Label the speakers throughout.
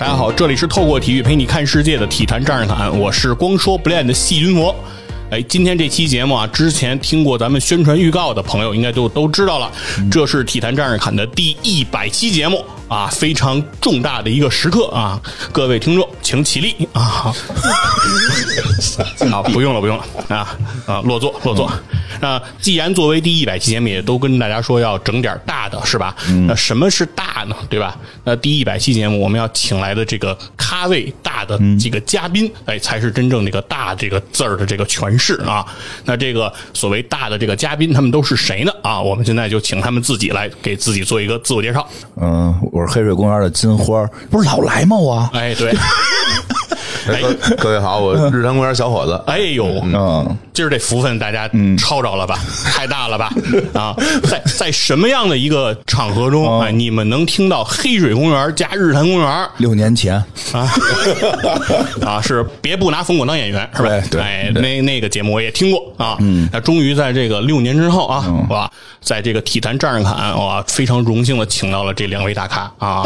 Speaker 1: 好，这里是透过体育陪你看世界的体坛战士侃，我是光说不练的细菌魔。哎，今天这期节目啊，之前听过咱们宣传预告的朋友应该就都知道了，这是体坛战士侃的第一百期节目啊，非常重大的一个时刻啊，各位听众请起立啊！好好，不用了，不用了啊啊，落座落座。那既然作为第一百期节目，也都跟大家说要整点大的，是吧？那什么是大呢？对吧？那第一百期节目我们要请来的这个咖位大的这个嘉宾，哎，才是真正这个大这个字儿的这个诠释啊。那这个所谓大的这个嘉宾，他们都是谁呢？啊，我们现在就请他们自己来给自己做一个自我介绍。
Speaker 2: 嗯，我是黑水公园的金花，不是老来吗？我
Speaker 1: 哎，对，
Speaker 3: 哎
Speaker 1: 哎
Speaker 3: 各各位好，我日坛公园小伙子。
Speaker 1: 哎呦，
Speaker 2: 嗯，
Speaker 1: 今儿这福分大家抄着了吧？太大了吧？啊，在在什么样的一个场合
Speaker 2: 哦
Speaker 1: 中，哎，你们能听到黑水公园加日坛公园
Speaker 2: 六年前，
Speaker 1: 啊啊？是别不拿冯巩当演员是吧？
Speaker 2: 对对
Speaker 1: 哎，那那个节目我也听过啊。嗯，那终于在这个六年之后啊，
Speaker 2: 哦
Speaker 1: 哇，在这个体坛战士侃，哇，非常荣幸的请到了这两位大咖啊。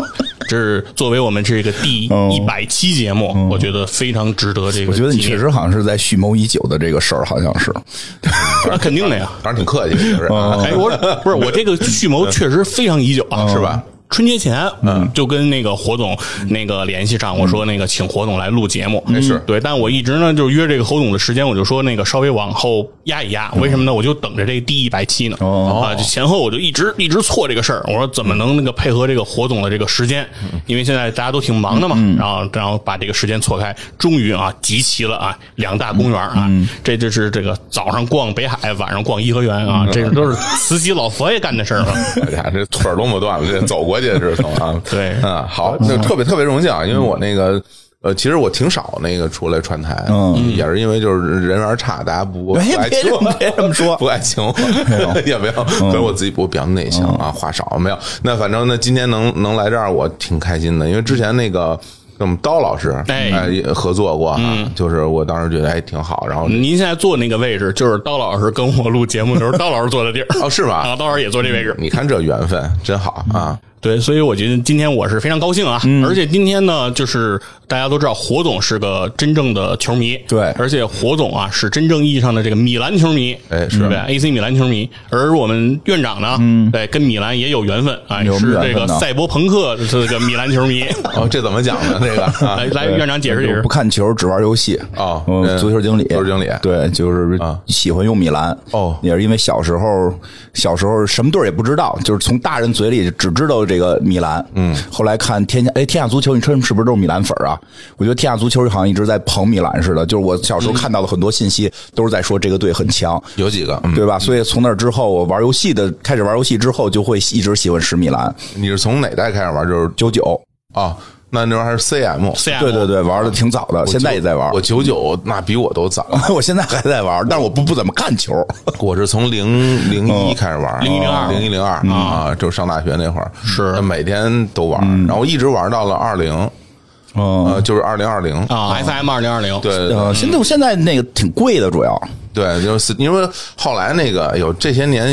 Speaker 1: 这是作为我们这个第一百期节目，我觉得非常值得这个纪念。
Speaker 2: 哦我觉得你确实好像是在蓄谋已久的这个事儿，好像是。嗯
Speaker 1: 那 肯定的呀。
Speaker 3: 反正挺客气，是不是？
Speaker 2: 哦
Speaker 1: 哎，我不是我这个蓄谋确实非常已久啊，是吧？春节前，嗯，就跟那个火总那个联系上，我说那个请火总来录节目，
Speaker 3: 哎是
Speaker 1: 对，但我一直呢就约这个侯总的时间，我就说那个稍微往后压一压，为什么呢？我就等着这第一百期呢，
Speaker 2: 哦
Speaker 1: 啊，就前后我就一直一直错这个事儿，我说怎么能那个配合这个火总的这个时间，因为现在大家都挺忙的嘛，然后然后把这个时间错开，终于啊集齐了啊两大公园啊，这就是这个早上逛北海，晚上逛颐和园啊，这个都是慈禧老佛爷干的事儿嘛。
Speaker 3: 哎呀，这腿儿都没断了，这走过去这是从啊。
Speaker 1: 对
Speaker 3: 嗯，好，那特别特别荣幸啊，因为我那个呃，其实我挺少那个出来串台，
Speaker 2: 嗯，
Speaker 3: 也是因为就是人缘差，大家不不
Speaker 2: 哎别
Speaker 3: 爱
Speaker 2: 别
Speaker 3: 听
Speaker 2: 这么别这么说
Speaker 3: 不爱请我，也没有，
Speaker 2: 嗯
Speaker 3: 可是我自己我比较内向啊，话少没有。那反正呢，今天能能来这儿，我挺开心的，因为之前那个。跟我们刀老师呃
Speaker 1: 哎嗯
Speaker 3: 也合作过啊，就是我当时觉得还哎挺好，然后
Speaker 1: 您现在坐那个位置，就是刀老师跟我录节目的时候，刀老师坐的地儿
Speaker 3: 哦是吗
Speaker 1: 啊，刀老师也坐这位置。
Speaker 3: 你看这缘分真好啊！
Speaker 1: 对，所以我觉得今天我是非常高兴啊，
Speaker 2: 嗯
Speaker 1: 而且今天呢，就是大家都知道火总是个真正的球迷，
Speaker 2: 对
Speaker 1: 而且火总啊是真正意义上的这个米兰球迷，
Speaker 3: 哎是
Speaker 1: 对吧？AC 米兰球迷，而我们院长呢，对，跟米兰也有缘分啊，
Speaker 2: 嗯有
Speaker 1: 是
Speaker 2: 缘分
Speaker 1: 这个
Speaker 2: 呢
Speaker 1: 赛博朋克这个米兰球 迷，
Speaker 3: 哦，这怎么讲呢？这个啊
Speaker 1: 来，来，院长解释解
Speaker 2: 我
Speaker 1: 释
Speaker 2: 不，看球，只玩游戏。
Speaker 3: 哦
Speaker 2: 嗯，
Speaker 3: 嗯
Speaker 2: 足球经理，
Speaker 3: 足球经理
Speaker 2: 对，就是
Speaker 3: 啊
Speaker 2: 喜欢用米兰。
Speaker 3: 哦
Speaker 2: 也是因为小时候，小时候什么队儿也不知道，就是从大人嘴里只知道这个米兰。嗯，后来看天下，哎，天下足球，你说是不是都是米兰粉儿啊？我觉得天下足球好像一直在捧米兰似的，就是我小时候看到的很多信息都是在说这个队很强，
Speaker 3: 有几个？嗯，
Speaker 2: 对吧？所以从那之后，我玩游戏的开始玩游戏之后，就会一直喜欢使米兰
Speaker 3: 你是从哪代开始玩？就是
Speaker 2: 九九。
Speaker 3: 哦，那那时候还是 CM，
Speaker 1: CM
Speaker 2: 对对对，玩的挺早的，现在也在玩
Speaker 3: 我。九九那比我都早，
Speaker 2: 我现在还在玩，但是我不不怎么看球。
Speaker 3: 我是从 零零一
Speaker 2: 哦
Speaker 3: 开始玩，
Speaker 1: 01 02
Speaker 3: 零一零
Speaker 2: 嗯
Speaker 3: 二啊，就上大学那会儿
Speaker 1: 是
Speaker 3: 每天都玩，然后一直玩到了二零，
Speaker 2: 嗯，
Speaker 3: 呃，就是二零二零，
Speaker 1: 啊，FM 二零二零，
Speaker 3: 对
Speaker 2: 呃，现在现在那个挺贵的，主要
Speaker 3: 对，就是因为后来那个有这些年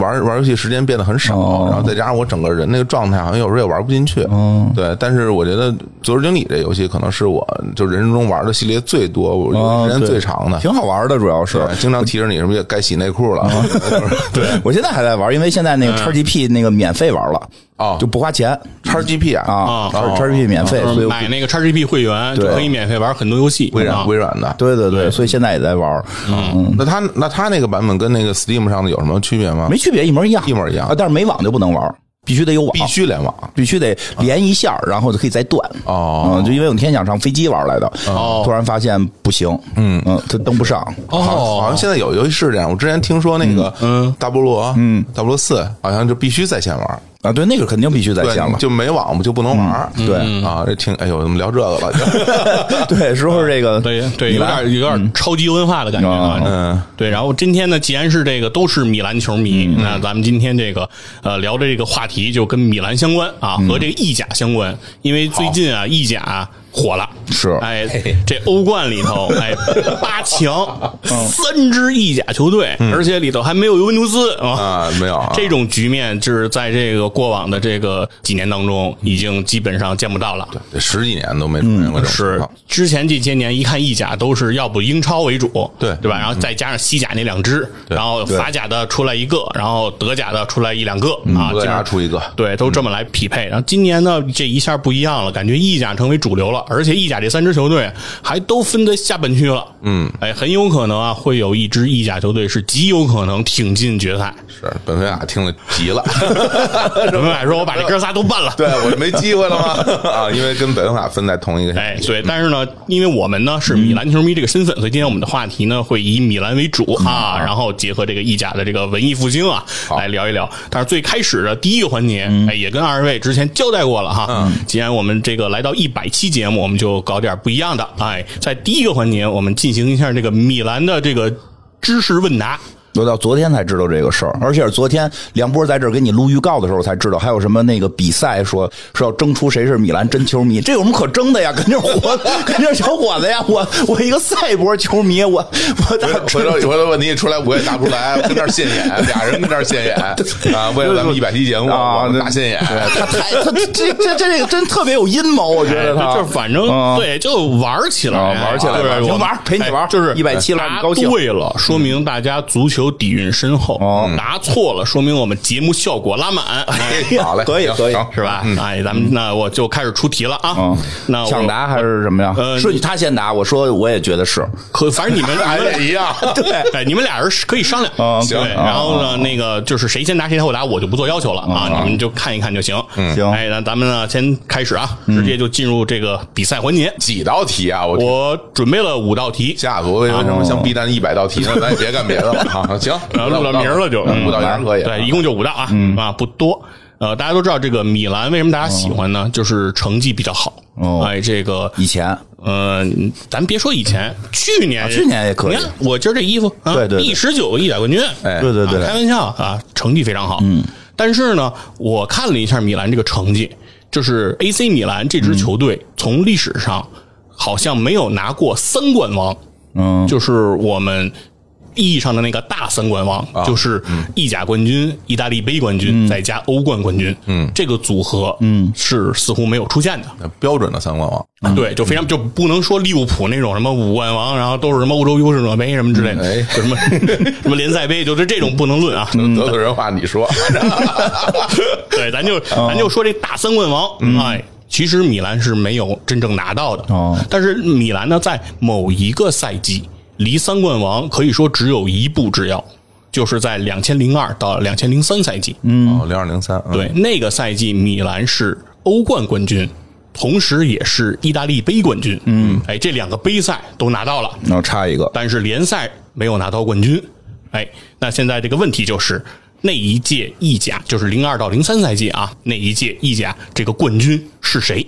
Speaker 3: 玩玩游戏时间变得很少，
Speaker 2: 哦
Speaker 3: 然后再加上我整个人那个状态，好像有时候也玩不进去。对，但是我觉得《足球经理》这游戏可能是我就人生中玩的系列最多，我
Speaker 2: 啊
Speaker 3: 我时间
Speaker 2: 对
Speaker 3: 最长的。
Speaker 2: 挺好玩的，主要是。
Speaker 3: 对，经常提着你什么也该洗内裤了。啊
Speaker 2: 啊
Speaker 3: 就是
Speaker 2: 对，我现在还在玩，因为现在那个 XGP 那个免费玩了，
Speaker 3: 嗯哦
Speaker 2: 就不花钱
Speaker 3: XGP 啊，
Speaker 2: 啊
Speaker 1: 啊
Speaker 2: ，XGP 免费，
Speaker 1: 就是
Speaker 2: 所以我
Speaker 1: 买那个 XGP 会员就
Speaker 2: 对
Speaker 1: 可以免费玩很多游戏，
Speaker 3: 微
Speaker 1: 啊
Speaker 3: 软微软的。
Speaker 2: 对对对，所以现在也在玩，嗯，
Speaker 3: 那它那它那个版本跟那个 Steam 上的有什么区别吗？
Speaker 2: 没区别，一模一样，
Speaker 3: 一模一样
Speaker 2: 啊但是没网就不能玩，必须得有网，
Speaker 3: 必须联网。
Speaker 2: 必须得连一下，然后就可以再断。
Speaker 3: 哦
Speaker 2: 嗯，就因为我那天想上飞机玩来的，
Speaker 1: 哦
Speaker 2: 突然发现不行，嗯嗯，它登不上。
Speaker 1: 哦
Speaker 3: 好像现在有游戏是这样。我之前听说那个嗯，大菠萝，嗯，大菠萝四好像就必须在线玩，
Speaker 2: 啊，对，那个肯定必须在
Speaker 3: 对，
Speaker 2: 线了。
Speaker 3: 就没网不就不能玩儿？
Speaker 2: 嗯对
Speaker 3: 啊，这听哎呦，怎么聊这个了？
Speaker 2: 对，说说这个，
Speaker 1: 对对，
Speaker 2: 米
Speaker 1: 有
Speaker 2: 兰嗯
Speaker 1: 点有点超级文化的感觉啊。
Speaker 3: 嗯，
Speaker 1: 对。然后今天呢，既然是这个都是米兰球迷，那咱们今天这个呃聊的这个话题就跟米兰相关啊，和这个意甲相关，因为最近啊，意甲。火了，
Speaker 2: 是
Speaker 1: 哎，这欧冠里头，哎，八强三支意甲球队，而且里头还没有尤文图斯啊，
Speaker 3: 啊，没有啊
Speaker 1: 这种局面就是在这个过往的这个几年当中，已经基本上见不到了。
Speaker 3: 这十几年都没出现
Speaker 2: 嗯
Speaker 3: 过这种情
Speaker 1: 是
Speaker 3: 况
Speaker 1: 之前这些年一看意甲都是要不英超为主，
Speaker 3: 对
Speaker 1: 对吧？然后再加上西甲那两支，然后法甲的出来一个，然后德甲的出来一两个啊，
Speaker 3: 嗯德
Speaker 1: 这
Speaker 3: 甲
Speaker 1: 样
Speaker 3: 出一个
Speaker 1: 对，都这么来匹配。然后今年呢，这一下不一样了，感觉意甲成为主流了，而且意甲这三支球队还都分在下半区了。嗯，哎，很有可能啊，会有一支意甲球队是极有可能挺进决 赛。
Speaker 3: 是本菲亚听了 急了，
Speaker 1: 本菲亚 说：“我把这哥仨都办了。”
Speaker 3: 对我没机会了吗？啊，因为跟本菲亚分在同一个
Speaker 1: 哎，对，但是呢，因为我们呢是米兰球迷这个身份，所以今天我们的话题呢会以米兰为主啊，然后结合这个意甲的这个文艺复兴啊来聊一聊。但是最开始的第一个环节，哎，也跟二位之前交代过了哈。既然我们这个来到一百期节目，我们就搞点不一样的。哎，在第一个环节，我们进行一下这个米兰的这个知识问答。
Speaker 2: 我到昨天才知道这个事儿，而且是昨天梁波在这儿给你录预告的时候才知道，还有什么那个比赛说说要争出谁是米兰真球迷，这有什么可争的呀？肯定是我，肯定是小伙子呀！我我一个赛博球迷，我我
Speaker 3: 回头 回头回头问题一出来我也答不出来，跟那儿现演，俩人跟那儿现演啊！为了咱们一百期节目，
Speaker 2: 啊
Speaker 3: 我们大现演，
Speaker 2: 他太他这这这个真特别有阴谋，我觉
Speaker 1: 哎
Speaker 2: 得他
Speaker 1: 就反正
Speaker 2: 啊
Speaker 1: 对，就玩儿起来，
Speaker 2: 啊玩儿起来
Speaker 1: 对
Speaker 2: 玩儿
Speaker 1: 我们
Speaker 2: 玩儿陪你
Speaker 1: 哎
Speaker 2: 玩儿
Speaker 1: 就是
Speaker 2: 170了
Speaker 1: 答
Speaker 2: 你高兴
Speaker 1: 对了，说明大家足球底蕴深厚；
Speaker 2: 嗯
Speaker 1: 答错了，说明我们节目效果拉满，哎
Speaker 3: 好嘞，
Speaker 2: 可以
Speaker 3: 行
Speaker 2: 可以
Speaker 3: 行
Speaker 1: 是吧？哎，咱们那我就开始出题了啊
Speaker 2: 嗯。
Speaker 1: 那我
Speaker 2: 抢答还是什么呀？
Speaker 1: 呃
Speaker 2: 顺序他先答，我说我也觉得是，
Speaker 1: 可反正 你们
Speaker 3: 还
Speaker 1: 你们
Speaker 3: 得一样，
Speaker 2: 对
Speaker 1: 哎，你们俩人是可以商量，
Speaker 2: 啊
Speaker 1: 对
Speaker 2: 哎行啊
Speaker 1: 然后呢，那个就是谁先答谁后答，我就不做要求了啊，你们就看一看就行。
Speaker 2: 嗯行嗯
Speaker 1: 哎，那咱们呢先开始啊，直接就进入这个比赛环节。
Speaker 3: 几道题啊？我
Speaker 1: 我准备了五道题，
Speaker 3: 下次我以为什么像 B 站一百道题呢，咱也别干别的了啊！行，
Speaker 1: 然后录到名儿了就
Speaker 3: 嗯录到名儿可以，嗯
Speaker 1: 对，一共就五道啊，啊不多。呃，大家都知道这个米兰为什么大家喜欢呢？就是成绩比较好。
Speaker 2: 哦
Speaker 1: 哎，这个，
Speaker 2: 以前
Speaker 1: 呃，咱别说以前，去年、
Speaker 2: 啊去年也可以
Speaker 1: 你看我今儿这衣服，啊、
Speaker 2: 对对对
Speaker 1: 第十九个意甲冠军，
Speaker 3: 哎
Speaker 2: 对对
Speaker 1: 啊
Speaker 2: 对
Speaker 1: 开玩笑啊，成绩非常好。嗯，但是呢，我看了一下米兰这个成绩，就是 AC 米兰这支球
Speaker 2: 嗯
Speaker 1: 队从历史上好像没有拿过三冠王。
Speaker 2: 嗯，
Speaker 1: 就是我们意义上的那个大三冠王，
Speaker 2: 啊
Speaker 1: 就是
Speaker 2: 嗯
Speaker 1: 意甲冠军、意大利杯冠军，再加欧冠冠军，嗯，这个组合，嗯，是似乎没有出现的。
Speaker 3: 标准的三冠王，
Speaker 1: 啊对，就非常就不能说利物浦那种什么五冠王，然后都是什么欧洲优胜者杯什么之类的
Speaker 3: 哎，
Speaker 1: 就什么什么联赛杯，就是这种不能论啊。
Speaker 3: 得罪人话你说，
Speaker 1: 对，咱就咱就说这大三冠王，哎。其实米兰是没有真正拿到的，
Speaker 2: 哦
Speaker 1: 但是米兰呢，在某一个赛季离三冠王可以说只有一步之遥，就是在两千零二到两千零三赛季。
Speaker 3: 嗯，零二零三，嗯
Speaker 1: 对，啊那个赛季米兰是欧冠冠军，同时也是意大利杯冠军。嗯，哎，这两个杯赛都拿到了，
Speaker 2: 然后插一个，
Speaker 1: 但是联赛没有拿到冠军。哎，那现在这个问题就是，那一届意甲就是零二到零三赛季啊，那一届意甲这个冠军是谁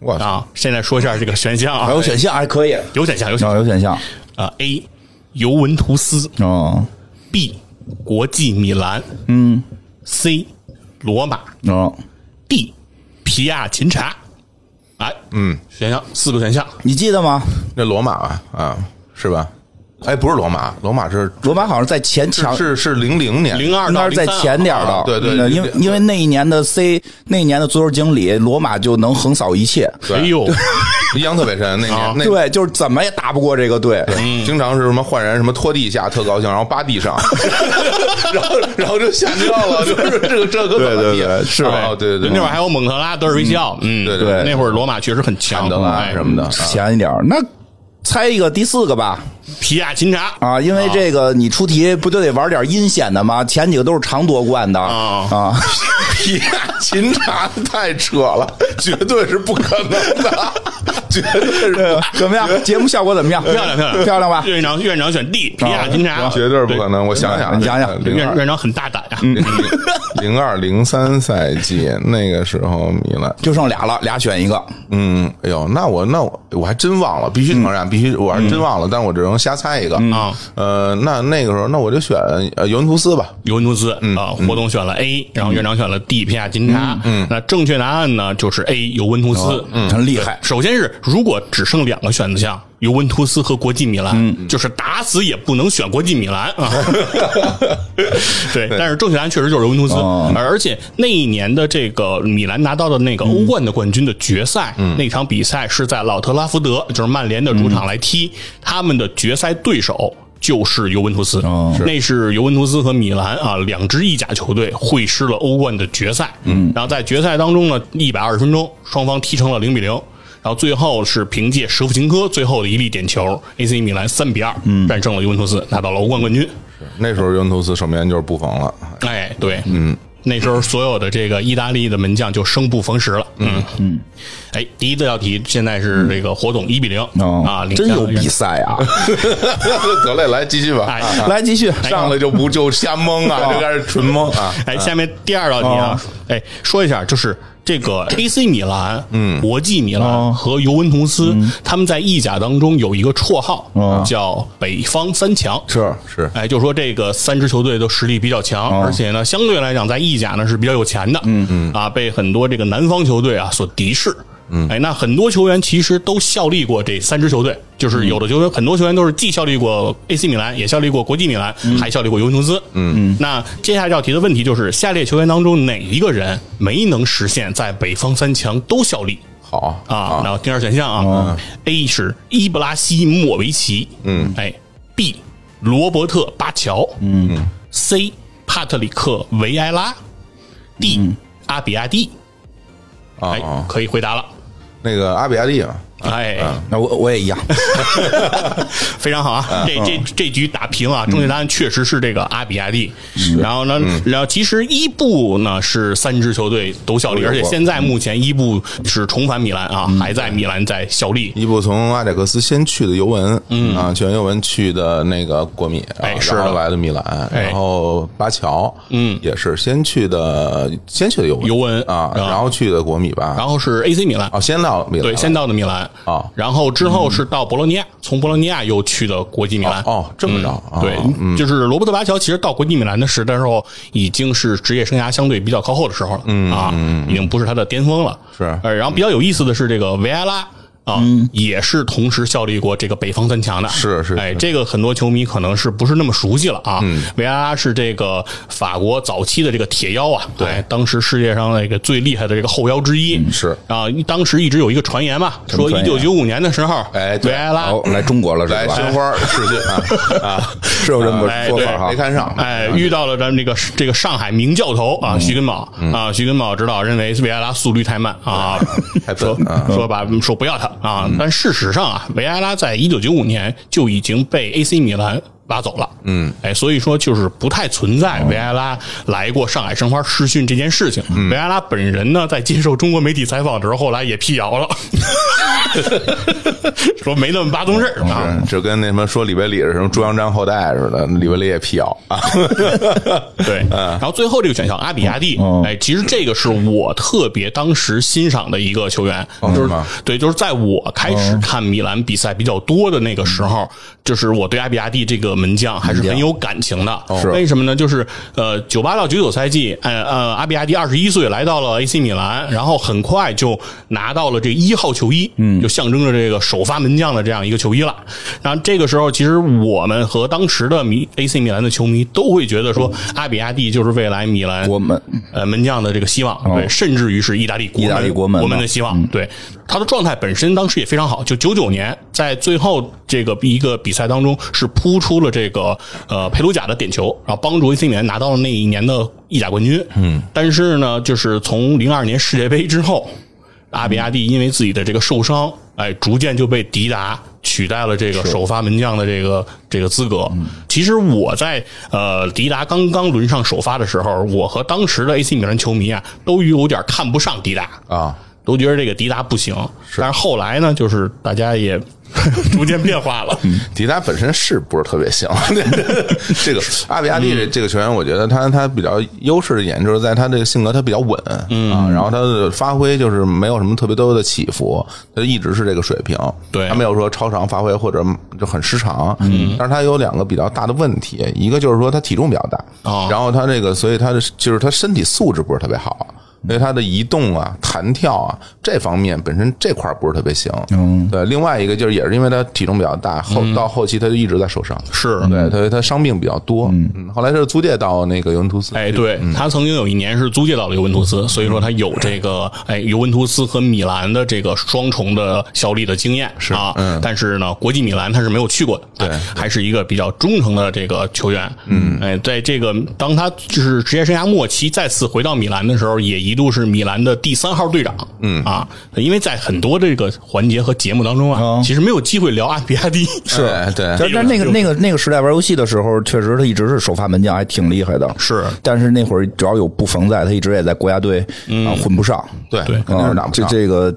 Speaker 3: 我操，
Speaker 1: 啊？现在说一下这个选项
Speaker 2: 还
Speaker 1: 啊
Speaker 2: 有，选项还可以，
Speaker 1: 有选项，有选
Speaker 2: 啊
Speaker 1: 项
Speaker 2: 有选项
Speaker 1: 啊，A 尤文图斯
Speaker 2: 哦
Speaker 1: ，B 国际米兰，嗯，C 罗马
Speaker 2: 哦。
Speaker 1: ，D 皮亚琴察。哎，嗯，选项四个选项，
Speaker 2: 你记得吗？
Speaker 3: 那罗马吧，啊，是吧？哎，不是罗马，罗马是
Speaker 2: 罗马好像在前强，
Speaker 3: 是是零零年，
Speaker 1: 零二
Speaker 2: 应
Speaker 1: 到
Speaker 2: 该是在
Speaker 1: 03啊
Speaker 2: 前点儿的。
Speaker 3: 啊对对
Speaker 2: 那
Speaker 3: 对
Speaker 2: 因为
Speaker 3: 对
Speaker 2: 因为那一年的 C，那一年的足球经理，罗马就能横扫一切。
Speaker 3: 对
Speaker 1: 哎呦，
Speaker 3: 印象特别深，那
Speaker 1: 啊
Speaker 3: 年那嗯
Speaker 2: 对，就是怎么也打不过这个队。
Speaker 3: 经常是什么换人，什么拖地下特高兴，然后扒地上， 然后然后就下掉了，就是这个这个
Speaker 2: 对对对是
Speaker 3: 哦，对对
Speaker 1: 那会
Speaker 3: 对，
Speaker 1: 儿还有蒙特拉、德尔维西奥，嗯，
Speaker 3: 对
Speaker 2: 对
Speaker 1: 那会儿罗马确实很强，
Speaker 3: 安德拉
Speaker 1: 哎
Speaker 3: 什么的，啊
Speaker 2: 前一点儿，那猜一个第四个吧。
Speaker 1: 皮亚琴察
Speaker 2: 啊，因为这个你出题不就得玩点阴险的吗？前几个都是常夺冠的
Speaker 1: 啊
Speaker 2: 啊，
Speaker 3: 皮亚琴察太扯了，绝对是不可能的，绝 对是。
Speaker 2: 怎么样？节目效果怎么样？
Speaker 1: 漂亮漂亮
Speaker 2: 漂亮吧？
Speaker 1: 院长院长选 D，皮亚琴察，
Speaker 3: 啊绝对是不可能，嗯我想想，
Speaker 2: 你想想
Speaker 3: 零
Speaker 1: 院
Speaker 3: 二
Speaker 1: 院长很大胆啊，
Speaker 3: 零二零三赛季那个时候，米兰，
Speaker 2: 就剩俩了，俩选一个。
Speaker 3: 嗯，哎呦，那我那我我还真忘了，必须承认，必须我还真忘了，但我只能能瞎猜一个
Speaker 1: 啊。
Speaker 3: 呃，那那个时候，那我就选呃尤文图斯吧。
Speaker 1: 尤文图斯
Speaker 3: 嗯
Speaker 1: 啊，活动选了 A，然后院长选了 D，皮亚金叉。嗯，那正确答案呢就是 A，尤文图
Speaker 3: 哦
Speaker 1: 斯。嗯，
Speaker 2: 很哦厉害。
Speaker 1: 首先是如果只剩两个选项，尤文图斯和国际米兰，就是打死也不能选国际米兰啊。 对，但是正确答案确实就是尤文图斯，
Speaker 2: 哦
Speaker 1: 呃而且那一年的这个米兰拿到的那个欧冠的冠军的决赛，那场比赛是在老特拉福德，就是曼联的主场来踢，他们的决赛对手。就是尤文图斯，
Speaker 2: 哦
Speaker 1: 那是尤文图斯和米兰啊两支意甲球队会师了欧冠的决赛。嗯，然后在决赛当中呢，一百二十分钟，双方踢成了零比零。然后最后是凭借舍甫琴科最后的一粒点球，AC 米兰三比二战胜了尤文图斯，拿到了欧冠冠军。
Speaker 3: 那时候尤文图斯守门员就是布冯了。
Speaker 1: 哎，对，嗯，那时候所有的这个意大利的门将就生不逢时了。嗯嗯，哎，第一这道题现在是这个火总一比零、
Speaker 2: 哦
Speaker 1: 啊，领
Speaker 2: 真
Speaker 1: 先
Speaker 2: 有
Speaker 1: 了
Speaker 2: 比赛 啊！
Speaker 3: 得嘞，来继续吧。
Speaker 1: 哎
Speaker 3: 啊
Speaker 2: 来继续，
Speaker 3: 上来就不就瞎蒙啊，就开始纯蒙啊。
Speaker 1: 哎，下面第二道题
Speaker 2: 哦
Speaker 1: 啊，哎，说一下，就是这个 AC 米兰、嗯，国际米兰
Speaker 2: 哦
Speaker 1: 和尤文图斯，他们在意甲当中有一个绰号、
Speaker 2: 嗯哦
Speaker 1: 叫“北方三强”。
Speaker 2: 是
Speaker 3: 是
Speaker 1: 哎，就说这个三支球队都实力比较强，而且呢，相对来讲在意甲呢是比较有钱的，啊嗯嗯，啊，被很多这个南方球队啊所敌视。嗯，哎，那很多球员其实都效力过这三支球队，就是有的球员，很多球员都是既效力过 AC 米兰，也效力过国际米兰，还效力过尤文图斯。嗯，那接下来这道题的问题就是，下列球员当中哪一个人没能实现在北方三强都效力？
Speaker 3: 好
Speaker 1: 啊，然后第二选项啊、a 是伊布拉希莫维奇，嗯，哎，B 罗伯特巴乔，嗯，C 帕特里克维埃拉，D、阿比亚蒂，
Speaker 3: 啊
Speaker 1: 哎，
Speaker 3: 啊，
Speaker 1: 可以回答了，
Speaker 3: 那个阿比亚蒂啊嘛，
Speaker 1: 哎，
Speaker 2: 那我我也一样，
Speaker 1: 非常好啊，这这这局打平啊，正确答案确实是这个阿比亚蒂。然后呢，然后其实伊布呢是三支球队都啊嗯效力，
Speaker 3: 都有
Speaker 1: 而且
Speaker 3: 过
Speaker 1: 现在目前伊布是重返米兰啊，还在米兰在效力，
Speaker 3: 伊布从阿贾克斯先去的尤文，嗯啊，去完尤文去的那个国米，啊
Speaker 1: 哎是的
Speaker 3: 然后来的米兰，
Speaker 1: 哎
Speaker 3: 然后巴乔，嗯，也是先去的先去的尤文，
Speaker 1: 尤文啊
Speaker 3: 啊，然后去的国米吧，
Speaker 1: 然后是 AC 米兰
Speaker 3: 哦，先到米兰，
Speaker 1: 对，先到的米兰
Speaker 3: 啊
Speaker 1: 然后之后是到博洛尼亚，从博洛尼亚又去的国际米兰。嗯
Speaker 3: 哦，这么着，啊
Speaker 1: 对，就是罗伯特·巴乔，其实到国际米兰的时的时候，已经是职业生涯相对比较靠后的时候了，啊，已经不是他的巅峰了。
Speaker 3: 嗯是嗯
Speaker 1: 呃，然后比较有意思的是，这个维埃拉啊，也是同时效力过这个北方三强的。
Speaker 3: 是是
Speaker 1: 哎，这个很多球迷可能是不是那么熟悉了啊？维埃拉是这个法国早期的这个铁腰啊，对，当时世界上那个最厉害的这个后腰之一。
Speaker 3: 是
Speaker 1: 啊，当时一直有一个传言嘛，
Speaker 2: 么
Speaker 1: 说一
Speaker 2: 传言
Speaker 1: 九九五年的时候，
Speaker 3: 哎对
Speaker 1: 维埃拉
Speaker 2: 好来中国了
Speaker 3: 来
Speaker 2: 是
Speaker 3: 申
Speaker 2: 吧？
Speaker 3: 花试训啊啊，
Speaker 2: 是有这么
Speaker 1: 哎
Speaker 2: 个说
Speaker 1: 对
Speaker 2: 法哈嗯
Speaker 3: 没？看上，
Speaker 1: 哎，遇到了咱们这个这个上海名教头啊，徐根宝啊，徐根宝指导认为维埃拉速率太慢 啊，
Speaker 3: 太笨
Speaker 2: 嗯
Speaker 3: 啊，
Speaker 1: 说把说不要他啊，但事实上啊，维埃拉在一九九五年就已经被 AC 米兰挖走了，嗯，哎，所以说就是不太存在
Speaker 2: 哦
Speaker 1: 维埃拉来过上海申花试训这件事情。
Speaker 2: 嗯
Speaker 1: 维埃拉本人呢，在接受中国媒体采访的时候，后来也辟 谣了， 说没那么巴宗事儿
Speaker 2: 哦
Speaker 1: 啊。
Speaker 3: 是就跟那什么说李贝里是什么朱元璋后代似的，李贝里也辟谣啊，
Speaker 1: 对，
Speaker 3: 嗯
Speaker 1: 然后最后这个选项阿比亚蒂，
Speaker 3: 哦
Speaker 1: 哎，其实这个是我特别当时欣赏的一个球员，就是
Speaker 3: 哦是吗
Speaker 1: 对，就是在我开
Speaker 2: 嗯
Speaker 1: 始看米兰比赛比较多的那个时候，就是我对阿比亚蒂这个门将还是很有感情的。
Speaker 2: 哦
Speaker 1: 为什么呢？就是呃，九八到九九赛季，呃呃，阿比亚蒂二十一岁来到了 AC 米兰，然后很快就拿到了这一号球衣，嗯，就象征着这个首发门将的这样一个球衣了。然后这个时候，其实我们和当时的米 AC 米兰的球迷都会觉得说，
Speaker 2: 嗯
Speaker 1: 阿比亚蒂就是未来米兰
Speaker 2: 我们
Speaker 1: 呃门将的这个希望，对，甚至于是意大利国
Speaker 2: 哦意大利国
Speaker 1: 门
Speaker 2: 门
Speaker 1: 国门
Speaker 2: 嘛
Speaker 1: 的希望。对他的状态本身当时也非常好，就九九年在最后这个一个比赛当中是扑出了这个呃佩鲁贾的点球，然后帮助 AC 米兰拿到了那一年的意甲冠军。嗯，但是呢，就是从零二年世界杯之后，阿比亚蒂因为自己的这个受伤，哎，逐渐就被迪达取代了这个首发门将的这个这个资格。其实我在呃迪达刚刚轮上首发的时候，我和当时的 AC 米兰球迷啊，都有点看不上迪达
Speaker 3: 啊，
Speaker 1: 都觉得这个迪达不行。但是后来呢，就是大家也 逐渐变化了。
Speaker 3: 迪达本身是不是特别行？ 这个阿比亚蒂
Speaker 1: 嗯
Speaker 3: 这这个球员，我觉得他他比较优势的一点就是在他这个性格他比较稳，
Speaker 1: 嗯
Speaker 3: 啊，然后他的发挥就是没有什么特别多的起伏，他一直是这个水平，
Speaker 1: 对
Speaker 3: 他没有说超常发挥或者就很失常，嗯，但是他有两个比较大的问题，一个就是说他体重比较大，
Speaker 1: 哦
Speaker 3: 然后他这个所以他的就是他身体素质不是特别好。因为他的移动啊、弹跳啊这方面本身这块儿不是特别行，嗯，对。另外一个就是也是因为他体重比较大，后到后期他就一直在受伤，
Speaker 1: 是，
Speaker 3: 对他他伤病比较多，嗯，后来是租借到那个尤文图斯，
Speaker 1: 哎，对嗯他曾经有一年是租借到了尤文图斯，所以说他有这个哎尤文图斯和米兰的这个双重的效力的经验是啊，但是呢，国际米兰他是没有去过的，对，还是一个比较忠诚的这个球员，嗯，哎，在这个当他就是职业生涯末期再次回到米兰的时候，也一度是米兰的第三号队长，嗯啊，因为在很多这个环节和节目当中啊，其实没有机会聊阿比亚蒂，
Speaker 3: 是对，
Speaker 2: 但但那个那个那个时代玩游戏的时候，确实他一直是首发门将，还挺厉害的。
Speaker 1: 是
Speaker 2: 但是那会儿只要有布冯在，他一直也在国家队啊混不上。
Speaker 3: 嗯对
Speaker 1: 对
Speaker 3: 肯定是打
Speaker 2: 啊
Speaker 3: 不
Speaker 2: 这
Speaker 3: 上。
Speaker 2: 这个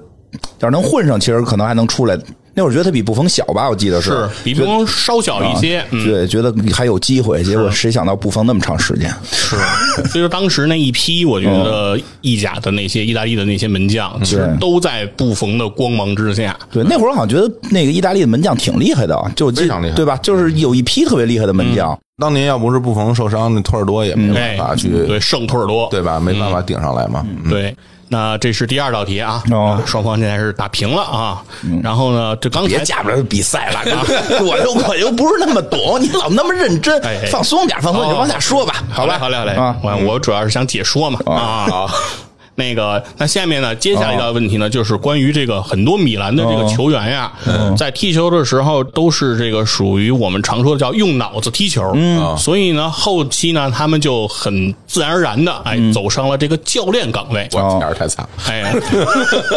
Speaker 2: 要是能混上，其实可能还能出来。那会儿觉得他比布冯小吧，我记 得啊
Speaker 1: 是比不光稍小一些，嗯。
Speaker 2: 对，觉得还有机会，结果谁想到布冯那么长时间？
Speaker 1: 是， 所以说当时那一批，我觉得意甲的那些意大利的那些门将，其实都在布冯的光芒之下。
Speaker 2: 对，那会儿我好像觉得那个意大利的门将挺厉害的，就我记
Speaker 3: 非常厉害嗯
Speaker 2: 对吧？就是有一批特别厉害的门将，
Speaker 3: 当年要不是布冯受伤，那托尔多也没
Speaker 1: 哎
Speaker 3: 办法，去，
Speaker 1: 对，圣托尔多，
Speaker 3: 嗯对吧？没办法顶上来嘛。嗯
Speaker 1: 对那这是第二道题啊，
Speaker 2: 哦
Speaker 1: 啊双方现在是打平了啊。然后呢，这刚才
Speaker 2: 别架不着比赛了，哥我又我又不是那么懂，你老那么认真
Speaker 1: 哎哎，
Speaker 2: 放松点，放松点，
Speaker 1: 哦
Speaker 2: 往下说吧，
Speaker 1: 好嘞，
Speaker 2: 吧，
Speaker 1: 好嘞，好嘞
Speaker 2: 啊，
Speaker 1: 我我主要是想解说嘛啊。 哦那个，那下面呢，接下来一道问题呢，就是关于这个很多米兰的这个球员呀，嗯在踢球的时候都是这个属于我们常说的叫用脑子踢球，嗯，所以呢，后期呢，他们就很自然而然的哎走上了这个教练岗位，
Speaker 3: 我天儿太惨了，
Speaker 1: 哎，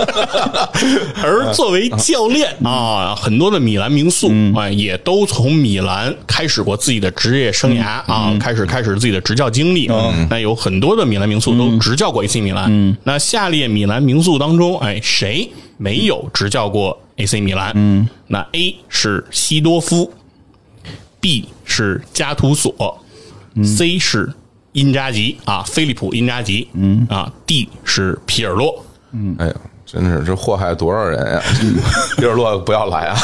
Speaker 1: 而作为教练啊，很多的米兰名宿啊，也都从米兰开始过自己的职业生涯啊，开始开始自己的执教经历。那有很多的米兰名宿都执教过 AC 米兰。那下列米兰名宿当中，哎，谁没有执教过 AC 米兰？嗯，那 A 是西多夫，B 是加图索，C 是因扎吉啊，菲利普因扎吉，嗯啊，D 是皮尔洛，
Speaker 3: 哎呀，真是这祸害多少人 呀！皮尔洛不要来 啊！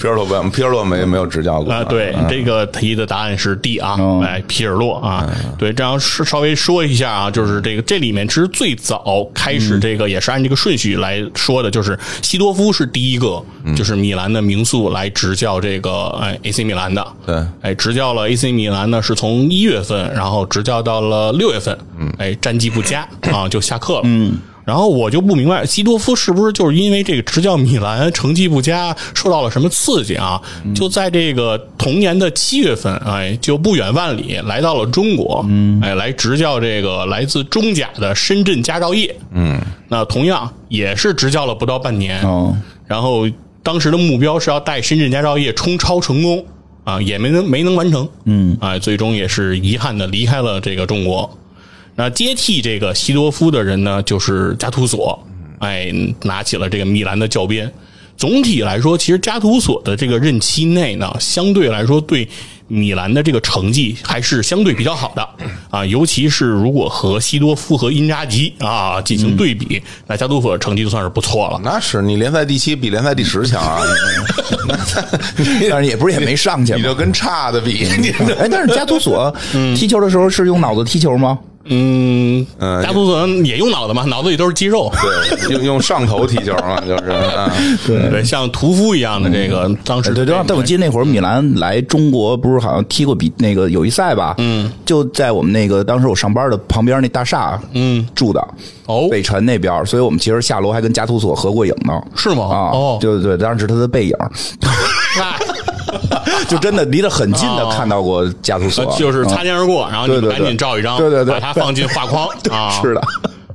Speaker 3: 皮尔洛不要，皮尔洛没没有执教过
Speaker 1: 啊，对，这个题的答案是 D 啊，哎，皮尔洛啊，对，这样是稍微说一下啊，就是这个这里面其实最早开始这个也是按这个顺序来说的，就是西多夫是第一个，就是米兰的名宿来执教这个哎 AC 米兰的，
Speaker 3: 对
Speaker 1: 哎，执教了 AC 米兰呢是从一月份，然后执教到了六月份，嗯，哎，战绩不佳啊，就下课了，嗯。然后我就不明白，西多夫是不是就是因为这个执教米兰成绩不佳，受到了什么刺激啊？就在这个同年的七月份，哎，就不远万里来到了中国，哎，来执教这个来自中甲的深圳佳兆业。嗯，那同样也是执教了不到半年，
Speaker 2: 哦
Speaker 1: 然后当时的目标是要带深圳佳兆业冲超成功啊，也没能没能完成，嗯，啊，最终也是遗憾的离开了这个中国。那接替这个西多夫的人呢，就是加图索，哎，拿起了这个米兰的教鞭。总体来说，其实加图索的这个任期内呢，相对来说对米兰的这个成绩还是相对比较好的啊，尤其是如果和西多夫和因扎吉啊进行对比，那加图索的成绩就算是不错了。
Speaker 3: 那是你联赛第七比联赛第十强 啊！
Speaker 2: 但是也不是也没上去
Speaker 3: 你
Speaker 2: 嘛。
Speaker 3: 就跟差的比，你
Speaker 2: 哎，但是加图索踢球的时候是用脑子踢球吗？
Speaker 1: 嗯，
Speaker 3: 嗯
Speaker 1: 加图索也用脑子嘛，脑子里都是肌肉。
Speaker 3: 对用用上头踢球嘛，就是 啊，
Speaker 1: 对像屠夫一样的这个，当时
Speaker 2: 对
Speaker 1: 这
Speaker 2: 哎对对
Speaker 1: 个，
Speaker 2: 但我记得那会儿米兰来中国，不是好像踢过比那个友谊赛吧？嗯，就在我们那个当时我上班的旁边那大厦，嗯，住的
Speaker 1: 哦
Speaker 2: 北辰那边儿，所以我们其实下楼还跟加图索合过影呢。
Speaker 1: 是吗？
Speaker 2: 啊，
Speaker 1: 哦，
Speaker 2: 对对对，当然是他的背影，
Speaker 1: 那
Speaker 2: 就真的离得很近的
Speaker 1: 哦
Speaker 2: 看到过加图索，
Speaker 1: 呃就是 擦肩而过，然后你
Speaker 2: 啊对
Speaker 1: 们
Speaker 2: 对
Speaker 1: 赶紧
Speaker 2: 对
Speaker 1: 照一张，
Speaker 2: 对对对
Speaker 1: 把它放进画 框啊。
Speaker 2: 是的，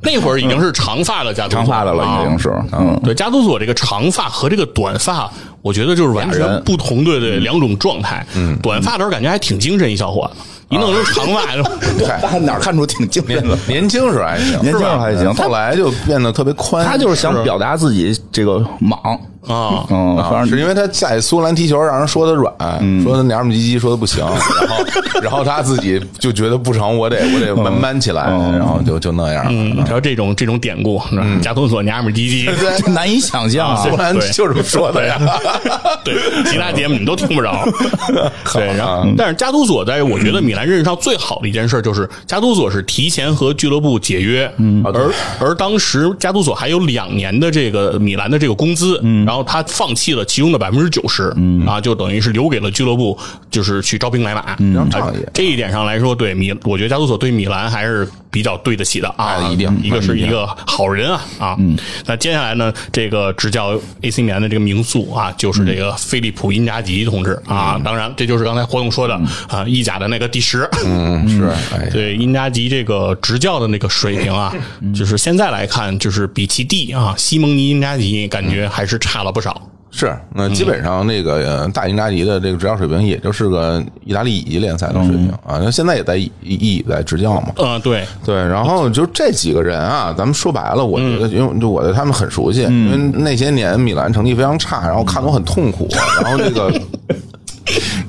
Speaker 1: 那会儿已经是长发的加图索
Speaker 2: 长发的了，已经。是
Speaker 1: 啊，
Speaker 2: 嗯，
Speaker 1: 对，加图索这个长发和这个短发，我觉得就是完全不同的对两种状态。嗯，短发的时候感觉还挺精神一小伙子，一弄
Speaker 2: 啊
Speaker 1: 成长发，
Speaker 2: 他哪儿看出挺精神的？
Speaker 3: 年轻时候还行，
Speaker 2: 年轻时候还行
Speaker 3: 是吧后来就变得特别宽。
Speaker 2: 他就是想表达自己这个莽，
Speaker 1: 啊，
Speaker 2: 嗯，反
Speaker 3: 啊，
Speaker 2: 正
Speaker 3: 是因为他在苏格兰踢球，让人说他软，说他娘们唧唧，说他不 行，然后然后他自己就觉得不成，我得我得慢慢起来，然后就就那样了。
Speaker 1: 嗯，还有这种这种典故，是吧
Speaker 2: 嗯
Speaker 1: 加图索娘们儿唧唧，
Speaker 2: 这 难以想象啊
Speaker 3: 苏格兰
Speaker 1: 对
Speaker 3: 就这么说的呀，
Speaker 1: 对，其他节目你都听不 着。对，然后啊嗯但是加图索在我觉得米兰任上最好的一件事就是加图索是提前和俱乐部解约，嗯，而而当时加图索还有两年的这个米兰的这个工资，嗯，然后他放弃了其中的百分之九十，嗯，啊，就等于是留给了俱乐部，就是去招兵买马，嗯
Speaker 3: 非常仗义
Speaker 1: 这一点上来说，对米，我觉得加图索对米兰还是比较对得起的啊，
Speaker 3: 那一定
Speaker 1: 一个是一个好人啊啊。那接下来呢，这个执教 AC 米兰的这个名宿啊，就是这个菲利普·因扎吉同志啊。当然，这就是刚才火总说的啊，意甲的那个第十。
Speaker 3: 嗯，是，哎，
Speaker 1: 对因扎吉这个执教的那个水平啊， 就是现在来看，就是比其弟啊西蒙尼·因扎吉感觉还是差了不少。
Speaker 3: 是，那基本上那个呃大英扎吉的这个执教水平，也就是个意大利乙级联赛的水平啊。那现在也在乙乙在执教嘛，
Speaker 1: 嗯，对，
Speaker 3: 对，然后就这几个人啊，咱们说白了，我觉
Speaker 1: 嗯
Speaker 3: 得，因为就我对他们很熟悉，因为那些年米兰成绩非常差，然后看得我很痛 苦，然后这个。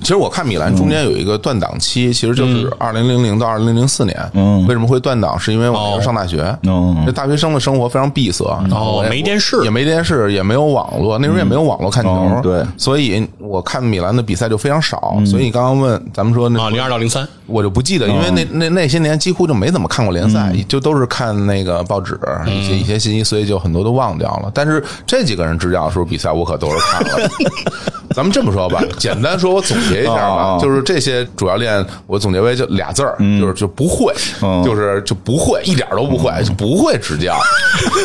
Speaker 3: 其实我看米兰中间有一个断档
Speaker 1: 嗯
Speaker 3: 期，其实就是二零零零到二零零四年。
Speaker 2: 嗯
Speaker 3: 为什么会断档？是因为我那时候上大学，
Speaker 2: 嗯
Speaker 3: 这大学生的生活非常闭塞，然后我也
Speaker 1: 哦没电视哦
Speaker 3: 也没电视，也没有网络，那时候也没有网络看球
Speaker 2: 嗯，对
Speaker 3: 所以我看米兰的比赛就非常少。所以你刚刚问咱们说那
Speaker 1: 嗯啊，零二到零三，
Speaker 3: 我就不记得，
Speaker 2: 啊
Speaker 3: 因为那那那些年几乎就没怎么看过联赛，
Speaker 2: 嗯
Speaker 3: 就都是看那个报纸一些一些信息，所以就很多都忘掉了。但是这几个人执教的时候比赛，我可都是看 了。咱们这么说吧，简单说，我总结一下
Speaker 2: 哦
Speaker 3: 吧
Speaker 2: 哦，
Speaker 3: 就是这些主教练，我总结为就俩字儿，就是就不会，
Speaker 2: 嗯
Speaker 3: 就是就不会，一点都不会，就不会 执教。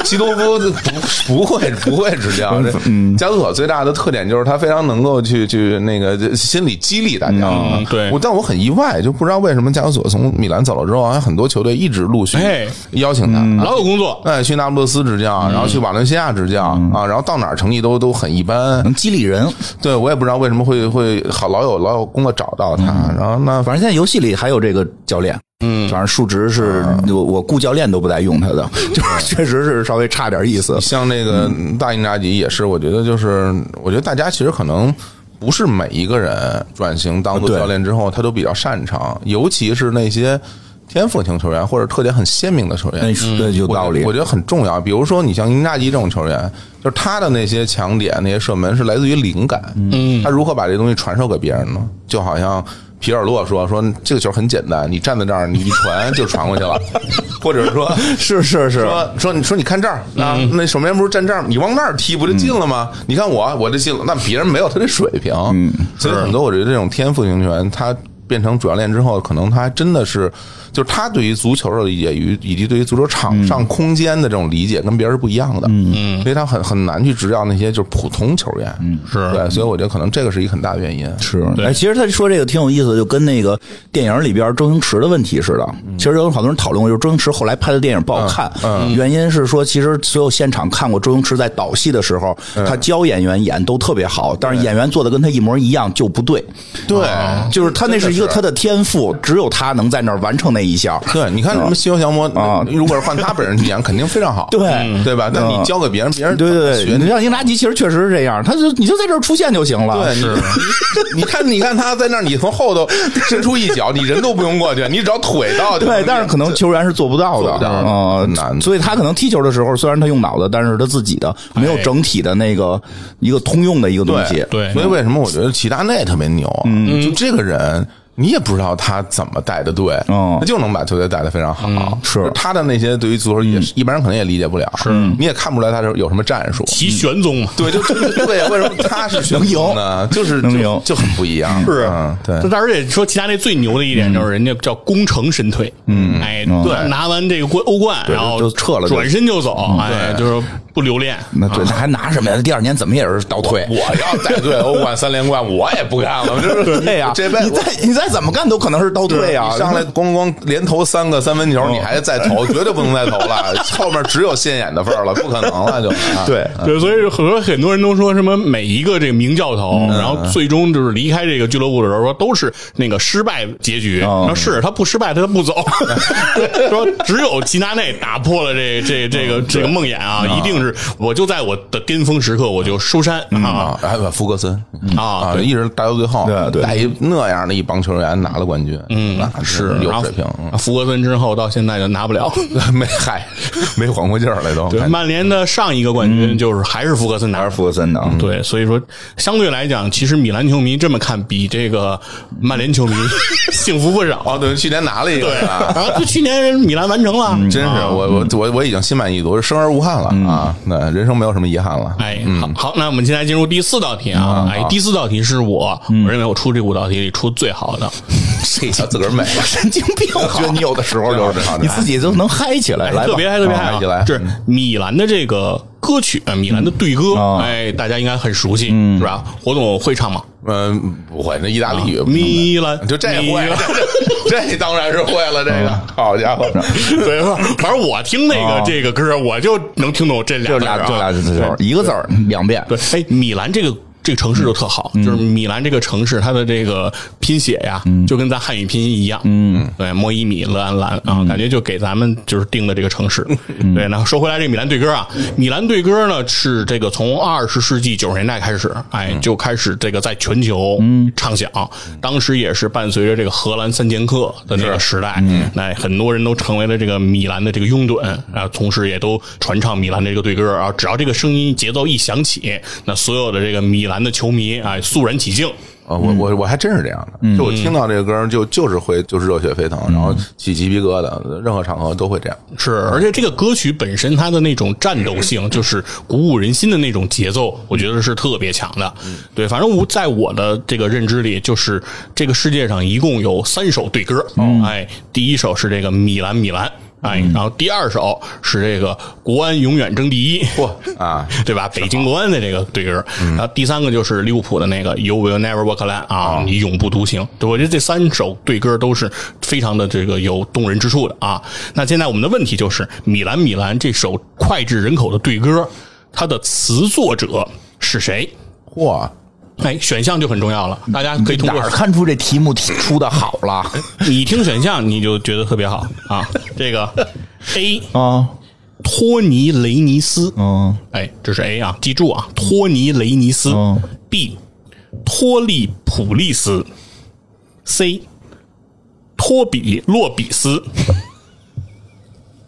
Speaker 3: 西多夫不不会不会执教，
Speaker 2: 嗯
Speaker 3: 这加图索最大的特点就是他非常能够去去那个心理激励大家。
Speaker 1: 嗯对
Speaker 3: 我但我很意外，就不知道为什么加图索从米兰走了之后，好像很多球队一直陆续
Speaker 1: 哎嗯
Speaker 3: 邀请他。啊
Speaker 1: 老有工作，
Speaker 3: 哎，去那不勒斯执教，然后去瓦伦西亚执教
Speaker 1: 嗯
Speaker 3: 啊，然后到哪儿成绩都都很一般。
Speaker 2: 能激励人。
Speaker 3: 对我也不知道为什么会会好老有老有工作找到他，
Speaker 1: 嗯
Speaker 3: 然后那
Speaker 2: 反正现在游戏里还有这个教练，嗯，反正数值是我我雇教练都不带用他的，就是 确实是稍微差点意思。
Speaker 3: 像那个大印扎吉也是，我觉得就是，我觉得大家其实可能不是每一个人转型当做
Speaker 2: 对
Speaker 3: 教练之后，他都比较擅长，尤其是那些天赋型球员或者特点很鲜明的球员
Speaker 2: 那，是对有
Speaker 3: 我觉得
Speaker 2: 道理
Speaker 3: 我，觉得很重要。比如说，你像英扎吉这种球员，就是他的那些强点、那些射门是来自于灵感。嗯，他如何把这东西传授给别人呢？就好像皮尔洛说：“说这个球很简单，你站在这儿，你一传就传过 去了。”或者说，
Speaker 2: 是是嗯是，
Speaker 3: 说说你说你看这儿啊，那守门员不是站这儿吗，你往那儿踢不就进了吗？
Speaker 2: 嗯
Speaker 3: 你看我，我这进了，那别人没有他这水平，所以很多我觉得这种天赋型球员，他变成主教练之后，可能他还真的是就是他对于足球的理解与以及对于足球场
Speaker 2: 嗯
Speaker 3: 上空间的这种理解跟别人是不一样的，嗯，所以他很很难去执教那些就是普通球员，嗯，
Speaker 1: 是
Speaker 3: 对，所以我觉得可能这个是一个很大原因，
Speaker 2: 是，哎，其实他说这个挺有意思的，就跟那个电影里边周星驰的问题似的。其实有好多人讨论过，就是周星驰后来拍的电影不好看，原因是说，其实所有现场看过周星驰在导戏的时候，他教演员演都特别好，但是演员做的跟他一模一样就不对，
Speaker 3: 对，
Speaker 2: 就是他那是一个他的天赋，只有他能在那儿完成那一项。
Speaker 3: 对，你看什么西游降魔
Speaker 2: 啊
Speaker 3: 如果是换他本人去演，肯定非常好，
Speaker 2: 对
Speaker 3: 对吧？但你
Speaker 2: 嗯
Speaker 3: 教给别人，别人
Speaker 2: 对
Speaker 3: 怎么
Speaker 2: 对
Speaker 3: 学
Speaker 2: 对，你像英达吉其实确实是这样，他就你就在这儿出现就行了。
Speaker 3: 对，你你你看，你看他在那儿，你从后头伸出一脚，你人都不用过去，你只要腿到就能
Speaker 2: 对，
Speaker 3: 进
Speaker 2: 但是可能球员是做不到
Speaker 3: 做
Speaker 2: 的，
Speaker 3: 不到
Speaker 2: 啊，
Speaker 3: 很难
Speaker 2: 所以他可能踢球的时候，虽然他用脑子，但是他自己的没有整体的那个一个通用的一个东西
Speaker 3: 哎
Speaker 1: 对
Speaker 3: 对。所以为什么我觉得齐达内特别牛啊？
Speaker 2: 嗯
Speaker 3: 就这个人。你也不知道他怎么带的队，
Speaker 2: 嗯
Speaker 3: 他就能把球队带的非常好。
Speaker 2: 是嗯
Speaker 3: 他的那些对于足球也是一般人可能也理解不了，是你也看不出来他是有什么战术。
Speaker 1: 其玄宗嘛。
Speaker 3: 对，就就对，为什么他是能
Speaker 2: 赢
Speaker 3: 呢？就是
Speaker 2: 能
Speaker 3: 就
Speaker 2: 赢
Speaker 3: 就很不一样。
Speaker 1: 是
Speaker 3: 嗯对，
Speaker 1: 但而且说其他那最牛的一点就是人家叫功成身退，嗯，哎，对，拿完这个冠欧冠，然后
Speaker 2: 就撤了就
Speaker 1: 转身就走，哎，就是不留恋。
Speaker 2: 那
Speaker 3: 啊
Speaker 2: 对，那还拿什么呀？第二年怎么也是倒退。
Speaker 3: 我要带队欧冠三连冠，我也不干了，就是
Speaker 2: 对呀，
Speaker 3: 啊
Speaker 2: 啊
Speaker 3: 这辈
Speaker 2: 你
Speaker 3: 子
Speaker 2: 在你在该怎么干都可能是倒退啊
Speaker 3: 你！上来咣咣连投三个三分球，你还再投，绝对不能再投了，后面只有现眼的份儿了，不可能了就。啊
Speaker 2: 对，
Speaker 1: 对，所以很多很多人都说什么每一个这个名教头，然后最终就是离开这个俱乐部的时候，说都是那个失败结局。然后是他不失败，他不走。 说只有齐达内打破了这这这个这个梦魇啊，一定是我就在我的巅峰时刻我就收山啊
Speaker 3: 啊，还有福格森
Speaker 1: 啊！
Speaker 3: 啊，一直带到最后，
Speaker 2: 对对
Speaker 3: 带一那样的一帮球员拿了冠军，嗯，那是有
Speaker 1: 然后
Speaker 3: 水平，嗯
Speaker 1: 福格森之后到现在就拿不了。
Speaker 3: 没嗨，没缓过劲儿来都。
Speaker 1: 对，曼联的上一个冠军就是还是福格森拿
Speaker 2: 还是福格森的，
Speaker 1: 对，所以说相对来讲，其实米兰球迷这么看比这个曼联球迷 幸福不少。
Speaker 3: 哦，对，嗯去年拿了一个
Speaker 1: 对，
Speaker 3: 啊，
Speaker 1: 然后就去年人米兰完成
Speaker 2: 嗯
Speaker 1: 了，
Speaker 3: 真是我我我我已经心满意足，生而无憾了啊，那人生没有什么遗憾了。
Speaker 1: 哎，
Speaker 2: 嗯
Speaker 1: 好，好，那我们现在进入第四道题啊，哎，第四道题是我
Speaker 2: 嗯
Speaker 1: 我认为我出这五道题里出最好的，
Speaker 3: 这他嗯 自个儿美，
Speaker 2: 神经病啊！
Speaker 3: 我觉得你有哎的时候就是 这样
Speaker 2: 你自己都能嗨起来，来吧嗯
Speaker 1: 特别嗨，特别嗨
Speaker 3: 好
Speaker 1: 啊
Speaker 3: 来！
Speaker 1: 就是米兰的这个歌曲，呃米兰的队歌，哎，大家应该很熟悉，
Speaker 2: 嗯
Speaker 1: 是吧？火总会唱吗？
Speaker 3: 嗯，不会，那意大利语不能
Speaker 1: 米
Speaker 2: 嗯
Speaker 1: 兰，
Speaker 3: 就这
Speaker 1: 米
Speaker 3: 会
Speaker 1: 兰，
Speaker 3: 这这当然是会了，这个好家 伙，
Speaker 1: 对，反正我听那个
Speaker 2: 哦
Speaker 1: 这个歌，我就能听懂这俩
Speaker 2: 就
Speaker 1: 字
Speaker 2: 俩
Speaker 1: 儿啊
Speaker 2: 就俩字儿，一个字儿两遍，
Speaker 1: 对，哎，米兰这个这个城市就特好，就是米兰这个城市它的这个拼写呀，就跟咱汉语拼音一样，嗯，对，莫伊米勒安兰啊，感觉就给咱们就是定的这个城市。对，然后说回来，这米兰队歌啊，米兰队歌呢是这个从二十世纪九十年代开始，哎，就开始这个在全球唱响，当时也是伴随着这个荷兰三剑客的那个时代，那很多人都成为了这个米兰的这个拥趸啊，同时也都传唱米兰的这个队歌啊。只要这个声音节奏一响起，那所有的这个米兰的球迷啊，肃然起敬。
Speaker 3: 啊，我我我还真是这样的，就我听到这个歌儿就就是会就是热血沸腾，然后起鸡皮疙瘩，任何场合都会这样。
Speaker 1: 是，而且这个歌曲本身它的那种战斗性，就是鼓舞人心的那种节奏，我觉得是特别强的。对，反正我在我的这个认知里，就是这个世界上一共有三首对歌。哎，第一首是这个米兰米兰，哎，然后第二首是这个国安永远争第一。
Speaker 3: 嚯啊，
Speaker 1: 对吧？嗯北京国安的这个队歌，然后第三个就是利物浦的那个 “You will never walk alone” 啊，你永不独行。对我觉得这三首对歌都是非常的这个有动人之处的啊。那现在我们的问题就是，《米兰米兰》这首脍炙人口的对歌，它的词作者是谁？
Speaker 3: 嚯，
Speaker 1: 哎，选项就很重要了，大家可以通
Speaker 2: 哪
Speaker 1: 过
Speaker 2: 儿看出这题目提出的好了
Speaker 3: 哎
Speaker 1: 你听选项，你就觉得特别好啊。这 个 A
Speaker 2: 啊？
Speaker 1: 托尼雷尼斯，
Speaker 2: 嗯，
Speaker 1: 哎，这是 A 啊，记住啊，托尼雷尼斯、
Speaker 2: 嗯
Speaker 1: b 托利普利斯，C 托比洛比斯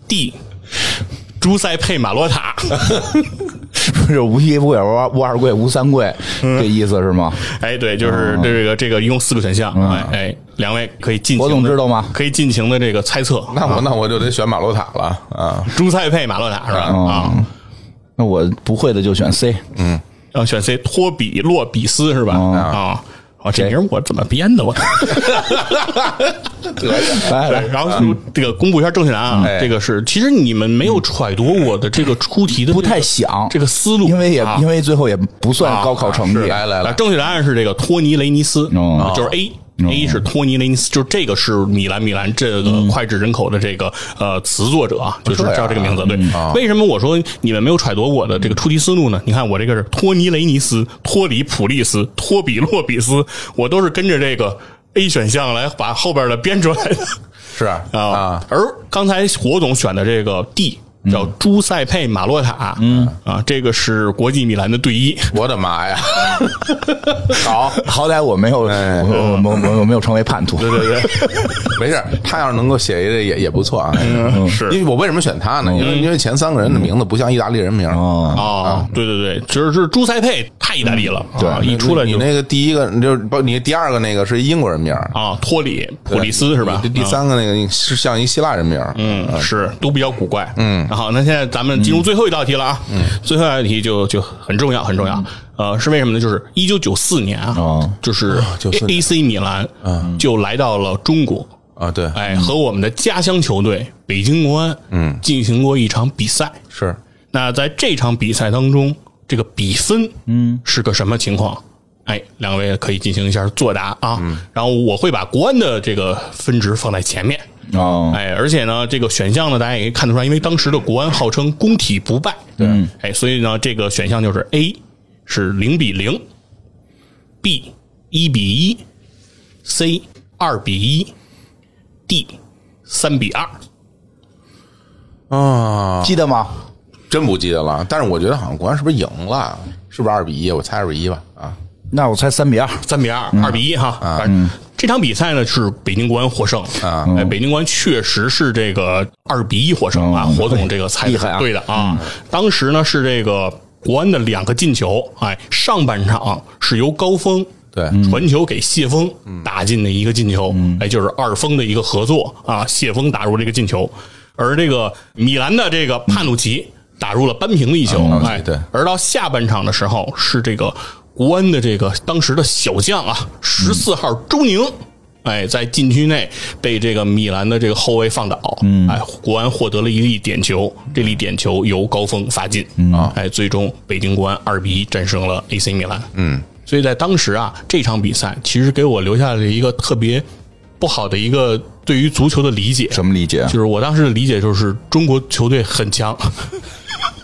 Speaker 1: ，D 朱塞佩马洛塔。
Speaker 2: 不是无一不有，无二贵，无三贵，
Speaker 3: 嗯
Speaker 2: 这意思是吗？
Speaker 1: 哎，对，
Speaker 2: 哦
Speaker 1: 就是这个这个一共四个选项，哎哎，两位可以尽情地，
Speaker 2: 我嗯总知道吗
Speaker 1: 可以尽情的这个猜测，
Speaker 3: 那我那我就得选马洛塔了啊！
Speaker 1: 朱塞佩马洛塔是吧？
Speaker 2: 嗯
Speaker 1: 啊，
Speaker 2: 那我不会的就选 C，
Speaker 1: 要选 C 托比洛比斯是吧？
Speaker 2: 嗯
Speaker 1: 啊，哦，这名儿我怎么编 的我？
Speaker 2: 来来
Speaker 1: 对，，哎然后这个公布一下正确答案
Speaker 2: 嗯
Speaker 1: 啊，
Speaker 3: 哎
Speaker 1: 这个是其实你们没有揣度我的这个出题的这个
Speaker 2: 不太想
Speaker 1: 这个思路，
Speaker 2: 因为也
Speaker 1: 啊
Speaker 2: 因为最后也不算高考成
Speaker 3: 是
Speaker 2: 绩，
Speaker 3: 来来
Speaker 1: 啊
Speaker 3: 来，
Speaker 1: 正确答案是这个托尼雷尼斯啊
Speaker 2: 哦，
Speaker 1: 就是 A。A 是托尼雷尼斯，就是这个是米兰米兰这个
Speaker 2: 嗯
Speaker 1: 脍炙人口的这个呃词作者啊，就是叫这个名字。对，
Speaker 2: 嗯
Speaker 1: 为什么我说你们没有揣度我的这个出题思路呢？你看我这个是托尼雷尼斯、托里普利斯、托比洛比斯，我都是跟着这个 A 选项来把后边的编出来的。
Speaker 3: 是啊啊，
Speaker 1: 而刚才火总选的这个 D 叫朱塞佩马洛塔，嗯啊，这个是国际米兰的队医。
Speaker 3: 我的妈呀！好，
Speaker 2: 好歹我没有，我
Speaker 3: 哎
Speaker 2: 我我我没有成为叛徒，对对对，
Speaker 3: 没事儿，他要是能够写一个也也不错啊。
Speaker 1: 嗯是
Speaker 3: 因为我为什么选他呢？因为因为前三个人的名字不像意大利人名儿
Speaker 2: 哦，
Speaker 1: 哦，对对对，只是朱塞佩太意大利了，啊，
Speaker 3: 你
Speaker 1: 一出来
Speaker 3: 你
Speaker 1: 就
Speaker 3: 那个第一个就是不，你第二个那个是英国人名儿，
Speaker 1: 啊，托里普利斯是吧
Speaker 3: 这？第
Speaker 1: 啊。
Speaker 3: 三个那个是像一希腊人名儿，
Speaker 1: 嗯，是都比较古怪。嗯，好，那现在咱们进入最后一道题了啊。嗯，最后一道题就就很重要，很重要。呃，是为什么呢？就是一九九四年啊
Speaker 2: 哦，
Speaker 1: 就是
Speaker 3: 94
Speaker 1: A C 米兰，嗯，就来到了中国。
Speaker 3: 啊，对，
Speaker 1: 哎，和我们的家乡球队北京国安，嗯，进行过一场比赛。
Speaker 3: 是
Speaker 1: 那在这场比赛当中，这个比分，嗯，是个什么情况？哎，两位可以进行一下作答啊。然后我会把国安的这个分值放在前面。
Speaker 2: 哦，
Speaker 1: 哎，而且呢，这个选项呢，大家也可以看得出来，因为当时的国安号称攻体不败，对，哎，所以呢，这个选项就是 A 是零比零，B 一比一，C 二比一，D 三比二。
Speaker 3: 啊，
Speaker 2: 记得吗？
Speaker 3: 真不记得了。但是我觉得好像国安是不是赢了？是不是二比一？我猜二比一吧。啊，
Speaker 2: 那我猜三比二。
Speaker 1: 三比
Speaker 2: 嗯
Speaker 1: 二、二比一哈。
Speaker 2: 啊
Speaker 1: 反正这场比赛呢是北京国安获胜啊、哎北京国安确实是这个二比一获胜啊，
Speaker 2: 嗯
Speaker 1: 火总这个猜
Speaker 2: 厉
Speaker 1: 的
Speaker 2: 害啊
Speaker 1: 对的啊。当时呢是这个国安的两个进球，哎，上半场是由高峰。
Speaker 3: 对
Speaker 1: 传球给谢峰
Speaker 2: 嗯
Speaker 1: 打进的一个进球，哎，就是二峰的一个合作啊，谢峰打入这个进球，而这个米兰的这个帕努奇打入了扳平的一球，
Speaker 2: 啊
Speaker 3: 嗯
Speaker 1: 哎，
Speaker 3: 对
Speaker 1: 而到下半场的时候，是这个国安的这个当时的小将啊，十四号周宁。哎，在禁区内被这个米兰的这个后卫放倒，嗯，哎，国安获得了一粒点球，这粒点球由高峰发进，啊、哎，最终北京国安二比一战胜了 AC 米兰，嗯，所以在当时啊，这场比赛其实给我留下了一个特别不好的一个对于足球的理解，
Speaker 2: 什么理解？啊
Speaker 1: 就是我当时的理解就是中国球队很强，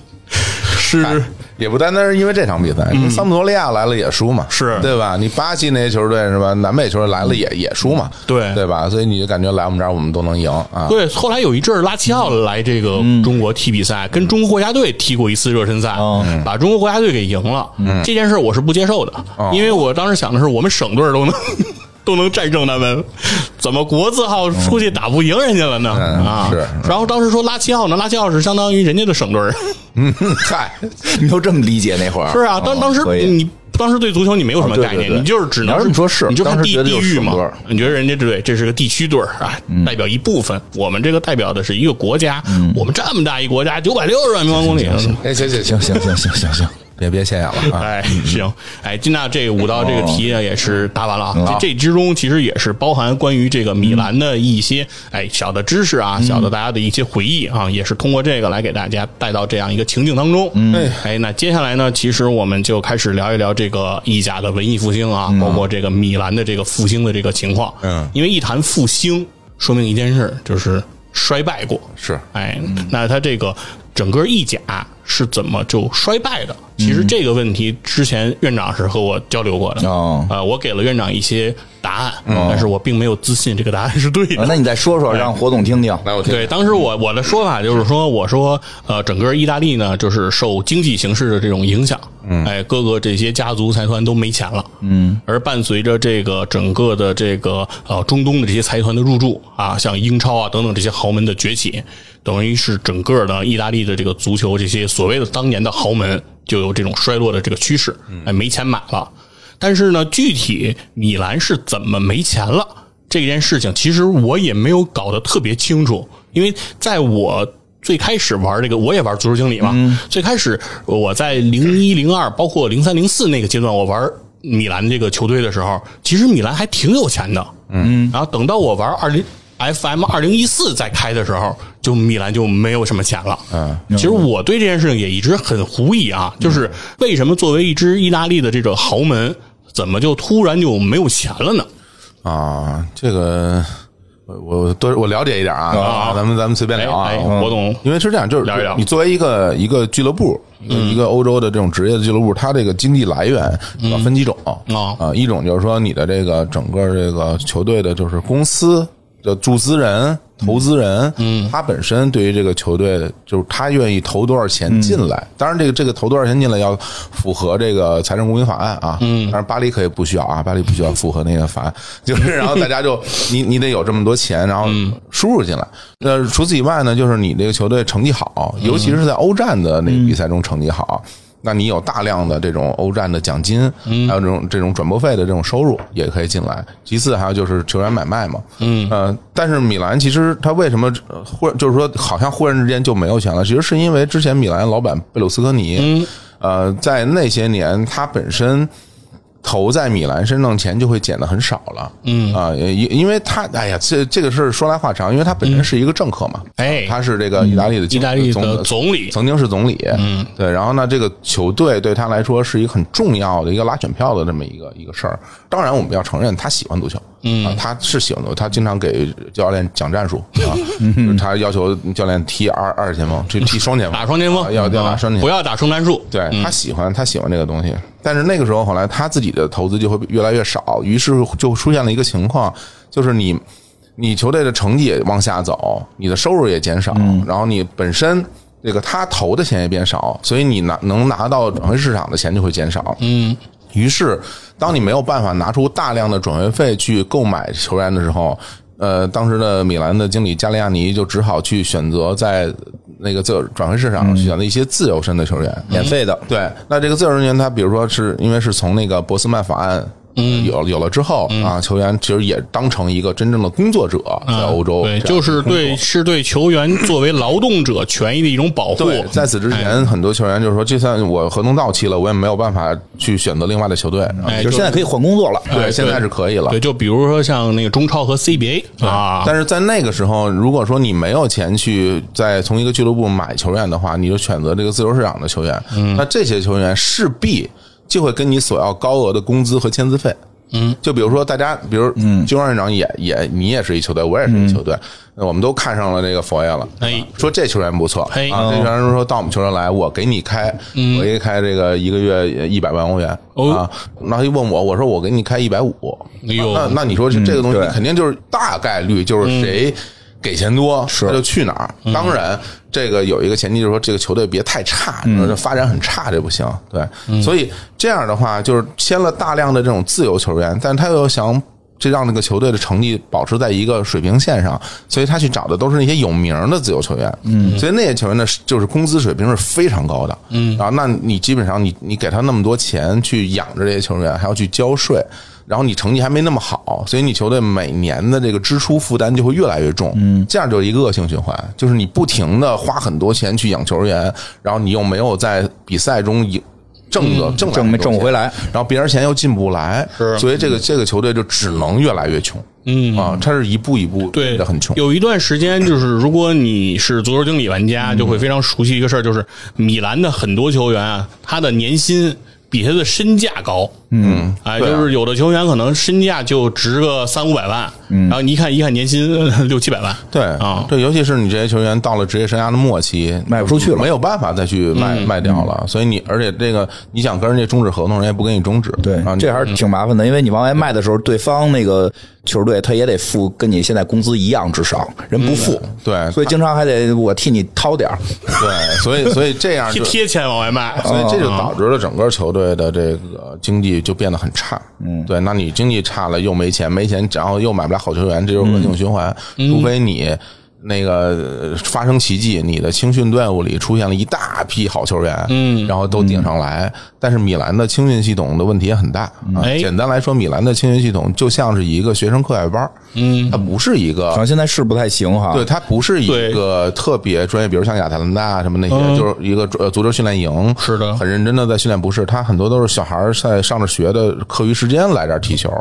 Speaker 1: 是
Speaker 3: 也不单单是因为这场比赛，桑普多利亚来了也输嘛，
Speaker 1: 嗯是
Speaker 3: 对吧？你巴西那些球队是吧？南美球队来了也也输嘛，
Speaker 1: 对
Speaker 3: 对吧？所以你就感觉来我们这儿我们都能赢啊。嗯
Speaker 1: 对，后来有一阵儿拉齐奥来这个中国踢比赛，跟中国国家队踢过一次热身赛，
Speaker 3: 嗯
Speaker 1: 把中国国家队给赢了。这件事儿我是不接受的，
Speaker 3: 哦
Speaker 1: 因为我当时想的是我们省队儿 都能都能战胜他们，怎么国字号出去打不赢人家了呢？
Speaker 3: 嗯
Speaker 1: 啊，
Speaker 3: 是
Speaker 1: 然后当时说拉齐奥呢，拉齐奥是相当于人家的省队儿，
Speaker 3: 嗯，嗨，
Speaker 2: 你都这么理解那会儿？
Speaker 1: 是啊，当当时
Speaker 2: 哦可以
Speaker 1: 你。当时对足球你没有什么
Speaker 2: 哦对对
Speaker 1: 概念，
Speaker 2: 对
Speaker 1: 你就是只
Speaker 2: 你要
Speaker 1: 能
Speaker 2: 这么说是
Speaker 1: 你就看
Speaker 2: 当时
Speaker 1: 地
Speaker 2: 觉得
Speaker 1: 地
Speaker 2: 有
Speaker 1: 域
Speaker 2: 省
Speaker 1: 嘛
Speaker 2: 队儿，嗯
Speaker 1: 你觉得人家对，这是个地区队儿啊，代表一部分。我们这个代表的是一个国家，我们这么大一国家，九百六十万平方公里。啊
Speaker 3: 哎，行行
Speaker 2: 行
Speaker 3: 行，
Speaker 2: 行行行行行，
Speaker 3: 别别现眼 了啊。
Speaker 1: 哎，行，哎，今那这五道这个题呢也是答完了啊。这这之中其实也是包含关于这个米兰的一些哎小的知识啊，小的大家的一些回忆啊，也是通过这个来给大家带到这样一个情境当中。嗯，哎，那接下来呢，其实我们就开始聊一聊这个意甲的文艺复兴啊，包括这个米兰的这个复兴的这个情况。
Speaker 3: 嗯
Speaker 1: 因为一谈复兴，说明一件事就是衰败过。
Speaker 3: 是嗯
Speaker 1: 哎，那他这个整个意甲是怎么就衰败的？
Speaker 3: 嗯
Speaker 1: 其实这个问题之前院长是和我交流过的，
Speaker 2: 哦
Speaker 1: 呃，我给了院长一些答案，
Speaker 3: 哦
Speaker 1: 但是我并没有自信这个答案是对
Speaker 2: 啊
Speaker 1: 的。
Speaker 2: 那你再说说，让火总听听。
Speaker 3: 来，我听
Speaker 1: 对，当时我我的说法就是说，我说，呃，整个意大利呢，就是受经济形势的这种影响，嗯，哎，各个这些家族财团都没钱了，嗯，而伴随着这个整个的这个呃中东的这些财团的入驻啊，像英超啊等等这些豪门的崛起，等于是整个的意大利的这个足球这些所谓的当年的豪门就有这种衰落的这个趋势，哎，没钱买了。但是呢，具体米兰是怎么没钱了这件事情，其实我也没有搞得特别清楚，因为在我最开始玩这个，我也玩足球经理嘛。最开始我在零一零二，包括零三零四那个阶段，我玩米兰这个球队的时候，其实米兰还挺有钱的。嗯，然后等到我玩二零。FM 二零一四在开的时候，就米兰就没有什么钱了。嗯，其实我对这件事情也一直很狐疑啊，就是为什么作为一支意大利的这个豪门，怎么就突然就没有钱了呢？
Speaker 3: 啊，这个我我多我了解一点啊，啊咱们咱们随便
Speaker 1: 哎
Speaker 3: 聊啊
Speaker 1: 哎，，
Speaker 3: 我
Speaker 1: 我懂，
Speaker 3: 因为是这样，就是
Speaker 1: 聊一聊嗯
Speaker 3: 你作为一个一个俱乐部，一个欧洲的这种职业的俱乐部，它这个经济来源主要分几种
Speaker 1: 哦
Speaker 3: 啊，一种就是说你的这个整个这个球队的就是公司的注资人。投资人，嗯，他本身对于这个球队，就是他愿意投多少钱进来。当然，这个这个投多少钱进来要符合这个财政公平法案啊。嗯，当然巴黎可以不需要啊，巴黎不需要符合那个法案，就是然后大家 就你你得有这么多钱，然后输入进来。那除此以外呢，就是你这个球队成绩好，尤其是在欧战的那个比赛中成绩好。那你有大量的这种欧战的奖金，
Speaker 1: 嗯
Speaker 3: 还有这种这种转播费的这种收入也可以进来。其次还有就是球员买卖嘛，嗯呃，但是米兰其实他为什么呃忽然就是说好像忽然之间就没有钱了？其实是因为之前
Speaker 1: 嗯
Speaker 3: 米兰老板贝鲁斯科尼，呃，在那些年他本身。投在米兰身上钱就会减的很少了。嗯啊，因因为他，哎呀，这这个事儿说来话长，因为他本身是一个政客嘛，
Speaker 1: 哎
Speaker 3: 他是这个意大利的
Speaker 1: 嗯
Speaker 3: 经
Speaker 1: 意大利的
Speaker 3: 总
Speaker 1: 总理
Speaker 3: 曾经是总理，嗯，对，然后呢，这个球队对他来说是一个很重要的一个拉选票的这么一个一个事儿。当然，我们要承认他喜欢足球，嗯、啊，他是喜欢足球，他经常给教练讲战术
Speaker 1: 嗯
Speaker 3: 啊，就是他要求教练踢二二前锋，就踢双前锋，
Speaker 1: 打双前锋嗯
Speaker 3: 啊，要要打双前锋
Speaker 1: 不，要打双单数，
Speaker 3: 对他喜欢，他喜欢这个东西。但是那个时候，后来他自己的投资就会越来越少，于是就出现了一个情况，就是你你球队的成绩也往下走，你的收入也减少，然后你本身。这个他投的钱也变少，所以你拿能拿到转会市场的钱就会减少。嗯，于是当你没有办法拿出大量的转会费去购买球员的时候，呃，当时的米兰的经理加利亚尼就只好去选择在那个自由转会市场上去选择一些自由身的球员，
Speaker 1: 嗯
Speaker 2: 免费的，
Speaker 3: 对，那这个自由人员，他比如说是因为是从那个博斯曼法案。嗯，有有了之后啊，球员其实也当成一个真正的工作者，在
Speaker 1: 啊
Speaker 3: 欧洲这
Speaker 1: 对，
Speaker 3: 样
Speaker 1: 就是对是对球员作为劳动者权益的一种保护。
Speaker 3: 对，在此之
Speaker 1: 哎
Speaker 3: 前，很多球员就是说，就算我合同到期了，我也没有办法去选择另外的球队。然后
Speaker 1: 哎，
Speaker 2: 就
Speaker 1: 就是
Speaker 2: 现在可以换工作了。
Speaker 1: 哎
Speaker 3: 对，现在是可以了
Speaker 1: 对，。就比如说像那个中超和 CBA 啊，
Speaker 3: 但是在那个时候，如果说你没有钱去再从一个俱乐部买球员的话，你就选择这个自由市场的球员。
Speaker 1: 嗯
Speaker 3: 那这些球员势必就会跟你索要高额的工资和签字费。嗯，就比如说大家，比如嗯，金光院长也也你也是一球队，我也是一球队，那我们都看上了这个佛爷了。
Speaker 1: 嗯哎
Speaker 3: 说这球员不错，
Speaker 1: 哎嗯
Speaker 3: 啊，这球员说到我们球场来，我给你开，我给你开这个一个月一百万欧元
Speaker 1: 哦
Speaker 3: 啊。然后一问我，我说我给你开一百五，
Speaker 1: 哎呦
Speaker 3: 那那你说这这个东西
Speaker 2: 对
Speaker 3: 肯定就是大概率就是谁给钱多，他就去哪儿。当然，这个有一个前提，就是说这个球队别太差，这发展很差这不行。对，所以这样的话就是签了大量的这种自由球员，但他又想。这让那个球队的成绩保持在一个水平线上，所以他去找的都是那些有名的自由球员，嗯，所以那些球员呢，就是工资水平是非常高的，嗯，然后那你基本上你你给他那么多钱去养着这些球员，还要去交税，然后你成绩还没那么好，所以你球队每年的这个支出负担就会越来越重，嗯，这样就是一个恶性循环，就是你不停的花很多钱去养球员，然后你又没有在比赛中赢挣的挣来
Speaker 2: 嗯挣
Speaker 3: 很
Speaker 2: 没
Speaker 3: 多
Speaker 2: 挣
Speaker 3: 钱
Speaker 2: 回来？
Speaker 3: 然后别人钱又进不来，所以这个这个球队就只能越来越穷，嗯啊，他是一步一步
Speaker 1: 对，
Speaker 3: 变得很穷，
Speaker 1: 有一段时间，就是如果你是足球经理玩
Speaker 3: 嗯
Speaker 1: 家，就会非常熟悉一个事儿，就是米兰的很多球员啊，他的年薪比他的身价高。嗯，哎，
Speaker 3: 对啊
Speaker 1: 就是有的球员可能身价就值个三五百万，然后你一看一看年薪 呃六七百万。
Speaker 3: 嗯对
Speaker 1: 啊
Speaker 3: 这尤其是你这些球员到了职业生涯的末期，
Speaker 2: 卖不出去了
Speaker 3: 没有办法再去卖
Speaker 1: 嗯
Speaker 3: 卖掉了，所以你而且这个你想跟人家终止合同，人家不给你终止，
Speaker 2: 对
Speaker 3: 啊，，
Speaker 2: 这还是挺麻烦的，因为你往外卖的时候，对方那个球队他也得付跟你现在工资一样，至少人不付，
Speaker 3: 对
Speaker 2: 所以经常还得我替你掏
Speaker 3: 啊
Speaker 2: 点儿。
Speaker 3: 对，所以所以这样
Speaker 1: 贴
Speaker 3: 就
Speaker 1: 贴钱往外卖，
Speaker 3: 所以这就导致了整个球队的这个经济就变得很差。嗯，对，那你经济差了又没钱，没钱然后又买不了好球员，这就是恶性循环。除非你那个呃发生奇迹，你的青训队伍里出现了一大批好球员，嗯，然后都顶上来。但是米兰的青训系统的问题也很大啊
Speaker 1: 哎。
Speaker 3: 简单来说，米兰的青训系统就像是一个学生课外班儿，嗯，它不是一个
Speaker 2: 好像现在是不太行哈。
Speaker 3: 对，它不是一个特别专业，比如像亚特兰大什么那些，
Speaker 2: 嗯
Speaker 3: 就是一个呃足球训练营，
Speaker 1: 是的
Speaker 3: 很认真的在训练，不是，它很多都是小孩儿在上着学的课余时间来这儿踢球，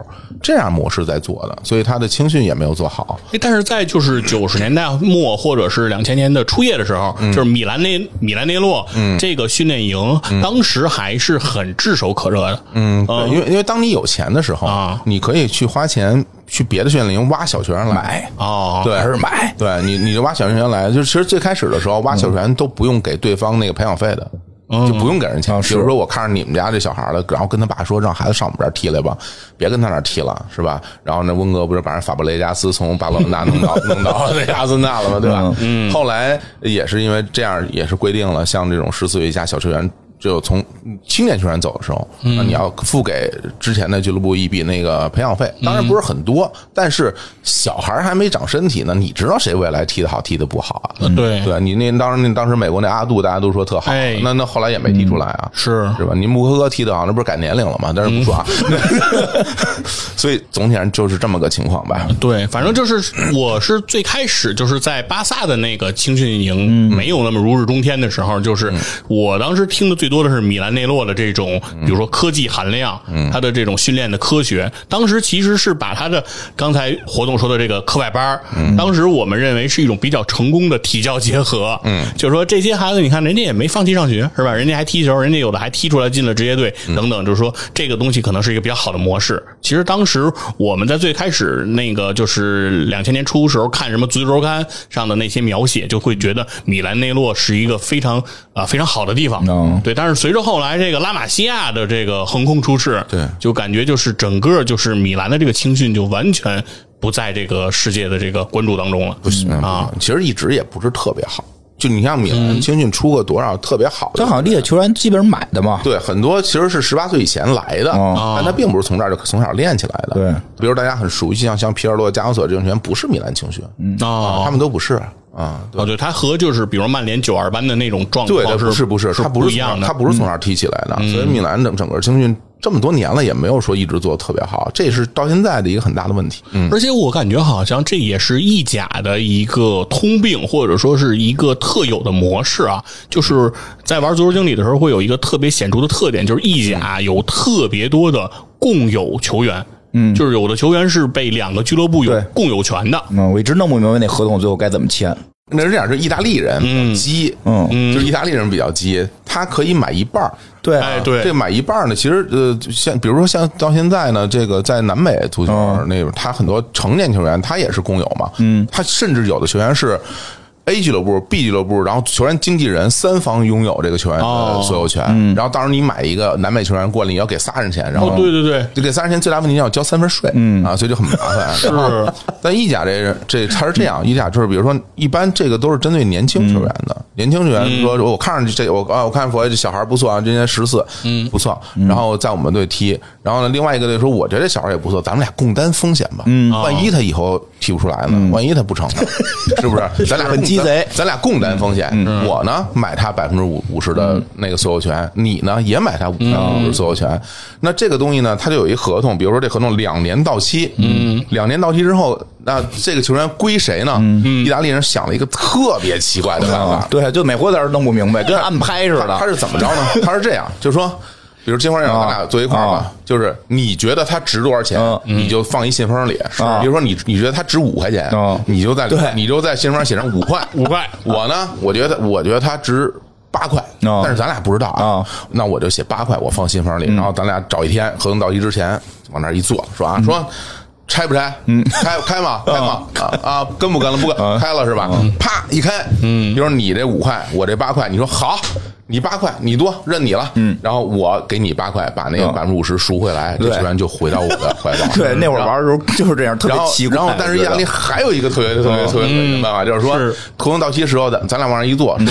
Speaker 3: 这样模式在做的，所以他的青训也没有做好。
Speaker 1: 哎，但是在就是九十年代末或者是两千年的初叶的时候，
Speaker 3: 嗯
Speaker 1: 就是米兰内米兰内洛、这个训练营，
Speaker 3: 嗯
Speaker 1: 当时还是很炙手可热的。嗯，
Speaker 3: 对因为因为当你有钱的时候，
Speaker 1: 啊
Speaker 3: 你可以去花钱去别的训练营挖小学生来
Speaker 2: 买
Speaker 1: 哦，
Speaker 3: 对，
Speaker 2: 还是买
Speaker 3: 对你，你就挖小学员来，就其实最开始的时候挖小学员都不用给对方那个培养费的，就不用给人钱。
Speaker 2: 啊
Speaker 3: 比
Speaker 2: 是
Speaker 3: 如说我看上你们家这小孩了，然后跟他爸说让孩子上我们这儿踢来吧，别跟他那儿踢了，是吧？然后那温格不是把人法布雷加斯从巴洛那弄 到弄到那阿森纳了吗？对吧？嗯，后来也是因为这样，也是规定了，像这种十四岁以下小球员。只有从青年球员走的时候，那你要付给之前的俱乐部一笔那个培养费，当然不是很多，但是小孩还没长身体呢，你知道谁未来踢得好，踢得不好啊？
Speaker 1: 对
Speaker 3: 对你那当时那当时美国那阿杜，大家都说特好，
Speaker 1: 哎嗯
Speaker 3: 那那后来也没踢出来啊，
Speaker 1: 是
Speaker 3: 是吧？你穆科科踢得好，啊那不是改年龄了吗？但是不说啊，
Speaker 1: 嗯
Speaker 3: 所以总体上就是这么个情况吧。
Speaker 1: 对，反正就是我是最开始就是在巴萨的那个青训营没有那么如日中天的时候，就是我当时听的最多的是米兰内洛的这种，比如说科技含量，他的这种训练的科学。当时其实是把他的刚才活动说的这个课外班儿，当时我们认为是一种比较成功的体教结合。嗯，就是说这些孩子，你看人家也没放弃上学，是吧？人家还踢球，人家有的还踢出来进了职业队等等，就是说这个东西可能是一个比较好的模式。其实当时我们在最开始那个就是两千年初时候看什么《足球周刊》上的那些描写，就会觉得米兰内洛是一个非常啊、非常好的地方。
Speaker 2: 嗯
Speaker 1: 对，但是随着后来这个拉玛西亚的这个横空出世，
Speaker 3: 对
Speaker 1: 就感觉就是整个就是米兰的这个青训就完全不在这个世界的这个关注当中了。不行啊，
Speaker 3: 嗯
Speaker 1: 嗯
Speaker 3: 其实一直也不是特别好。就你像米兰青训出过多少特别好的
Speaker 2: 他好像这些球员基本上买的嘛，
Speaker 3: 对，很多其实是十八岁以前来的，
Speaker 1: 啊
Speaker 2: 哦
Speaker 3: 但他并不是从这儿就从小练起来的。
Speaker 2: 对，
Speaker 3: 比如大家很熟悉，像像皮尔洛、加索索这种球员，不是米兰青训，嗯
Speaker 1: 哦
Speaker 3: 他们都不是啊。对
Speaker 1: 哦，对，他和就是比如曼联九二班的那种状
Speaker 3: 对，他
Speaker 1: 况
Speaker 3: 不是
Speaker 1: 不
Speaker 3: 不是，他
Speaker 1: 不
Speaker 3: 是
Speaker 1: 一样
Speaker 3: 从
Speaker 1: 的，
Speaker 3: 他不是从那儿踢起来的，所以米兰整整个青训这么多年了，也没有说一直做的特别好，这是到现在的一个很大的问题。嗯，
Speaker 1: 而且我感觉好像这也是意甲的一个通病，或者说是一个特有的模式啊。就是在玩足球经理的时候，会有一个特别显著的特点，就是意甲有特别多的共有球员。嗯，就是有的球员是被两个俱乐部有
Speaker 2: 对
Speaker 1: 共有权的，
Speaker 2: 嗯，我一直弄不明白那合同最后该怎么签。
Speaker 3: 那是这样，是意大利人比较鸡，
Speaker 2: 嗯
Speaker 3: 就是意大利人比较鸡，他可以买一半儿。
Speaker 2: 对啊
Speaker 1: 哎，对，
Speaker 3: 这买一半儿呢，其实呃，就像比如说像到现在呢，这个在南美足球
Speaker 1: 哦
Speaker 2: 嗯
Speaker 3: 那边，他很多成年球员他也是公有嘛，嗯，他甚至有的球员是 A 俱乐部、B 俱乐部，然后球员经纪人三方拥有这个球员
Speaker 1: 哦
Speaker 3: 的所有权，然后到时候你买一个南美球员过来，你要给仨人钱，然后
Speaker 1: 哦，对对对，
Speaker 3: 就给仨人钱，最大问题你要交三分税，嗯啊，所以就很麻烦。是
Speaker 1: 是
Speaker 3: 但意甲这人这他是这样，意甲就是比如说，一般这个都是针对年轻球员的，年轻球员说我看上去这我啊，我看佛这小孩不错啊，今年十四，嗯，不错，然后在我们队踢，然后呢，另外一个队说我觉得这小孩也不错，咱们俩共担风险吧，嗯，万一他以后踢不出来呢，万一他不成 呢，是不是？咱俩
Speaker 2: 很
Speaker 3: 共担
Speaker 2: 鸡贼
Speaker 3: 咱俩共担风险。
Speaker 2: 嗯
Speaker 3: 我呢买他百分之五五十的那个所有权，你呢也买他
Speaker 2: 嗯
Speaker 3: 五十所有权。那这个东西呢，它就有一合同，比如说这合同两年到期，嗯，两年到期之后，那这个球员归谁呢？
Speaker 2: 嗯
Speaker 3: 意大利人想了一个特别奇怪的办法，
Speaker 2: 对，啊就每回在这儿弄不明
Speaker 3: 哎
Speaker 2: 白，跟暗拍似
Speaker 3: 他他
Speaker 2: 的。
Speaker 3: 是怎么着 呢？他是这样，就是说。比如金花让咱俩坐一块儿嘛
Speaker 2: 啊，嗯
Speaker 3: 就是你觉得他值多少钱，你就放一信封里。
Speaker 2: 啊
Speaker 3: 比如说你你觉得他值五块钱
Speaker 2: 啊，
Speaker 3: 你就在
Speaker 2: 对
Speaker 3: 你就在信封上写上五块，
Speaker 1: 五块
Speaker 3: 我呢，我觉得我觉得它值八块，
Speaker 2: 哦
Speaker 3: 但是咱俩不知道啊
Speaker 2: 哦。嗯
Speaker 3: 那我就写八块，我放信封里，然后咱俩找一天，合同到期之前往那儿一坐，说
Speaker 2: 嗯
Speaker 3: 啊说。拆不拆？嗯，开开吗？
Speaker 2: 哦
Speaker 3: 开吗？啊啊，跟不跟了？不跟，开了是吧？啪一开，嗯，就是你这五块，我这八块，你说好，你八块，你多认你了，嗯，然后我给你八块，把那个
Speaker 2: 嗯
Speaker 3: 百分之五十赎回来，这
Speaker 2: 对。
Speaker 3: 球员就回到我的怀抱
Speaker 2: 对，那会儿
Speaker 3: 然后
Speaker 2: 玩的时候就是这样，特别
Speaker 3: 然后
Speaker 2: 奇，怪。嗯
Speaker 3: 然后，但是意大利还有一个特别特别特别的办法，就是说
Speaker 1: 是
Speaker 3: 合同到期时候，咱咱俩往上一坐，说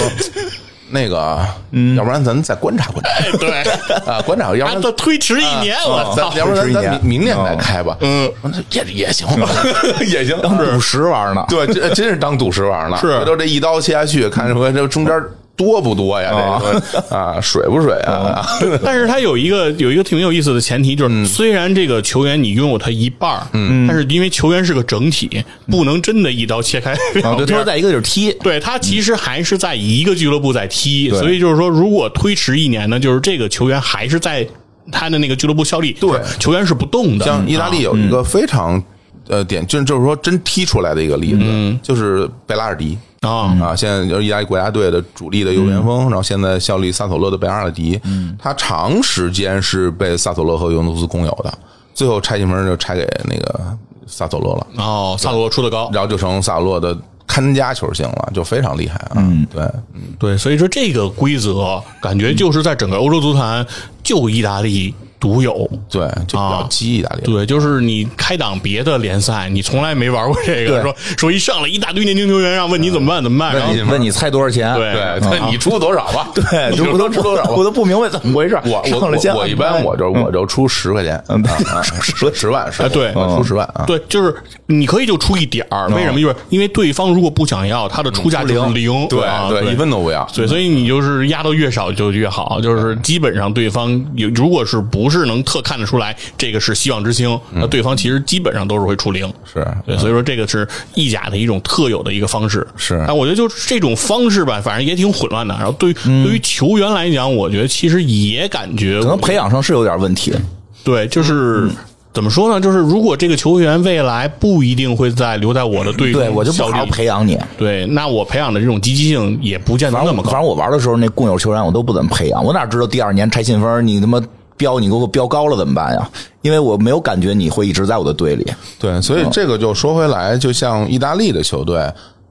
Speaker 3: 那个，
Speaker 2: 嗯
Speaker 3: 要不然咱再观察观察
Speaker 1: 对，
Speaker 3: 啊，观察，要 不
Speaker 1: 他
Speaker 3: 然
Speaker 1: 都推迟一年，我操
Speaker 3: 咱，要不然咱明明年再
Speaker 2: 嗯
Speaker 3: 开吧，
Speaker 1: 嗯，
Speaker 3: 也也行， 也行，
Speaker 2: 当赌石玩呢。
Speaker 3: 对，这真是当赌石玩呢。
Speaker 1: 是
Speaker 3: 回头这一刀切下去，看这这中间多不多呀？这个啊，水不水啊？
Speaker 2: 嗯
Speaker 1: 但是他有一个有一个挺有意思的前提，就是虽然这个球员你拥有他一半儿，嗯，但是因为球员是个整体，不能真的一刀切开
Speaker 2: 啊，
Speaker 1: 两
Speaker 2: 嗯对，他
Speaker 1: 边
Speaker 2: 说
Speaker 1: 儿。
Speaker 2: 在一个就是踢，
Speaker 1: 对他其实还是在一个俱乐部在踢，
Speaker 2: 嗯对
Speaker 1: 所以就是说，如果推迟一年呢，就是这个球员还是在他的那个俱乐部效力，对，球员是不动的。
Speaker 2: 嗯
Speaker 3: 像意大利有一个非常呃点，就就是说真踢出来的一个例
Speaker 2: 嗯
Speaker 3: 子，就是贝拉尔迪。
Speaker 1: 啊，
Speaker 3: 啊，现在就是意大利国家队的主力的右边锋，然后现在效力萨索勒的贝阿尔迪，他长时间是被萨索勒和尤文图斯共有的，最后拆进门就拆给那个萨索勒了，
Speaker 2: 嗯
Speaker 1: 哦，萨罗出的高，
Speaker 3: 然后就成萨索勒的看家球星了，就非常厉害啊。嗯，对，嗯
Speaker 1: 对，所以说这个规则感觉就是在整个欧洲足坛就意大利独有。
Speaker 3: 对，就比较
Speaker 1: 啊
Speaker 3: 激意大利。
Speaker 1: 对，就是你开档别的联赛，你从来没玩过这个，
Speaker 2: 对
Speaker 1: 说说一上来一大堆年轻球员，让问你怎么办怎么办，然后
Speaker 3: 进门
Speaker 2: 问你猜多少钱？
Speaker 1: 对
Speaker 3: 对，对你出多少吧？
Speaker 2: 对，
Speaker 3: 你
Speaker 2: 就
Speaker 3: 就
Speaker 2: 不都
Speaker 3: 出多少吧
Speaker 2: 我都不明白怎么回事。
Speaker 3: 我我
Speaker 2: 上了线
Speaker 3: 我我一般我就我就出十块钱，
Speaker 2: 嗯
Speaker 3: 啊啊十十万十
Speaker 1: 哎对
Speaker 3: 我出十万啊，
Speaker 1: 对，就是你可以就出一点儿，为什么？就是因为对方如果不想要，他的出价就是零，
Speaker 3: 对
Speaker 1: 啊
Speaker 3: 嗯对，一分都不要，
Speaker 1: 对，所以你就是压的越少就越好，就是基本上对方有，如果是不是能特看得出来这个是希望之星，那对方其实基本上都是会出零。
Speaker 3: 是
Speaker 1: 对，所以说这个是意甲的一种特有的一个方式。
Speaker 3: 是
Speaker 1: 啊，我觉得就是这种方式吧，反正也挺混乱的。然后对、对于球员来讲，我觉得其实也感觉
Speaker 2: 嗯可能嗯培养上是有点问题。
Speaker 3: 嗯
Speaker 1: 对，就是。怎么说呢？就是如果这个球员未来不一定会在留在我的队中
Speaker 2: 对我就不
Speaker 1: 效
Speaker 2: 好
Speaker 1: 力
Speaker 2: 好培养你。
Speaker 1: 对，那我培养的这种积极性也不见得
Speaker 2: 反
Speaker 1: 那
Speaker 2: 正
Speaker 1: 么
Speaker 2: 我
Speaker 1: 高
Speaker 2: 反。正我玩的时候，那共有球员我都不怎么培养，我哪知道第二年拆信封你他妈标你给我标高了怎么办呀？因为我没有感觉你会一直在我的队里。
Speaker 3: 对，所以这个就说回来，就像意大利的球队。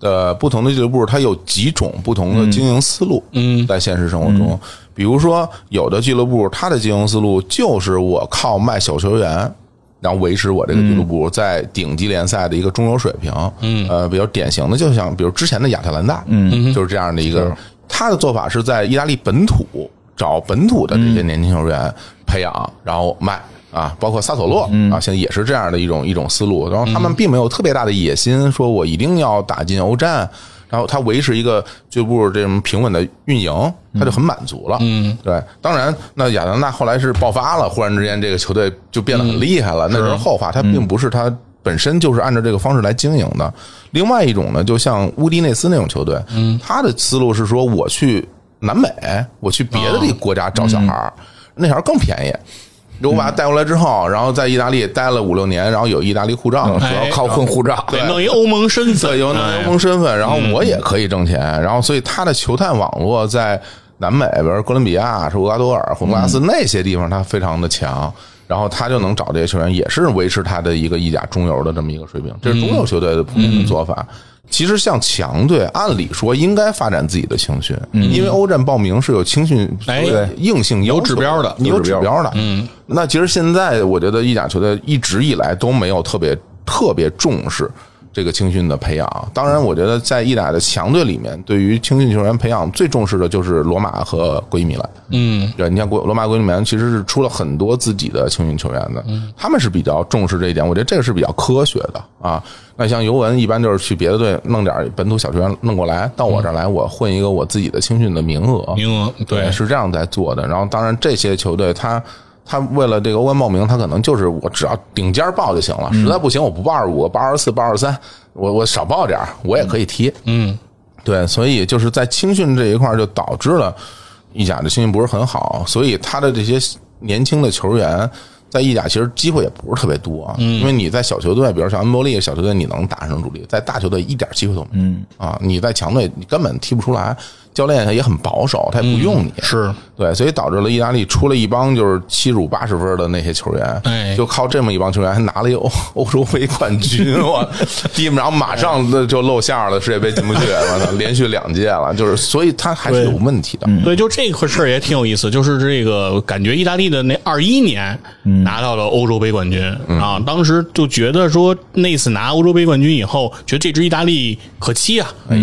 Speaker 3: 呃，不同的俱乐部它有几种不同的经营思路，嗯，在现实生活中，比如说有的俱乐部它的经营思路就是我靠卖小球员，然后维持我这个俱乐部在顶级联赛的一个中游水平，嗯，呃，比较典型的就像比如之前的亚特兰大，嗯，就是这样的一个，他的做法是在意大利本土找本土的这些年轻球员培养，然后卖。啊，包括萨索洛、啊，现在也是这样的一种一种思路。然后他们并没有特别大的野心，说我一定要打进欧战，然后他维持一个俱乐部这种平稳的运营，他就很满足了。嗯，对。当然，那亚特兰大后来是爆发了，忽然之间这个球队就变得很厉害了，那是嗯后话，他并不是他。本身就是按照这个方式来经营的。另外一种呢，就像乌迪内斯那种球队，他的思路是说我去南美，我去别的这个国家找小孩儿，那小孩儿更便宜。我把他带过来之后，然后在意大利待了五六年，然后有意大利护照，
Speaker 2: 主要靠混护照。
Speaker 1: 对，哎嗯弄一欧盟身份，
Speaker 3: 对，有那个欧盟身份，然后我也可以挣钱，然后所以他的球探网络在南美，比如哥伦比亚、是厄瓜多尔、
Speaker 1: 嗯
Speaker 3: 洪都拉斯那些地方，他非常的强。然后他就能找这些球员，也是维持他的一个意甲中游的这么一个水平，这是中
Speaker 1: 嗯
Speaker 3: 游球队的普遍的做法。其实像强队，按理说应该发展自己的青训，因为欧战报名是有青训
Speaker 1: 嗯哎
Speaker 3: 所谓硬性要求
Speaker 1: 有指标的
Speaker 3: 你有
Speaker 2: 有
Speaker 3: 指
Speaker 2: 指标
Speaker 3: 标的。嗯，那其实现在我觉得意甲球队一直以来都没有特别特别重视这个青训的培养。当然，我觉得在意甲的强队里面，对于青训球员培养最重视的就是罗马和国际米兰。嗯，对，你像国罗马、国际米兰其实是出了很多自己的青训球员的，他们是比较重视这一点。我觉得这个是比较科学的啊。那像尤文一般就是去别的队弄点本土小球员弄过来，到我这儿来，我混一个我自己的青训的名额。
Speaker 1: 名额对，
Speaker 3: 是这样在做的。然后，当然这些球队他他为了这个欧冠报名，他可能就是我只要顶尖儿报就行了，实在不行我不报二十五、报二十四、报二十三，我我少报点儿我也可以踢。嗯，对，所以就是在青训这一块儿就导致了意甲的青训不是很好，所以他的这些年轻的球员。在意甲其实机会也不是特别多，啊因为你在小球队，比如像恩波利小球队，你能打上主力，在大球队一点机会都没有。嗯啊，你在强队你根本踢不出来，教练也很保守，他也不用你。
Speaker 1: 是
Speaker 3: 对，所以导致了意大利出了一帮就是七十五八十分的那些球员，
Speaker 1: 哎
Speaker 3: 就靠这么一帮球员还拿了一欧 欧洲杯冠军，我第一，然后马上就露馅了，世界杯进不去，我操，连续两届了，就是，所以他还是有问题的，
Speaker 1: 对，嗯就这个事儿也挺有意思，就是这个感觉意大利的那二一年拿到了欧洲杯冠军、啊，当时就觉得说那次拿欧洲杯冠军以后，觉得这支意大利可期啊，哎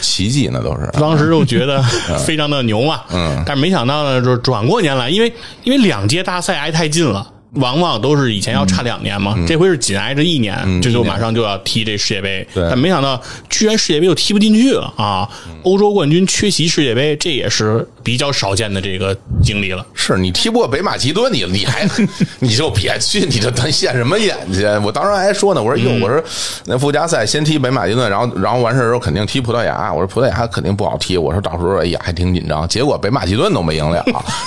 Speaker 3: 奇迹呢都是，
Speaker 1: 当时就觉得
Speaker 3: 嗯
Speaker 1: 非常的牛嘛，嗯，但是没想到呢，就是转过年来，因为因为两届大赛挨太近了。往往都是以前要差两年
Speaker 3: 嗯
Speaker 1: 嘛，这回是紧挨着一年，这就马上就要踢这世界杯。
Speaker 3: 对嗯
Speaker 1: 但没想到，居然世界杯又踢不进去了啊！欧洲冠军缺席世界杯，这也是比较少见的这个经历了。
Speaker 3: 是你踢不过北马其顿，你你 还你就别去，你就咱现什么眼去？我当时还说呢，我说哟，
Speaker 2: 嗯
Speaker 3: 我说那附加赛先踢北马其顿，然后然后完事儿之后肯定踢葡萄牙，我说葡萄牙肯定不好踢，我说到时候哎呀还挺紧张，结果北马其顿都没赢 了，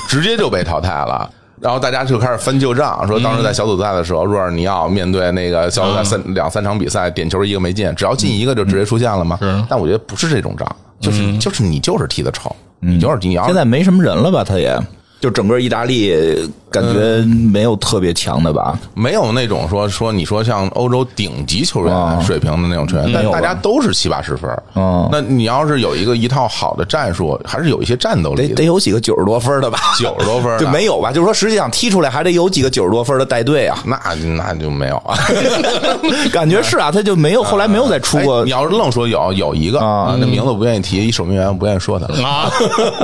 Speaker 3: 直接就被淘汰了。然后大家就开始翻旧账，说当时在
Speaker 2: 嗯
Speaker 3: 小组赛的时候，若尔尼奥面对那个小组赛三两三场比赛，点球一个没进，只要进一个就直接出线了嘛。
Speaker 2: 嗯
Speaker 3: 但我觉得不是这种仗，就是就是你就是踢的丑，你就是你
Speaker 2: 嗯
Speaker 3: 要
Speaker 2: 现在没什么人了吧？他也就整个意大利感觉没有特别强的吧？
Speaker 3: 没有那种说说你说像欧洲顶级球员
Speaker 2: 啊
Speaker 3: 水平的那种球员，但
Speaker 2: 有啊
Speaker 3: 大
Speaker 2: 吧
Speaker 3: 家都是七八十分。
Speaker 2: 哦
Speaker 3: 那你要是有一个一套好的战术，还是有一些战斗
Speaker 2: 得
Speaker 3: 力
Speaker 2: 得
Speaker 3: 的。
Speaker 2: 有几个九十多分的吧？
Speaker 3: 九十多分啊。
Speaker 2: 就没有吧？就是说，啊实际上踢出来还得有几个九十多分的带 队啊
Speaker 3: 那那就没有 啊。
Speaker 2: 感觉是啊，他就没有后来没有再出
Speaker 3: 哎
Speaker 2: 过
Speaker 3: 你要是愣说有有一个
Speaker 2: 啊，
Speaker 3: 那名字我不愿意提，一守门员我不愿意说他了。
Speaker 1: 啊，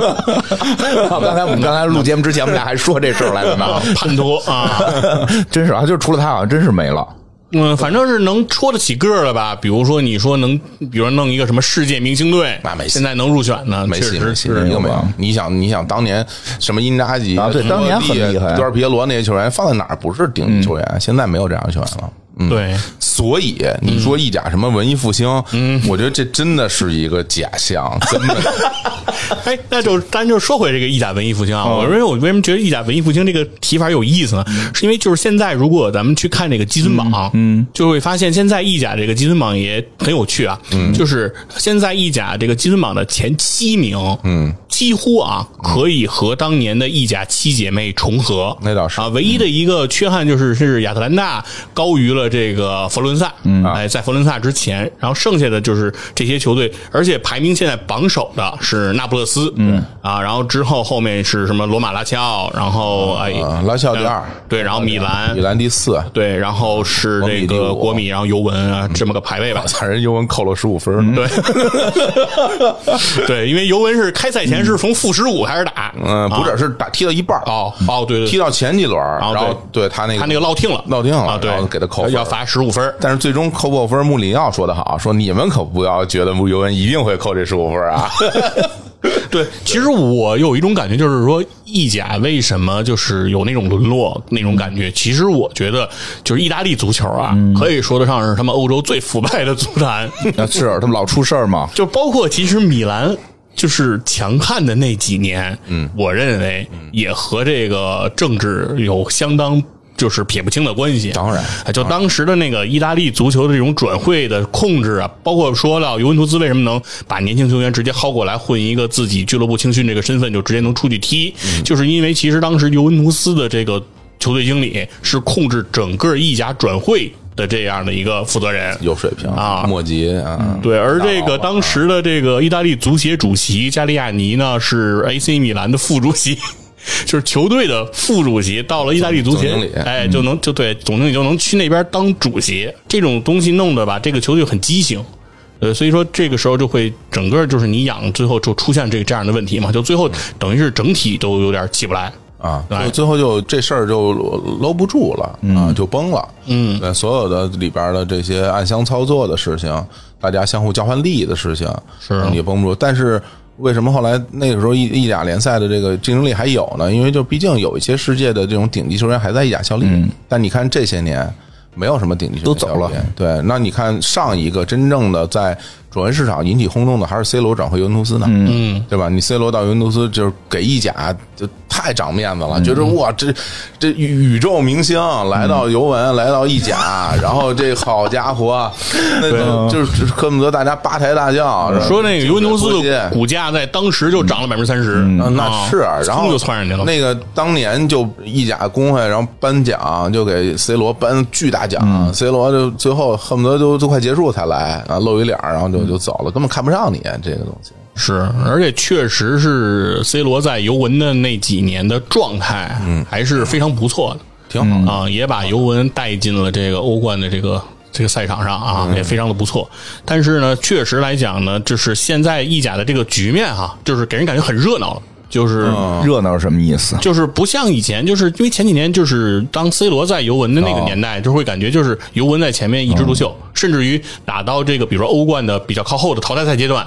Speaker 2: 刚才我们刚才录节目之前，我们俩还说这事儿来着呢，
Speaker 1: 叛徒啊，
Speaker 2: 真是啊，就是除了他，好像真是没了。
Speaker 1: 嗯，反正是能戳得起个儿了吧？比如说，你说能，比如弄一个什么世界明星队，
Speaker 3: 那没戏
Speaker 1: 现在能入选呢，
Speaker 3: 没
Speaker 1: 确
Speaker 3: 戏，
Speaker 1: 实
Speaker 3: 没戏，
Speaker 1: 是
Speaker 3: 一个没有。你想，你想当年什么因扎吉
Speaker 2: 啊对
Speaker 3: 托
Speaker 2: 当年很
Speaker 3: 蒂
Speaker 2: 厉害嗯
Speaker 3: 德尔皮耶罗那些球员放在哪儿不是顶级球员？现在没有这样的球员了。嗯，
Speaker 1: 对，
Speaker 3: 所以你说意甲什么文艺复兴，嗯，我觉得这真的是一个假象，根本
Speaker 1: 哎，那就咱就说回这个意甲文艺复兴啊，我认为我为什么觉得意甲文艺复兴这个提法有意思呢？是因为就是现在如果咱们去看这个积分榜，嗯，就会发现现在意甲这个积分榜也很有趣啊，嗯，就是现在意甲这个积分榜的前七名，嗯，几乎啊可以和当年的意甲七姐妹重合，
Speaker 3: 那倒是
Speaker 1: 啊，唯一的一个缺憾就是是亚特兰大高于了这个佛罗伦萨，
Speaker 3: 嗯
Speaker 1: 哎，在佛罗伦萨之前，然后剩下的就是这些球队，而且排名现在榜首的是那不勒斯，嗯啊，然后之后后面是什么罗马拉齐奥，然后哎，
Speaker 3: 啊，拉齐奥第二，
Speaker 1: 对，然后米兰
Speaker 3: 米，兰第四，
Speaker 1: 对，然后是这个
Speaker 3: 国米第五
Speaker 1: 国米，然后尤文啊这么个排 位吧，
Speaker 3: 把人尤文扣了十五分，
Speaker 1: 对， 对，因为尤文是开赛前是从负十五开始打，
Speaker 3: 嗯，不
Speaker 1: 啊
Speaker 3: 是，是打踢到一半儿
Speaker 1: 哦哦，对对
Speaker 3: 踢
Speaker 1: 对。
Speaker 3: 到前几轮儿，
Speaker 1: 后
Speaker 3: 然后对他那个
Speaker 1: 他那个落听了，
Speaker 3: 落听了
Speaker 1: 啊，对
Speaker 3: 然后，给他扣分
Speaker 1: 要罚十五分儿，
Speaker 3: 但是最终扣不扣分，穆里尼奥说的好，说你们可不要觉得尤文一定会扣这十五分啊。
Speaker 1: 对，其实我有一种感觉，就是说意甲为什么就是有那种沦落那种感
Speaker 3: 嗯
Speaker 1: 觉？其实我觉得，就是意大利足球啊，可以说得上是他们欧洲最腐败的足坛，
Speaker 2: 啊是他们老出事儿嘛，
Speaker 1: 就包括其实米兰。就是强悍的那几年，嗯，我认为也和这个政治有相当就是撇不清的关系。
Speaker 3: 当然
Speaker 1: 哎，就当时的那个意大利足球的这种转会的控制啊，包括说到尤文图斯为什么能把年轻球员直接薅过来混一个自己俱乐部青训这个身份，就直接能出去踢，
Speaker 3: 嗯
Speaker 1: 就是因为其实当时尤文图斯的这个球队经理是控制整个意甲转会的这样的一个负责人，
Speaker 3: 有水平
Speaker 1: 啊
Speaker 3: 莫吉啊，
Speaker 1: 对，而这
Speaker 3: 大佬
Speaker 1: 个
Speaker 3: 吧
Speaker 1: 当时的这个意大利足协主席加利亚尼呢，是 AC 米兰的副主席。就是球队的副主席到了意大利足协
Speaker 3: 总经理，嗯
Speaker 1: 哎，就能就对总经理就能去那边当主席，这种东西弄得吧，这个球队很畸形，呃，所以说这个时候就会整个就是你养最后就出现这个这样的问题嘛，就最
Speaker 3: 嗯
Speaker 1: 后等于是整体都有点起不来，
Speaker 3: 啊，
Speaker 1: 哎
Speaker 3: 就最后就这事儿就搂不住了啊，就崩了。嗯，对，所有的里边的这些暗箱操作的事情，大家相互交换利益的事情，
Speaker 1: 是
Speaker 3: 你绷不住。但是为什么后来那个时候意意甲联赛的这个竞争力还有呢？因为就毕竟有一些世界的这种顶级球员还在意甲效力，但你看这些年。没有什么顶级
Speaker 2: 嗯
Speaker 3: 球员
Speaker 2: 都走了
Speaker 3: 效力，对。那你看上一个真正的在转会市场引起轰动的，还是 C 罗转会尤文图斯呢？嗯，对吧？你 C 罗到尤文图斯就是给意甲就太长面子了，觉得哇，这这宇宙明星来到尤文，来到意甲，然后这好家伙，那就就是恨不得大家八抬大轿，是吧
Speaker 1: 说那个尤文图斯
Speaker 3: 就
Speaker 1: 的
Speaker 3: 是
Speaker 1: 股价在当时就涨了百分之三十，
Speaker 3: 嗯，那
Speaker 1: 啊
Speaker 3: 是，然后
Speaker 1: 噌就窜上去了。
Speaker 3: 那个当年就意甲工会，然后颁奖，就给 C 罗颁巨大奖、c 罗就最后恨不得都都快结束才来啊，露一脸儿，然后就就走了，根本看不上你这个东西。
Speaker 1: 是，而且确实是 C 罗在尤文的那几年的状态，嗯，还是非常不错的
Speaker 3: 挺好
Speaker 1: 啊，也把尤文带进了这个欧冠的这个这个赛场上啊，也非常的不错。但是呢，确实来讲呢，就是现在意甲的这个局面哈、就是给人感觉很热闹了，就是。
Speaker 2: 热闹是什么意思？
Speaker 1: 就是不像以前，就是因为前几年就是当 C 罗在尤文的那个年代，就会感觉就是尤文在前面一枝独秀，甚至于打到这个比如说欧冠的比较靠后的淘汰赛阶段，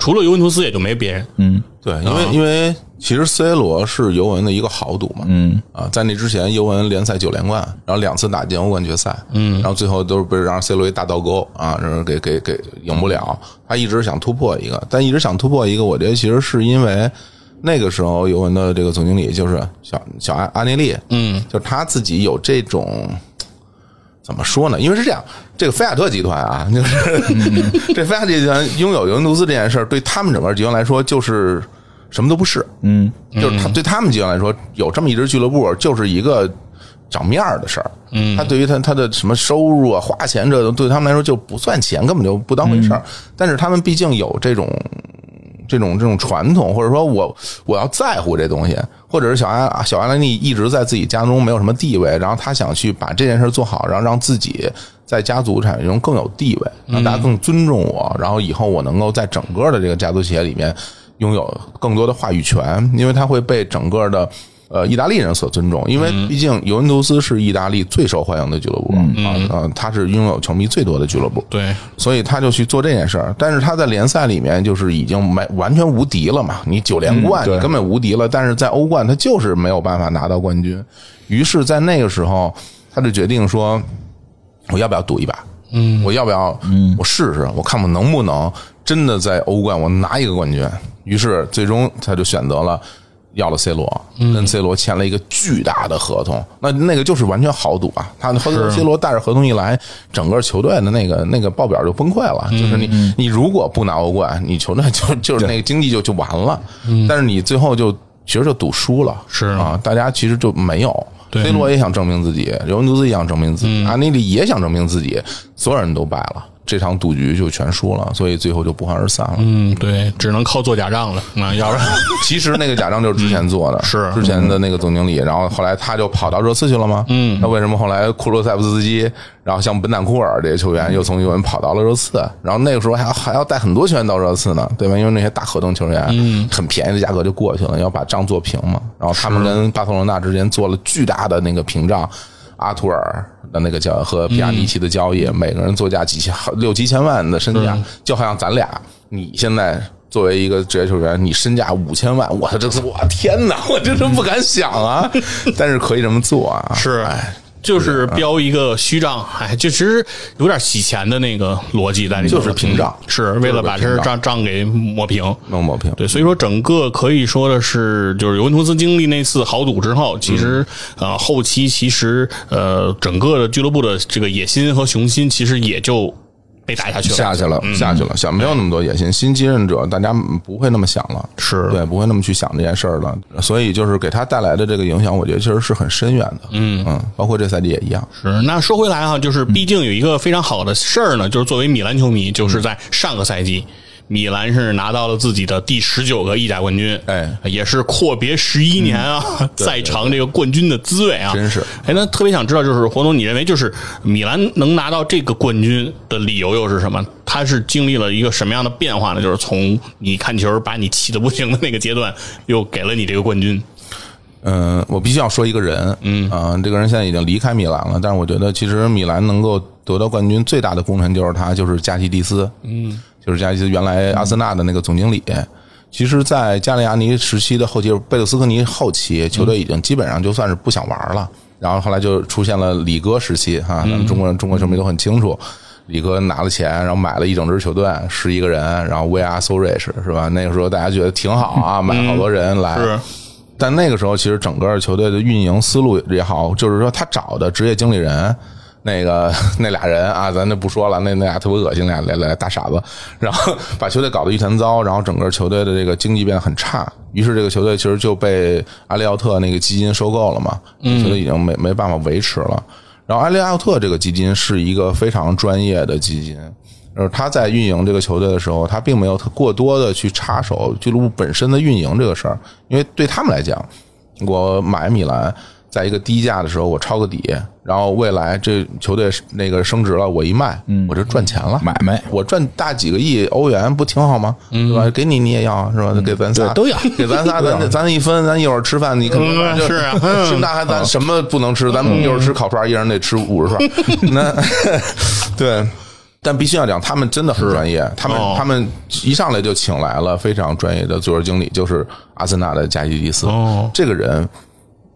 Speaker 1: 除了尤文图斯也就没别人。
Speaker 3: 对，因为、因为其实 C 罗是尤文的一个豪赌嘛，嗯啊，在那之前尤文联赛九连冠，然后两次打进欧冠决赛，嗯，然后最后都是被让 C 罗一大倒钩啊，然后给给给赢不了，他一直想突破一个，但一直想突破一个，我觉得其实是因为。那个时候，尤文的这个总经理就是小小阿阿涅利，嗯，就是他自己有这种怎么说呢？因为是这样，这个菲亚特集团啊，就是 这菲亚特集团拥有尤文图斯这件事儿，对他们整个集团来说就是什么都不是。嗯，就是他对他们集团来说，有这么一支俱乐部就是一个长面儿的事儿。嗯，他对于他他的什么收入啊、花钱这对他们来说就不算钱，根本就不当回事儿。但是他们毕竟有这种这种这种传统，或者说我我要在乎这东西，或者是小安小安兰妮一直在自己家中没有什么地位，然后他想去把这件事做好，然后让自己在家族产业中更有地位，让大家更尊重我，然后以后我能够在整个的这个家族企业里面拥有更多的话语权，因为他会被整个的呃意大利人所尊重，因为毕竟尤文图斯是意大利最受欢迎的俱乐部啊，呃，它是拥有球迷最多的俱乐部，
Speaker 1: 对，
Speaker 3: 所以他就去做这件事儿。但是他在联赛里面就是已经没完全无敌了嘛，你九连冠、你根本无敌了，但是在欧冠他就是没有办法拿到冠军。于是，在那个时候，他就决定说，我要不要赌一把？嗯，我要不要？嗯，我试试，我看我能不能真的在欧冠我拿一个冠军。于是，最终他就选择了。要了 C 罗，跟 C 罗签了一个巨大的合同，那那个就是完全豪赌啊！他合同 C 罗带着合同一来，整个球队的那个那个报表就崩溃了。就是你你如果不拿欧冠，你球队就就是那个经济就就完了。但是你最后就其实就赌输了，
Speaker 1: 是
Speaker 3: 啊，大家其实就没有。
Speaker 1: 对
Speaker 3: C 罗也想证明自己，尤文图斯也想证明自己，阿内利也想证明自己，所有人都败了，这场赌局就全输了，所以最后就不欢而散了。
Speaker 1: 嗯，对，只能靠做假账了啊，要不 然
Speaker 3: 其实那个假账就是之前做的，
Speaker 1: 是
Speaker 3: 之前的那个总经理，然后后来他就跑到热刺去了吗？嗯，那为什么后来库洛塞夫斯基，然后像本坦库尔这些球员又从尤文跑到了热刺？然后那个时候还要还要带很多球员到热刺呢，对吧？因为那些大合同球员，嗯，很便宜的价格就过去了，要把账做平嘛。然后他们跟巴塞罗那之间做了巨大的那个屏障。阿图尔的那个交和比亚迪奇的交易，每个人作价几千六七千万的身价，就好像咱俩，你现在作为一个职业球员，你身价五千万，我这是我天哪， 我真是不敢想 啊！但是可以这么做啊，
Speaker 1: 是
Speaker 3: 哎，
Speaker 1: 就是标一个虚账，哎，就其实有点洗钱的那个逻辑在里面，
Speaker 3: 就是屏障
Speaker 1: 嗯是为了把这
Speaker 3: 就是
Speaker 1: 事
Speaker 3: 屏障
Speaker 1: 账账给抹平。
Speaker 3: 弄抹平。
Speaker 1: 对，所以说整个可以说的是，就是尤文图斯经历那次豪赌之后，其实、
Speaker 3: 嗯
Speaker 1: 呃后期其实呃整个的俱乐部的这个野心和雄心，其实也就被打下去了。
Speaker 3: 下去了，下去了，想没有那么多野心。新继任者，大家不会那么想了，
Speaker 1: 是
Speaker 3: 对，不会那么去想这件事儿了。所以就是给他带来的这个影响，我觉得其实是很深远的。嗯嗯，包括这赛季也一样。
Speaker 1: 是，那说回来啊，就是
Speaker 3: 嗯
Speaker 1: 毕竟有一个非常好的事儿呢，就是作为米兰球迷，就是在上个赛季，米兰是拿到了自己的第十九个意甲冠军，
Speaker 3: 哎嗯
Speaker 1: 也是阔别十一年啊， 在尝这个冠军的滋味啊，
Speaker 3: 真是。
Speaker 1: 哎，那特别想知道，就是黄总，你认为就是米兰能拿到这个冠军的理由又是什么？他是经历了一个什么样的变化呢？就是从你看球把你气得不行的那个阶段，又给了你这个冠军，
Speaker 3: 嗯，我必须要说一个人，嗯啊、这个人现在已经离开米兰了，但是我觉得其实米兰能够得到冠军最大的功臣就是他，就是加西蒂斯，嗯，就是加西蒂斯原来阿森纳的那个总经理。其实，在加利亚尼时期的后期，贝鲁斯科尼后期，球队已经基本上就算是不想玩了。然后后来就出现了李哥时期，哈、咱们中国人中国球迷都很清楚，李哥拿了钱，然后买了一整支球队，十一个人，然后 We Are So Rich 是吧？那个时候大家觉得挺好啊，买好多人来，
Speaker 1: 是
Speaker 3: 但那个时候，其实整个球队的运营思路也好，就是说他找的职业经理人，那个那俩人啊，咱就不说了，那那俩特别恶心，俩俩俩大傻子，然后 把球队搞得一团糟，然后整个球队的这个经济变得很差，于是这个球队其实就被阿利奥特那个基金收购了嘛，球队已经没没办法维持了。然后埃利奥特这个基金是一个非常专业的基金，呃，他在运营这个球队的时候，他并没有特过多的去插手俱乐部本身的运营这个事儿，因为对他们来讲，我买米兰在一个低价的时候我抄个底，然后未来这球队那个升值了，我一卖，我就赚钱了，
Speaker 2: 买卖
Speaker 3: 我赚大几个亿欧元不挺好吗？嗯，对吧？给你你也要是吧？给咱仨
Speaker 2: 对都要
Speaker 3: 给咱仨咱咱一分，咱一会儿吃饭你肯定
Speaker 1: 嗯
Speaker 3: 就是
Speaker 1: 啊
Speaker 3: 吃那还咱什么不能吃？咱们一会儿吃烤串，一人得吃五十串。那对。但必须要讲，他们真的很专业。他们、
Speaker 1: 哦
Speaker 3: 他们一上来就请来了非常专业的足球经理，就是阿森纳的加西蒂斯。
Speaker 1: 哦
Speaker 3: 这个人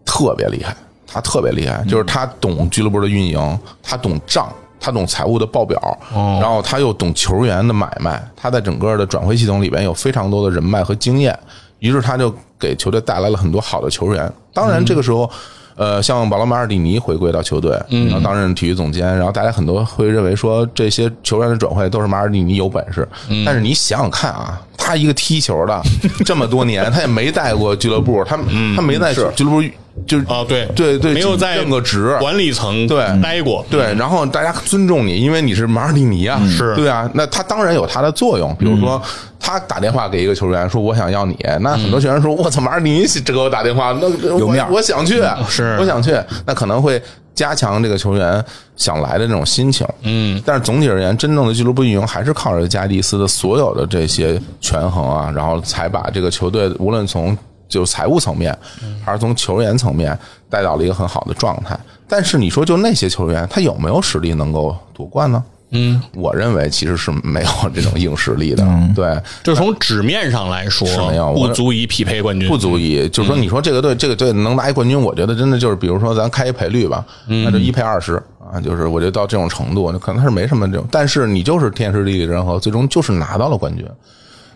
Speaker 3: 特别厉害，他特别厉害，就是他懂俱乐部的运营，他懂账，他懂财务的报表，
Speaker 1: 哦
Speaker 3: 然后他又懂球员的买卖，他在整个的转会系统里边有非常多的人脉和经验，于是他就给球队带来了很多好的球员。当然，这个时
Speaker 1: 嗯
Speaker 3: 候。呃，像保罗马尔蒂尼回归到球队，嗯然后担任体育总监，然后大家很多会认为说这些球员的转会都是马尔蒂尼有本事，
Speaker 1: 嗯
Speaker 3: 但是你想想看啊，他一个踢球的这么多年，他也没带过俱乐部，他他没在俱乐部就是
Speaker 1: 啊，嗯对
Speaker 3: 对对
Speaker 1: 没有在
Speaker 3: 任个职
Speaker 1: 管理层
Speaker 3: 对
Speaker 1: 待过，
Speaker 3: 对，然后大家尊重你，因为你是马尔蒂尼啊，
Speaker 2: 嗯
Speaker 1: 是
Speaker 3: 对啊，那他当然有他的作用。比如说，他打电话给一个球员说我想要你，那很多球员说我操，马尔蒂尼这给我打电话，那
Speaker 2: 嗯有
Speaker 3: 我
Speaker 2: 面儿嗯
Speaker 3: 我想去，
Speaker 1: 是
Speaker 3: 我想去，那可能会加强这个球员想来的那种心情。嗯，但是总体而言，真正的俱乐部运营还是靠着加蒂斯的所有的这些权衡啊，然后才把这个球队无论从就财务层面，还是从球员层面带到了一个很好的状态。但是你说就那些球员，他有没有实力能够夺冠呢？嗯，我认为其实是没有这种硬实力的，对，
Speaker 1: 就从纸面上来说
Speaker 3: 没有，我
Speaker 1: 不足以匹配冠军，
Speaker 3: 不足以。就是说，你说这个队，这个队能拿一冠军，我觉得真的就是，比如说咱开一赔率吧，那就一赔二十啊，就是我觉得到这种程度，那可能是没什么这种。但是你就是天时地利人和，最终就是拿到了冠军。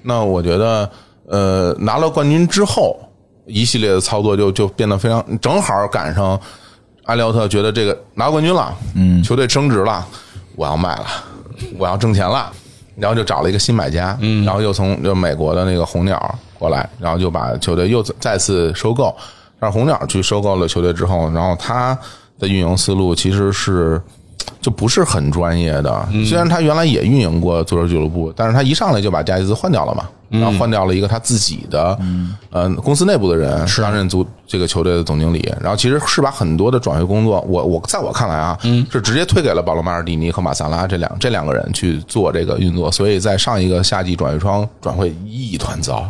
Speaker 3: 那我觉得，呃，拿了冠军之后，一系列的操作就就变得非常，正好赶上阿廖特觉得这个拿冠军了，嗯，球队升值了，我要卖了，我要挣钱了，然后就找了一个新买家，嗯，然后又从就美国的那个红鸟过来，然后就把球队又再再次收购，但是红鸟去收购了球队之后，然后他的运营思路其实是。就不是很专业的。虽然他原来也运营过足球俱乐部，但是他一上来就把加里斯换掉了嘛，然后换掉了一个他自己的，呃，公司内部的人担任足这个球队的总经理。然后其实是把很多的转会工作，我我在我看来啊，是直接推给了保罗马尔蒂尼和马萨拉这两这两个人去做这个运作。所以在上一个夏季转会窗转会一团糟。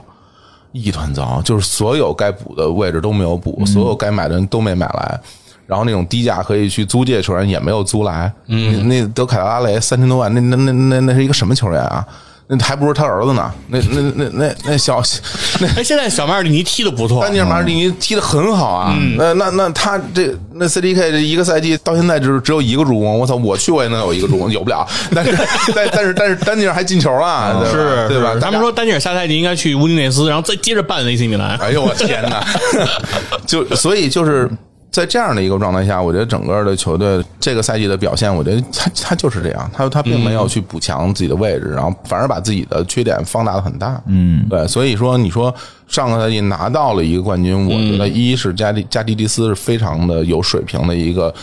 Speaker 3: 一团糟，就是所有该补的位置都没有补，
Speaker 1: 嗯
Speaker 3: 所有该买的人都没买来，然后那种低价可以去租借球员也没有租来。嗯，那德凯拉雷三千多万，那那那那那是一个什么球员啊？那还不如他儿子呢。那那那那 那小那
Speaker 1: 哎，现在小马尔蒂尼踢的不错啊嗯
Speaker 3: 丹，尼尔马尔蒂尼踢得很好啊，那那那他这那 CDK 这一个赛季到现在就是只有一个助攻，我操，我去我也能有一个助攻，有不了，但是 但但是但是丹尼尔还进球了，对吧
Speaker 1: 哦是
Speaker 3: 对吧？
Speaker 1: 咱们说丹尼尔下赛季应该去乌迪内斯，然后再接着办 AC 米兰。
Speaker 3: 哎呦我天哪！ 就所以就是在这样的一个状态下，我觉得整个的球队这个赛季的表现，我觉得他他就是这样，他他并没有去补强自己的位置，然后反而把自己的缺点放大的很大。嗯，对，所以说你说上个赛季拿到了一个冠军，我觉得一是加利加迪迪斯是非常的有水平的一个。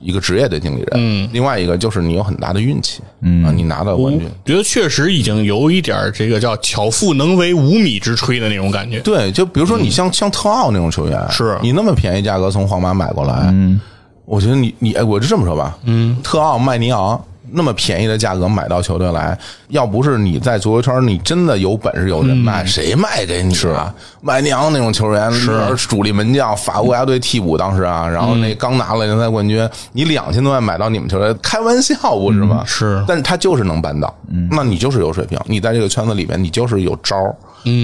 Speaker 3: 一个职业的经理人，嗯，另外一个就是你有很大的运气，嗯啊，你拿到冠军，
Speaker 1: 觉得确实已经有一点儿这个叫“巧妇能为无米之炊”的那种感觉。
Speaker 3: 对，就比如说你像、像特奥那种球员，
Speaker 1: 是
Speaker 3: 你那么便宜价格从皇马买过来，嗯，我觉得你你哎，我就这么说吧，嗯，特奥、麦尼昂那么便宜的价格买到球队来，要不是你在足球圈你真的有本事有人脉，谁卖给你啊？麦尼昂那种球员是主力门将，法国国家队替补当时啊，然后那刚拿了联赛冠军，你两千多万买到你们球队，开玩笑不是吗？
Speaker 1: 是
Speaker 3: 嗯但是嗯他就是能办到，那你就是有水平，你在这个圈子里面，你就是有招儿。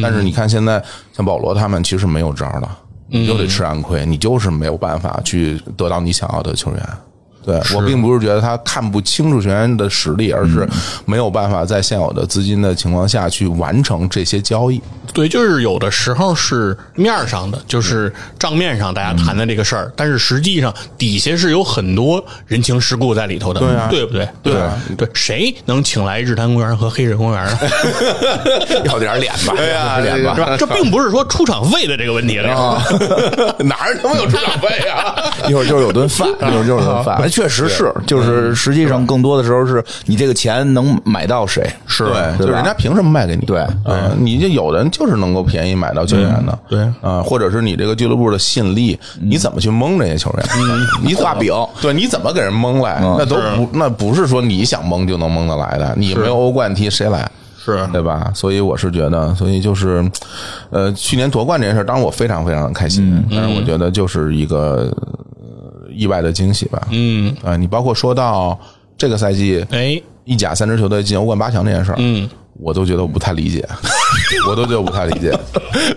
Speaker 3: 但是你看现在像保罗他们其实没有招儿的，你就得吃暗亏，你就是没有办法去得到你想要的球员。对我并不是觉得他看不清楚球员的实力，而是没有办法在现有的资金的情况下去完成这些交易。
Speaker 1: 对，就是有的时候是面儿上的，就是账面上大家谈的这个事
Speaker 3: 嗯
Speaker 1: 儿，但是实际上底下是有很多人情世故在里头的，对
Speaker 3: 啊
Speaker 1: 不对？对
Speaker 3: 啊
Speaker 1: 对，谁能请来日坛公园和黑水公园啊？
Speaker 3: 要点脸吧，对呀、
Speaker 1: 是
Speaker 3: 脸吧。
Speaker 1: 吧？这并不是说出场费的这个问题了，
Speaker 3: 啊 哪儿他妈有出场费啊？
Speaker 2: 一会儿就是有顿饭，一会儿就是有顿饭，确实是，就是
Speaker 3: 嗯
Speaker 2: 实际上更多的时候是你这个钱能买到谁，是
Speaker 3: 对，
Speaker 2: 对
Speaker 3: 就是
Speaker 2: 吧
Speaker 3: 人家凭什么卖给你？
Speaker 2: 对
Speaker 3: 嗯，你这有的人就是能够便宜买到球员的，
Speaker 1: 对
Speaker 3: 啊，或者是你这个俱乐部的吸引力，你怎么去蒙这些球员？你怎么
Speaker 2: 画饼
Speaker 3: 对，你怎么给人蒙来？那都不，那不是说你想蒙就能蒙得来的，你没有欧冠踢谁来？啊
Speaker 1: 是
Speaker 3: 对吧？所以我是觉得，所以就是，呃，去年夺冠这件事儿，当然我非常非常开心，但是我觉得就是一个呃意外的惊喜吧。嗯，啊，你包括说到这个赛季，
Speaker 1: 哎，
Speaker 3: 意甲三支球队进欧冠八强这件事儿，嗯，我都觉得我不太理解， 我都觉得我不太理解。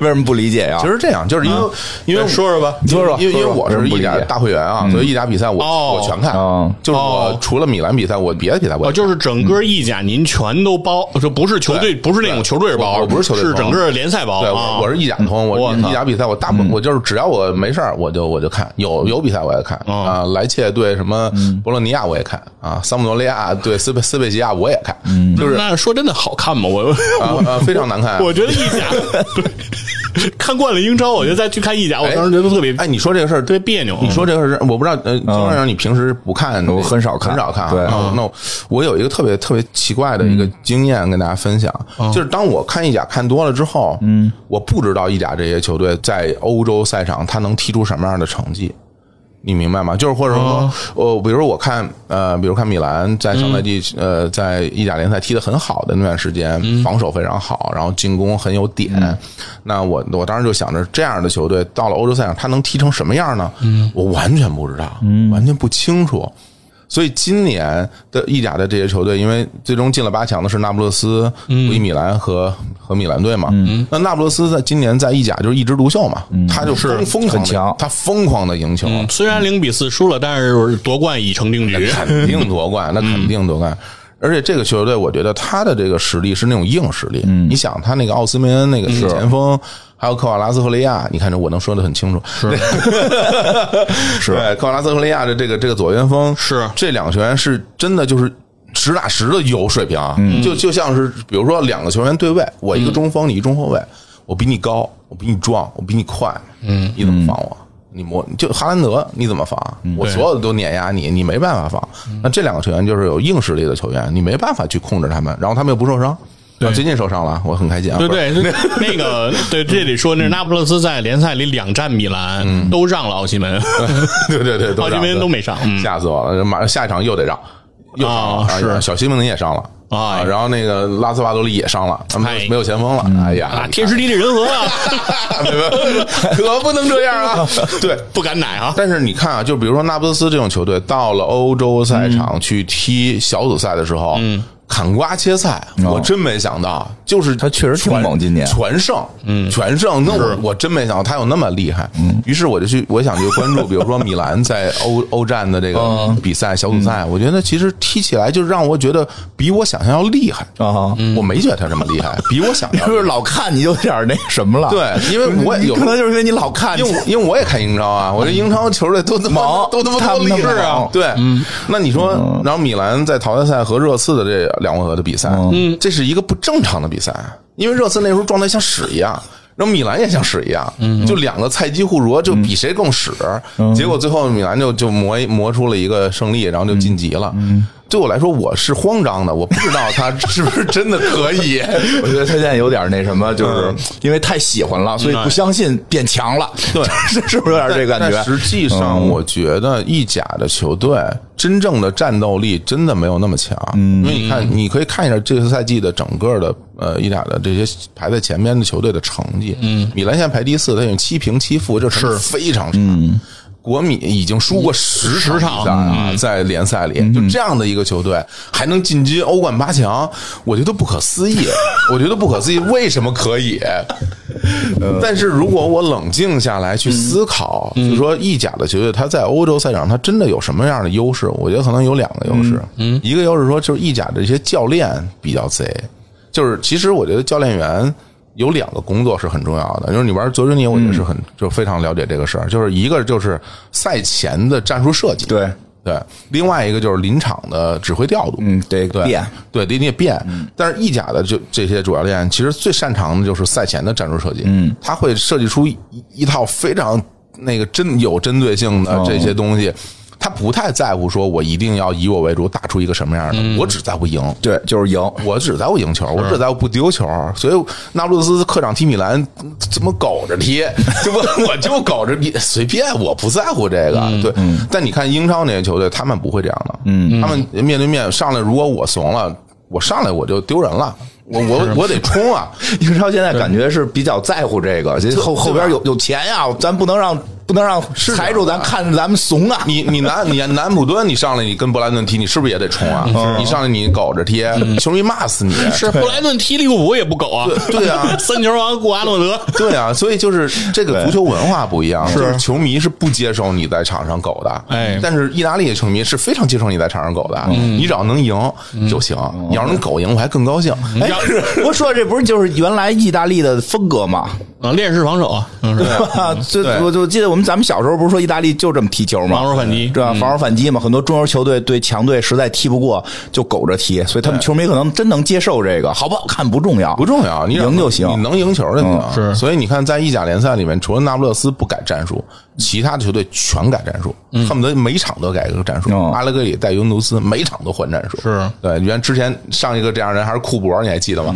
Speaker 2: 为什么不理解呀
Speaker 3: 其？实这样，就是因为因为
Speaker 1: 哎说说吧
Speaker 3: 因为
Speaker 2: 说说
Speaker 3: 因为因为
Speaker 2: 说说
Speaker 3: 我是意甲大会员啊，所以意甲比赛
Speaker 1: 哦
Speaker 3: 我我全看
Speaker 2: 哦，
Speaker 3: 就是我除了米兰比赛，我别的比赛我
Speaker 1: 哦，
Speaker 3: 也
Speaker 1: 就是整个意甲您全都包，哦就不是球队，
Speaker 3: 嗯对
Speaker 1: 不是那种球队包，
Speaker 3: 我我不是球队包
Speaker 1: 是整个联赛包
Speaker 3: 对，
Speaker 2: 哦
Speaker 1: 啊。
Speaker 3: 我我是意甲通，我意甲比赛我大
Speaker 2: 嗯
Speaker 3: 部分我就是只要我没事儿，我就我就看，有有比赛我也看
Speaker 1: 哦
Speaker 3: 啊，莱切对什么
Speaker 2: 嗯
Speaker 3: 博洛尼亚我也看啊，桑普多利亚对斯佩斯佩西亚我也看，
Speaker 2: 嗯
Speaker 3: 就是
Speaker 1: 那说真的好看吗？ 我
Speaker 3: 啊啊非常难看啊。
Speaker 1: 我觉得意甲对 看惯了英超，我觉得再去看意甲，我当时觉得特别
Speaker 3: 哎，你说嗯这个事儿
Speaker 1: 特别别扭。
Speaker 3: 你说这个是，我不知道，呃，经常你平时不看，
Speaker 2: 嗯我很少看
Speaker 3: 很少看啊。
Speaker 2: 对嗯
Speaker 3: 啊那我我有一个特别特别奇怪的一个经验跟大家分享，
Speaker 2: 嗯
Speaker 3: 就是当我看意甲看多了之后，嗯，我不知道意甲这些球队在欧洲赛场他能踢出什么样的成绩。你明白吗？就是或者
Speaker 2: 哦
Speaker 3: 说，呃，比如我看，呃，比如看米兰在上赛季，
Speaker 2: 嗯
Speaker 3: 呃，在意甲联赛踢得很好的那段时间，防守非常好，然后进攻很有点。
Speaker 2: 嗯
Speaker 3: 那我我当时就想着，这样的球队到了欧洲赛场，他能踢成什么样呢？
Speaker 2: 嗯
Speaker 3: 我完全不知道，完全不清楚。所以今年的意甲的这些球队，因为最终进了八强的是那不勒斯、
Speaker 2: 嗯
Speaker 3: 不利米兰和和米兰队嘛。那那不勒斯在今年在意甲就是一枝独秀嘛，他就疯
Speaker 2: 嗯
Speaker 3: 疯狂
Speaker 2: 很强嗯
Speaker 3: 地他疯狂的赢球，
Speaker 1: 嗯虽然零比四输了，但是夺冠已成定 局。
Speaker 3: 肯定夺冠，那肯定夺冠。而且这个球队，我觉得他的这个实力是那种硬实力。你想，他那个奥斯梅恩那个前锋，还有科瓦拉斯赫雷亚，你看这我能说的很清楚。 是是，对科瓦拉斯赫雷亚的这个这个左边锋
Speaker 1: 是
Speaker 3: 这两个球员是真的就是。实打实的有水平啊，就就像是比如说两个球员对位，我一个中锋，你一中后卫，我比你高，我比你壮，我比你快，嗯，你怎么防我？你我就哈兰德，你怎么防？啊我所有的都碾压你，你没办法防。
Speaker 1: 嗯
Speaker 3: 那这两个球员就是有硬实力的球员，你没办法去控制他们，然后他们又不受伤。啊，最近受伤了，我很开心啊。
Speaker 1: 对对，那个对，这里说那那不勒斯在联赛里两战米
Speaker 3: 嗯
Speaker 1: 兰，都让了奥西 门，
Speaker 3: 对对对，
Speaker 1: 奥
Speaker 3: 都
Speaker 1: 西
Speaker 3: 让
Speaker 1: 门都没上。嗯
Speaker 3: 吓死我了！马上下一场又得让，又伤了
Speaker 1: 啊
Speaker 3: 哎呀小西蒙尼也伤了
Speaker 1: 哎
Speaker 3: 啊，然后那个拉斯帕多利也伤了，他们
Speaker 1: 哎
Speaker 3: 没有前锋了，哎呀
Speaker 1: 啊，， 天时地利人和啊，
Speaker 3: 没有 可不能这样啊！ 对，
Speaker 1: 不敢奶啊。
Speaker 3: 但是你看啊，就比如说那不勒斯这种球队，到了欧洲
Speaker 1: 嗯
Speaker 3: 赛场去踢小组赛的时候，砍瓜切菜，
Speaker 1: 哦
Speaker 3: 我真没想到，就是
Speaker 2: 他确实挺
Speaker 3: 全
Speaker 2: 猛今年
Speaker 3: 全胜，嗯，全胜，那我我真没想到他有那么厉害。于是我就去，我想去关注，比如说米兰在 欧欧战的这个比赛小组赛，我觉得其实踢起来就让我觉得比我想象要厉害。
Speaker 2: 啊，
Speaker 3: 我没觉得他这么厉害，比我想象要
Speaker 2: 就
Speaker 3: 厉害
Speaker 2: 是老看你有点儿那什么了。
Speaker 3: 对，因为 我
Speaker 2: 你
Speaker 3: 有
Speaker 2: 可能就是因为你老看
Speaker 3: 因为因为我也看英超啊，我这英超球队都他妈
Speaker 2: 猛
Speaker 3: 都他
Speaker 2: 他
Speaker 3: 妈多
Speaker 2: 们那
Speaker 3: 励志
Speaker 2: 么
Speaker 3: 啊
Speaker 2: 猛，嗯
Speaker 3: 对，那你说，然后米兰在淘汰赛和热刺的这两回合的比赛，嗯，这是一个不正常的比赛，因为热刺那时候状态像屎一样。然后米兰也像屎一样，
Speaker 2: 嗯
Speaker 3: 就两个菜鸡互啄，就比谁更屎。结果最后米兰就就磨磨出了一个胜利，然后就晋级了。对我来说，我是慌张的，我不知道他是不是真的可以。
Speaker 2: 我觉得他现在有点那什么，就是
Speaker 3: 嗯
Speaker 2: 因为太喜欢了，所以不相信变强了。
Speaker 3: 对
Speaker 2: 是是不是有点这个感
Speaker 3: 但
Speaker 2: 觉？嗯
Speaker 3: 实际上，我觉得意甲的球队真正的战斗力真的没有那么强，
Speaker 2: 嗯
Speaker 3: 因为你看，你可以看一下这个赛季的整个的呃意甲的这些排在前面的球队的成绩。嗯，米兰现在排第四，他有七平七负，这成绩非常差。
Speaker 2: 嗯
Speaker 3: 国米已经输过十十场比赛啊，在联赛
Speaker 2: 嗯
Speaker 3: 里，就这样的一个球队还能进军欧冠八强，我觉得不可 思议，我觉得不可思议，为什么可以？但是如果我冷静下来去思考，就说意甲的球队，它在欧洲赛场，它真的有什么样的优势？我觉得可能有两个优势，嗯，一个优势说就是意甲的这些教练比较贼，就是其实我觉得教练员。有两个工作是很重要的，就是你玩足球，你我也是很、就非常了解这个事儿，就是一个就是赛前的战术设计，
Speaker 2: 对，
Speaker 3: 对，另外一个就是临场的指挥调度，
Speaker 2: 嗯，得
Speaker 3: 对
Speaker 2: 变。
Speaker 3: 对，得你也变。但是意甲的就这些主教练，其实最擅长的就是赛前的战术设计，嗯，他会设计出一一套非常那个针有针对性的这些东西。他不太在乎说，我一定要以我为主，打出一个什么样的，我只在乎赢。
Speaker 2: 对，就是赢。
Speaker 3: 我只在乎赢球，我只在乎不丢球，所以那不勒斯客场踢米兰怎么苟着踢， 就我我就苟着踢，随便，我不在乎这个。
Speaker 2: 嗯
Speaker 3: 对，但你看英超那些球队，他们不会这样的，嗯，他们面对面上来，如果我怂了，我上来我就丢人了，我我我得冲啊，
Speaker 2: 英超现在感觉是比较在乎这个，这后后边有有钱呀，咱不能让不能让财主咱看着咱们怂啊。
Speaker 3: 你你南你南安普敦，你上来你跟布莱顿踢，你是不是也得冲
Speaker 2: 嗯
Speaker 3: 啊？你上来你苟着踢，球迷骂死你。
Speaker 1: 是布莱顿踢利物浦也不苟啊，
Speaker 3: 对啊
Speaker 1: 三球王顾阿诺德，
Speaker 3: 对啊，所以就是这个足球文化不一样，就是球迷是不接受你在场上苟的，
Speaker 1: 哎
Speaker 3: 但是意大利的球迷是非常接受你在场上苟的，
Speaker 2: 嗯
Speaker 3: 你只要能赢就行，你要是能苟赢，我还更高兴。哎，
Speaker 1: 然后
Speaker 2: 我说这不是就是原来意大利的风格吗？
Speaker 1: 啊，链式防守啊，嗯是
Speaker 2: 对吧？ 这
Speaker 3: 对
Speaker 2: 我就记得我们咱们小时候不是说意大利就这么踢球吗？
Speaker 1: 防守反击
Speaker 2: 对
Speaker 3: 嗯
Speaker 2: 吧？防守反击嘛，很多中游球队对强队实在踢不过，就苟着踢，所以他们球迷可能真能接受这个，好不好看不重要，
Speaker 3: 不重要，你只要
Speaker 2: 赢就行嗯
Speaker 3: 你能赢球就行。
Speaker 1: 是
Speaker 3: 所以你看，在意甲联赛里面，除了那不勒斯不改战
Speaker 2: 嗯
Speaker 3: 术，其他的球队全改战术，恨不得每场都改一个战术。
Speaker 2: 哦
Speaker 3: 阿莱格里带尤文图斯，每场都换战术。
Speaker 1: 是
Speaker 3: 对，原之
Speaker 2: 嗯
Speaker 3: 前上一个这样人还是库布尔，你还记得吗？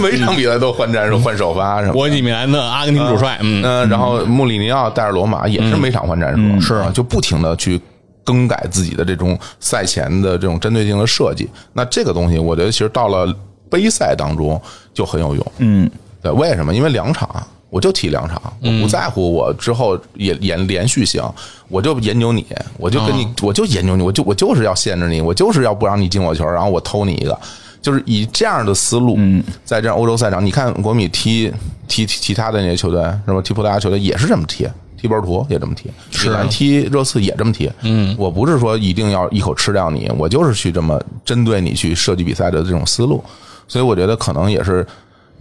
Speaker 3: 每场比赛都换战术、换首发，拉什么的，
Speaker 1: 国际米兰的阿根廷主帅，嗯，
Speaker 3: 嗯，然后穆里尼奥带着罗马也是每场换战术，是啊，就不停的去更改自己的这种赛前的这种针对性的设计。那这个东西，我觉得其实到了杯赛当中就很有用。嗯，对，为什么？因为两场。我就踢两场，我不在乎我之后也也连续性，我就研究你，我就跟你，我就研究你，我就我就是要限制你，我就是要不让你进我球，然后我偷你一个，就是以这样的思路，在这样欧洲赛场，你看国米踢踢踢其他的那些球队，什么踢葡萄牙球队也是这么踢，踢波尔图也这么踢，是踢热刺也这么踢。嗯，我不是说一定要一口吃掉你，我就是去这么针对你去设计比赛的这种思路，所以我觉得可能也是。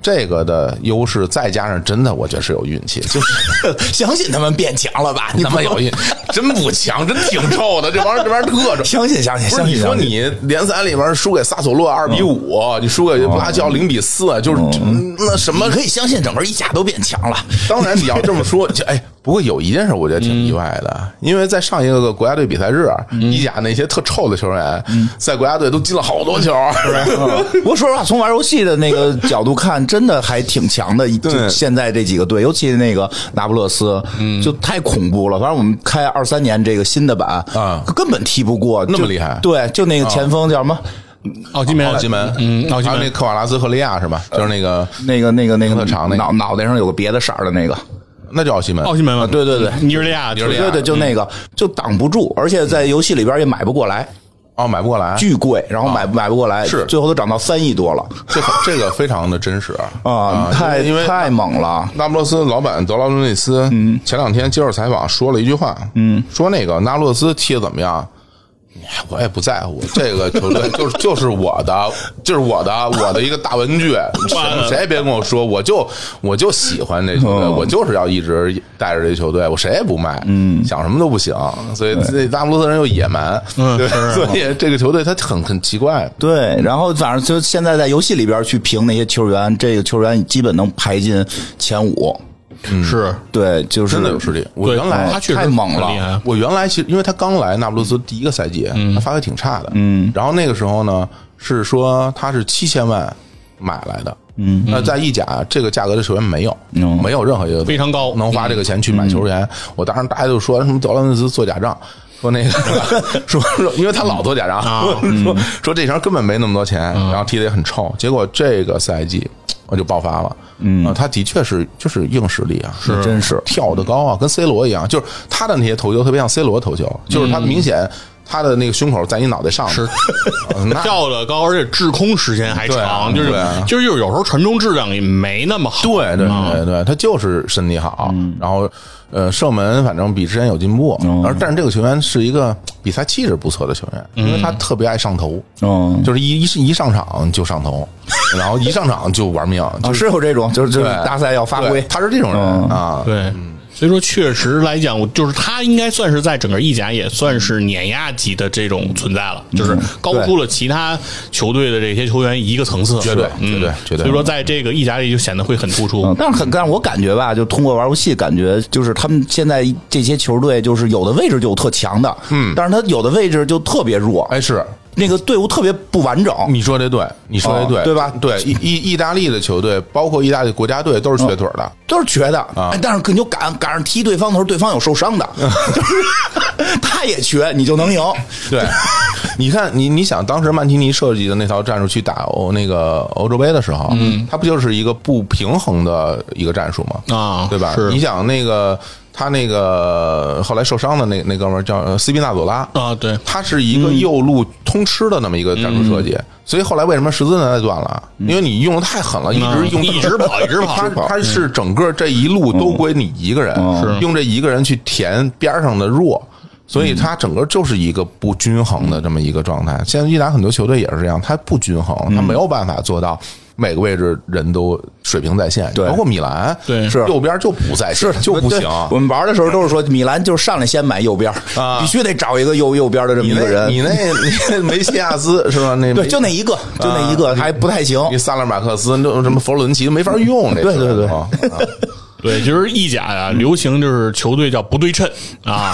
Speaker 3: 这个的优势，再加上真的，我觉得是有运气， 就是
Speaker 2: 相信他们变强了吧？你
Speaker 3: 他妈 有运，真不强，真挺臭的，这玩意儿这玩意儿特 臭。
Speaker 2: 相信相信
Speaker 3: 不是
Speaker 2: 相
Speaker 3: 你
Speaker 2: 信。
Speaker 3: 说你嗯联赛里面输给萨索洛二比五、你输给巴乔零比四，就是、那什么
Speaker 2: 你可以相信整个意甲都变强了，
Speaker 3: 当然你要这么 说，就哎，不过有一件事我觉得挺意外的，因为在上一个国家队比赛日，啊意甲那些特臭的球员、在国家队都进了好多球，嗯
Speaker 2: 不过说实话，从玩游戏的那 个角度看，真的还挺强的。就现在这几个队，尤其那个那不勒斯，
Speaker 3: 嗯
Speaker 2: 就太恐怖了。反正我们开二三年这个新的版
Speaker 3: 啊
Speaker 2: 根本踢不过，
Speaker 3: 那么
Speaker 2: 就
Speaker 3: 厉害啊
Speaker 2: 对，就那个前锋叫什么？
Speaker 1: 奥基梅
Speaker 3: 奥基门，啊
Speaker 1: 嗯，奥基
Speaker 3: 还有那
Speaker 1: 门，
Speaker 3: 科瓦拉斯赫利亚是吧？就是那个，
Speaker 2: 那个那个那个
Speaker 3: 特长那个
Speaker 2: 脑脑袋上有个别的色儿的那个，
Speaker 3: 那叫奥西门，
Speaker 1: 奥基门嘛，嗯
Speaker 2: 啊对对对
Speaker 1: 尼日利亚，尼啊
Speaker 3: 日利亚
Speaker 2: 对对，就那个就挡不住，而且在游戏里边也买不过来，
Speaker 3: 哦，买不过来，
Speaker 2: 巨贵，然后买买不过来，
Speaker 3: 啊是
Speaker 2: 最后都涨到三亿多了
Speaker 3: 这个这个非常的真实
Speaker 2: 啊！太
Speaker 3: 因为
Speaker 2: 太猛了，
Speaker 3: 那不勒斯老板德劳伦内斯，嗯，前两天接受采访说了一句话，嗯，说那个那不勒斯踢的怎么样？哎我也不在乎，这个球队就是就是我的，就是我的，我的一个大文具，谁谁也别跟我说，我就我就喜欢这球队，我就是要一直带着这球队，我谁也不卖，嗯，想什么都不行，所以这那不勒斯人又野蛮，
Speaker 1: 嗯
Speaker 3: 对
Speaker 1: 是，
Speaker 3: 所以这个球队他很很奇怪，
Speaker 2: 对，然后反正就现在在游戏里边去评那些球员，这个球员基本能排进前五。
Speaker 1: 是，
Speaker 2: 对，就是
Speaker 3: 真的有实力。我
Speaker 1: 对
Speaker 3: 原来
Speaker 1: 他确实
Speaker 2: 太猛了
Speaker 1: 很厉害啊
Speaker 3: 我原来其实因为他刚来那不勒斯第一个赛季，他发挥挺差的。嗯，然后那个时候呢，是说他是七千万买来的。嗯，那在意甲这个价格的球员没有，
Speaker 2: 嗯
Speaker 3: 没有任何一个
Speaker 1: 非常高
Speaker 3: 能花这个钱去买球员。我当时大家就说什么德劳伦斯做假账。说 那个说说，因为他老做假账，说说这场根本没那么多钱，然后踢得也很臭。结果这个赛季我就爆发了，嗯，他的确是就是硬实力啊，是
Speaker 2: 真是
Speaker 3: 跳得高啊，跟 C 罗一样，就是他的那些头球特别像 C 罗头球，就是他明显他的那个胸口在你脑袋上，嗯是， 那
Speaker 1: 跳得高，而且滞空时间还
Speaker 3: 对啊
Speaker 1: 长，就是
Speaker 3: 对啊
Speaker 1: 就是有时候传中质量也没那么好，
Speaker 3: 对对
Speaker 2: 嗯
Speaker 3: 对对，他就是身体好，然后呃射门反正比之前有进步，
Speaker 2: 嗯
Speaker 3: 而但是这个球员是一个比赛气质不错的球员，因为他特别爱上头，
Speaker 2: 嗯，
Speaker 3: 就是一一一上场就上头，然后一上场就玩命，
Speaker 2: 啊
Speaker 3: 就是
Speaker 2: 是有这种，就是就是嗯
Speaker 3: 对
Speaker 2: 大赛要发挥
Speaker 3: 对，他是这种人啊，
Speaker 1: 对，所以说确实来讲，我就是他应该算是在整个意甲也算是碾压级的这种存在了，
Speaker 3: 嗯
Speaker 1: 就是高出了其他球队的这些球员一个层次，
Speaker 3: 绝对
Speaker 1: 嗯
Speaker 3: 绝对绝对
Speaker 1: 所以说在这个意甲里就显得会很突出
Speaker 2: 嗯，，但是很，但是我感觉吧，就通过玩游戏，感觉就是他们现在这些球队，就是有的位置就有特强的，嗯，但是他有的位置就特别弱，
Speaker 3: 哎嗯是，
Speaker 2: 那个队伍特别不完整。
Speaker 3: 你说这对，你说这对，
Speaker 2: 哦对吧
Speaker 3: 对，意意意大利的球队，包括意大利国家队，都是瘸腿的。
Speaker 2: 都是瘸的，
Speaker 3: 啊
Speaker 2: 哎但是你就赶赶上踢对方的时候，对方有受伤 的，就是 他也瘸，你就能赢。
Speaker 3: 对，你看，你你想，当时曼提尼设计的那套战术去打欧那个欧洲杯的时候，嗯，他不就是一个不平衡的一个战术吗？
Speaker 1: 啊
Speaker 3: 对吧
Speaker 1: 是？
Speaker 3: 你想那个他那个后来受伤的那那哥们儿叫呃斯宾纳佐拉，
Speaker 1: 啊，对，
Speaker 3: 他是一个右路通吃的那么一个战术设
Speaker 1: 嗯
Speaker 3: 计，所以后来为什么十字韧带断了？因为你用的太狠了，一直用
Speaker 1: 嗯 一直跑一直跑嗯
Speaker 3: 他他是整个这一路都归你一个人，用这一个人去填边上的弱。所以他整个就是一个不均衡的这么一个状
Speaker 1: 嗯
Speaker 3: 态。现在伊朗很多球队也是这样，他不均衡，他没有办法做到每个位置人都水平在线，包括米兰，
Speaker 1: 对
Speaker 2: 是
Speaker 3: 右边就不在线，就不
Speaker 2: 对
Speaker 3: 行。
Speaker 2: 我们玩的时候都是说，米兰就是上来先买右边，
Speaker 3: 啊
Speaker 2: 必须得找一个右右边的这么
Speaker 3: 你
Speaker 2: 一个
Speaker 3: 那，
Speaker 2: 人。
Speaker 3: 你那，你那梅西亚斯是吧？那
Speaker 2: 对，就那一个，就那一
Speaker 3: 啊
Speaker 2: 个还不太行。
Speaker 3: 你萨拉马克斯、那什么佛罗伦齐没法用，这
Speaker 2: 对对对
Speaker 3: 啊
Speaker 1: 对，就是意甲啊，流行就是球队叫不对称 啊，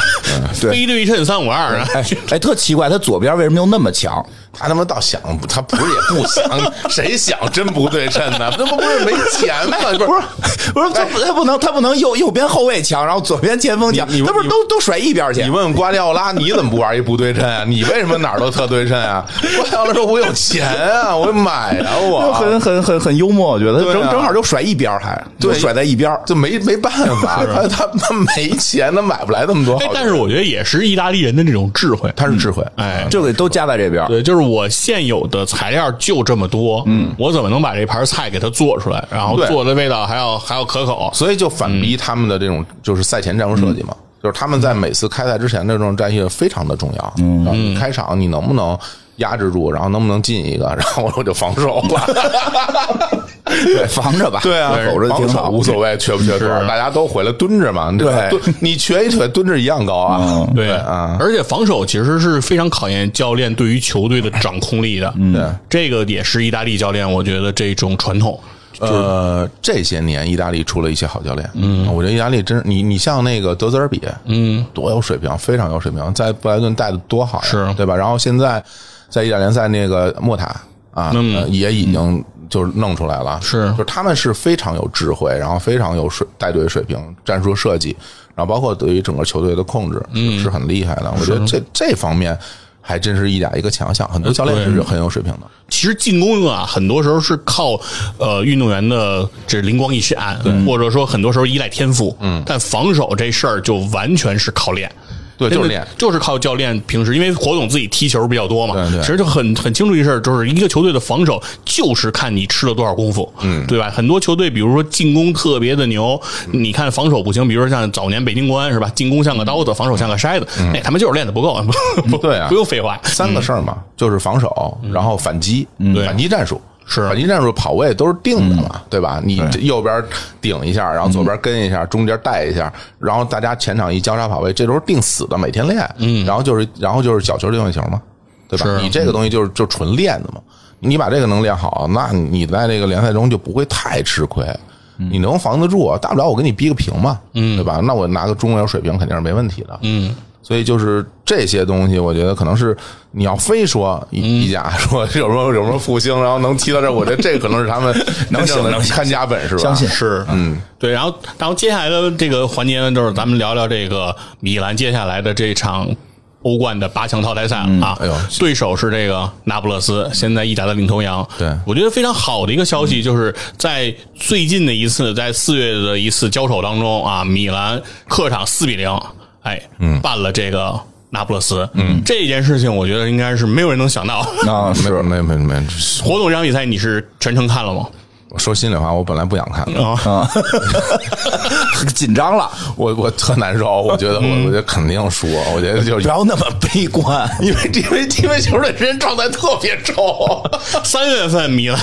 Speaker 1: 非对称三五二啊，
Speaker 2: 哎
Speaker 3: 哎
Speaker 2: 哎，特奇怪，他左边为什么又那么强？
Speaker 3: 他他妈倒想，他不是也不想，谁想真不对称呢？那不不是没钱吗？不
Speaker 2: 不是不是，他不他不能他不能右右边后卫抢，然后左边前锋抢，
Speaker 3: 你你
Speaker 2: 他不是
Speaker 3: 你
Speaker 2: 都都甩一边去
Speaker 3: 你？问瓜迪奥拉，你怎么不玩一不对称啊？你为什么哪儿都特对称啊？瓜迪奥拉说：“我有钱啊，我买啊，
Speaker 2: 就
Speaker 3: 我
Speaker 2: 很很很很幽默，我觉得
Speaker 3: 对啊
Speaker 2: 正正好就甩一边儿还就
Speaker 3: 对
Speaker 2: 甩在一边儿。
Speaker 3: 这没没办法，他他他没钱，他买不来那么多好嗯
Speaker 1: 哎
Speaker 3: 球。
Speaker 1: 但是我觉得也是意大利人的那种智慧，
Speaker 3: 他是智慧，
Speaker 1: 哎，
Speaker 2: 就给都加在这边儿，
Speaker 1: 对，就是我现有的材料就这么多，嗯，我怎么能把这盘菜给它做出来，然后
Speaker 3: 对
Speaker 1: 做的味道还要还要可口？
Speaker 3: 所以就反逼他们的这种就是赛前战术设计嘛，就是他们在每次开赛之前的这种战略非常的重要。嗯，你开场你能不能压制住，然后能不能进一个， 然后我就防守了。
Speaker 2: 对，防着吧，
Speaker 3: 对啊，
Speaker 2: 守着
Speaker 3: 防
Speaker 2: 挺好
Speaker 3: 守。无所谓，瘸不瘸腿儿，大家都回来蹲着嘛。对吧，
Speaker 2: 对
Speaker 3: 蹲 你瘸一腿蹲着一样高啊。
Speaker 1: 对
Speaker 3: 啊，
Speaker 1: 而且防守其实是非常考验教练对于球队的掌控力的，嗯，
Speaker 3: 对，
Speaker 1: 这个也是意大利教练我觉得这种传统，
Speaker 3: 呃，这些年意大利出了一些好教练，嗯，我觉得意大利真是你你像那个德泽尔比，嗯，多有水平，非常有水平，在布莱顿带的多好呀，
Speaker 1: 是
Speaker 3: 对吧？然后现在在意甲联赛那个莫塔啊，呃也已经就是弄出来了，
Speaker 1: 是
Speaker 3: 就是他们是非常有智慧，然后非常有水带队水平、战术设计，然后包括对于整个球队的控制，嗯，是很呃厉害的。我觉得这这方面还真是意甲一个强项，很多教练是很有水平的。
Speaker 1: 其实进攻啊，很多时候是靠呃运动员的这灵光一闪，或者说很多时候依赖天赋。嗯，但防守这事儿就完全是靠练。
Speaker 3: 对
Speaker 1: 真的
Speaker 3: 就是练
Speaker 1: 就是靠教练平时，因为火总自己踢球比较多嘛，
Speaker 3: 对对
Speaker 1: 其实就很很清楚一事儿，就是一个球队的防守就是看你吃了多少功夫，嗯，对吧？很多球队，比如说进攻特别的牛，
Speaker 3: 嗯
Speaker 1: 你看防守不行，比如说像早年北京国安是吧，进攻像个刀子，防守像个筛子，哎，他们就是练的不够， 不
Speaker 3: 嗯对啊
Speaker 1: 不用废话，
Speaker 3: 三个事儿嘛，就是防守，然后反击，嗯
Speaker 1: 对
Speaker 3: 反击战术
Speaker 1: 是
Speaker 3: 反击战术，跑位都是定的嘛，对吧？你这右边顶一下，然后左边跟一下，中间带一下，然后大家前场一交叉跑位，这都是定死的，每天练。嗯，然后就是然后就是小球定位球嘛，对吧？
Speaker 2: 啊
Speaker 1: 是
Speaker 3: 你这个东西就是就纯练的嘛，你把这个能练好，那你在这个联赛中就不会太吃亏。
Speaker 2: 嗯
Speaker 3: 你能防得住啊？大不了我给你逼个平嘛，嗯，对吧？那我拿个中游水平肯定是没问题的，嗯。所以就是这些东西，我觉得可能是你要非说
Speaker 2: 嗯
Speaker 3: 意意甲说有什么有什么复兴，然后能踢到这儿，我觉得这可能是他们能
Speaker 2: 行 能行
Speaker 3: 看家本事吧？
Speaker 2: 相信
Speaker 1: 是，嗯，对。然后，然后接下来的这个环节呢，就是咱们聊聊这个米兰接下来的这场欧冠的八强淘汰赛了啊。
Speaker 3: 哎呦
Speaker 1: 对手是这个那不勒斯，现在意甲的领头羊。
Speaker 3: 对
Speaker 1: 我觉得非常好的一个消息，就是在最近的一次，在四月的一次交手当中啊，米兰客场四比零，哎，嗯，办了这个。那不勒斯，嗯，这件事情我觉得应该是没有人能想到。
Speaker 2: 啊，
Speaker 3: 没
Speaker 2: 是
Speaker 3: 没没没，
Speaker 1: 活动这场比赛你是全程看了吗？
Speaker 3: 说心里话，我本来不想看，
Speaker 2: 嗯
Speaker 1: 啊、
Speaker 2: 紧张了，
Speaker 3: 我我特难受，我觉得
Speaker 2: 嗯
Speaker 3: 我我觉得肯定输，啊我觉得就是
Speaker 2: 不要那么悲观。
Speaker 3: 因为因为因为球队之前状态特别臭，
Speaker 1: 三月份米兰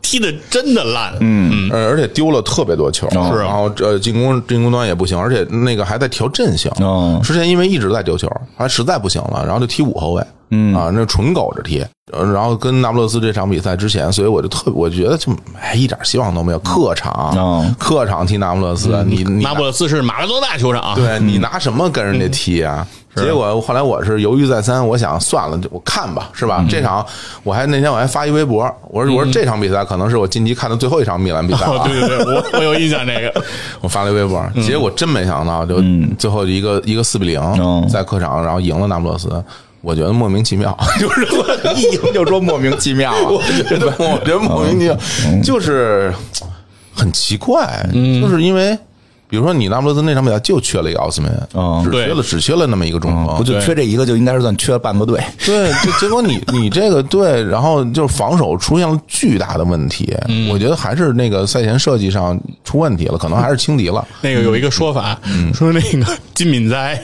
Speaker 1: 踢的真的烂，嗯， 哦啊
Speaker 3: 呃，而且丢了特别多球，是然后呃，进攻进攻端也不行，而且那个还在调阵型
Speaker 2: 哦。
Speaker 3: 之前因为一直在丢球，还实在不行了，然后就踢五后卫，嗯啊，那纯苟着踢。呃然后跟那不勒斯这场比赛之前，所以我就特我觉得就哎一点希望都没有。客
Speaker 2: 哦
Speaker 3: 场客场踢那不勒斯，你你
Speaker 1: 嗯那不勒斯是马拉多纳球场，，啊
Speaker 3: 对你拿什么跟人家踢啊？
Speaker 2: 嗯
Speaker 3: 结果后来我是犹豫再三，我想算了，就我看吧，是吧？
Speaker 2: 嗯
Speaker 3: 这场我还那天我还发一微博，我说我说这场比赛可能是我近期看的最后一场米兰比赛了
Speaker 1: 哦，
Speaker 3: 啊，
Speaker 1: 对对对，我我有印象这个，
Speaker 3: 我发了一微博，结果真没想到，就最后一个一个四比
Speaker 2: 嗯
Speaker 3: 零在客场，然后赢了那不勒斯。我觉得莫名其妙， 就是我
Speaker 2: 一赢就说莫名其妙啊，
Speaker 3: 我觉得我觉得莫名其
Speaker 2: 嗯
Speaker 3: 妙，就是很奇怪，
Speaker 2: 嗯
Speaker 3: 就是因为比如说你那不勒斯那场比赛就缺了一个奥斯梅
Speaker 2: 嗯
Speaker 3: 恩，只缺了只缺了那么一个中锋，
Speaker 2: 不就缺这一个，就应该是算缺半个队。
Speaker 3: 对，就结果你你这个对，然后就是防守出现了巨大的问题，我觉得还是那个赛前设计上出问题了，可能还是轻敌了。
Speaker 1: 那个有一个说法， 说那个金敏哉。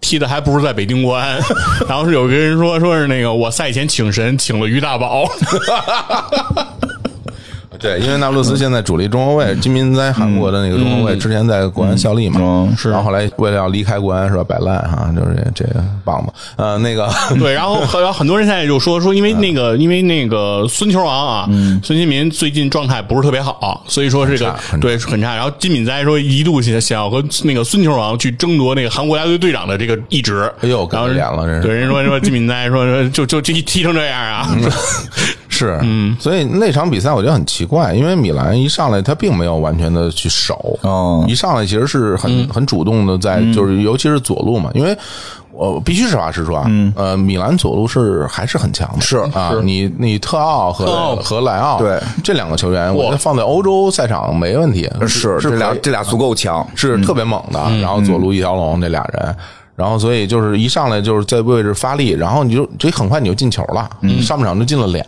Speaker 1: 踢的还不如在北京国安， 然后是有个人说说是那个我赛前请神请了于大宝，
Speaker 3: 嗯对，嗯因为那不勒斯现在主力中后卫金民哉，韩国的那个中后卫，之前在国安效力嘛，
Speaker 2: 嗯
Speaker 3: 嗯是。然后后来为了要离开国安是吧，摆烂哈，就是这这个棒子，呃，那 个
Speaker 1: 对，然后还有很多人现在就说说，因为那个，因为那个孙球王啊，
Speaker 3: 嗯
Speaker 1: 孙兴民最近状态不是特别好，所以说这个对很差。然后金敏哉说一度想想要和那个孙球王去争夺那个韩国国家队队长的这个一职，
Speaker 3: 哎呦给脸了真是
Speaker 1: 对，人说说金敏哉说说就就踢踢成这样啊，
Speaker 3: 是，嗯，所以那场比赛我觉得很奇怪，因为米兰一上来他并没有完全的去守，
Speaker 2: 哦
Speaker 3: 一上来其实是很、很主动的在，就是尤其是左路嘛，因为。我必须实话实说啊，呃，米兰左路是还是很强的，是啊，你你特奥和
Speaker 1: 特奥
Speaker 3: 和莱奥
Speaker 2: 对
Speaker 3: 这两个球员，我觉得放在欧洲赛场没问题，
Speaker 2: 是
Speaker 3: 呃是
Speaker 2: 这俩
Speaker 3: 可以
Speaker 2: 这俩足够强，
Speaker 3: 是特别猛的，然后左路一条龙这俩人。然后，所以就是一上来就是在位置发力，然后你就这很快你就进球了，上半场就进了俩。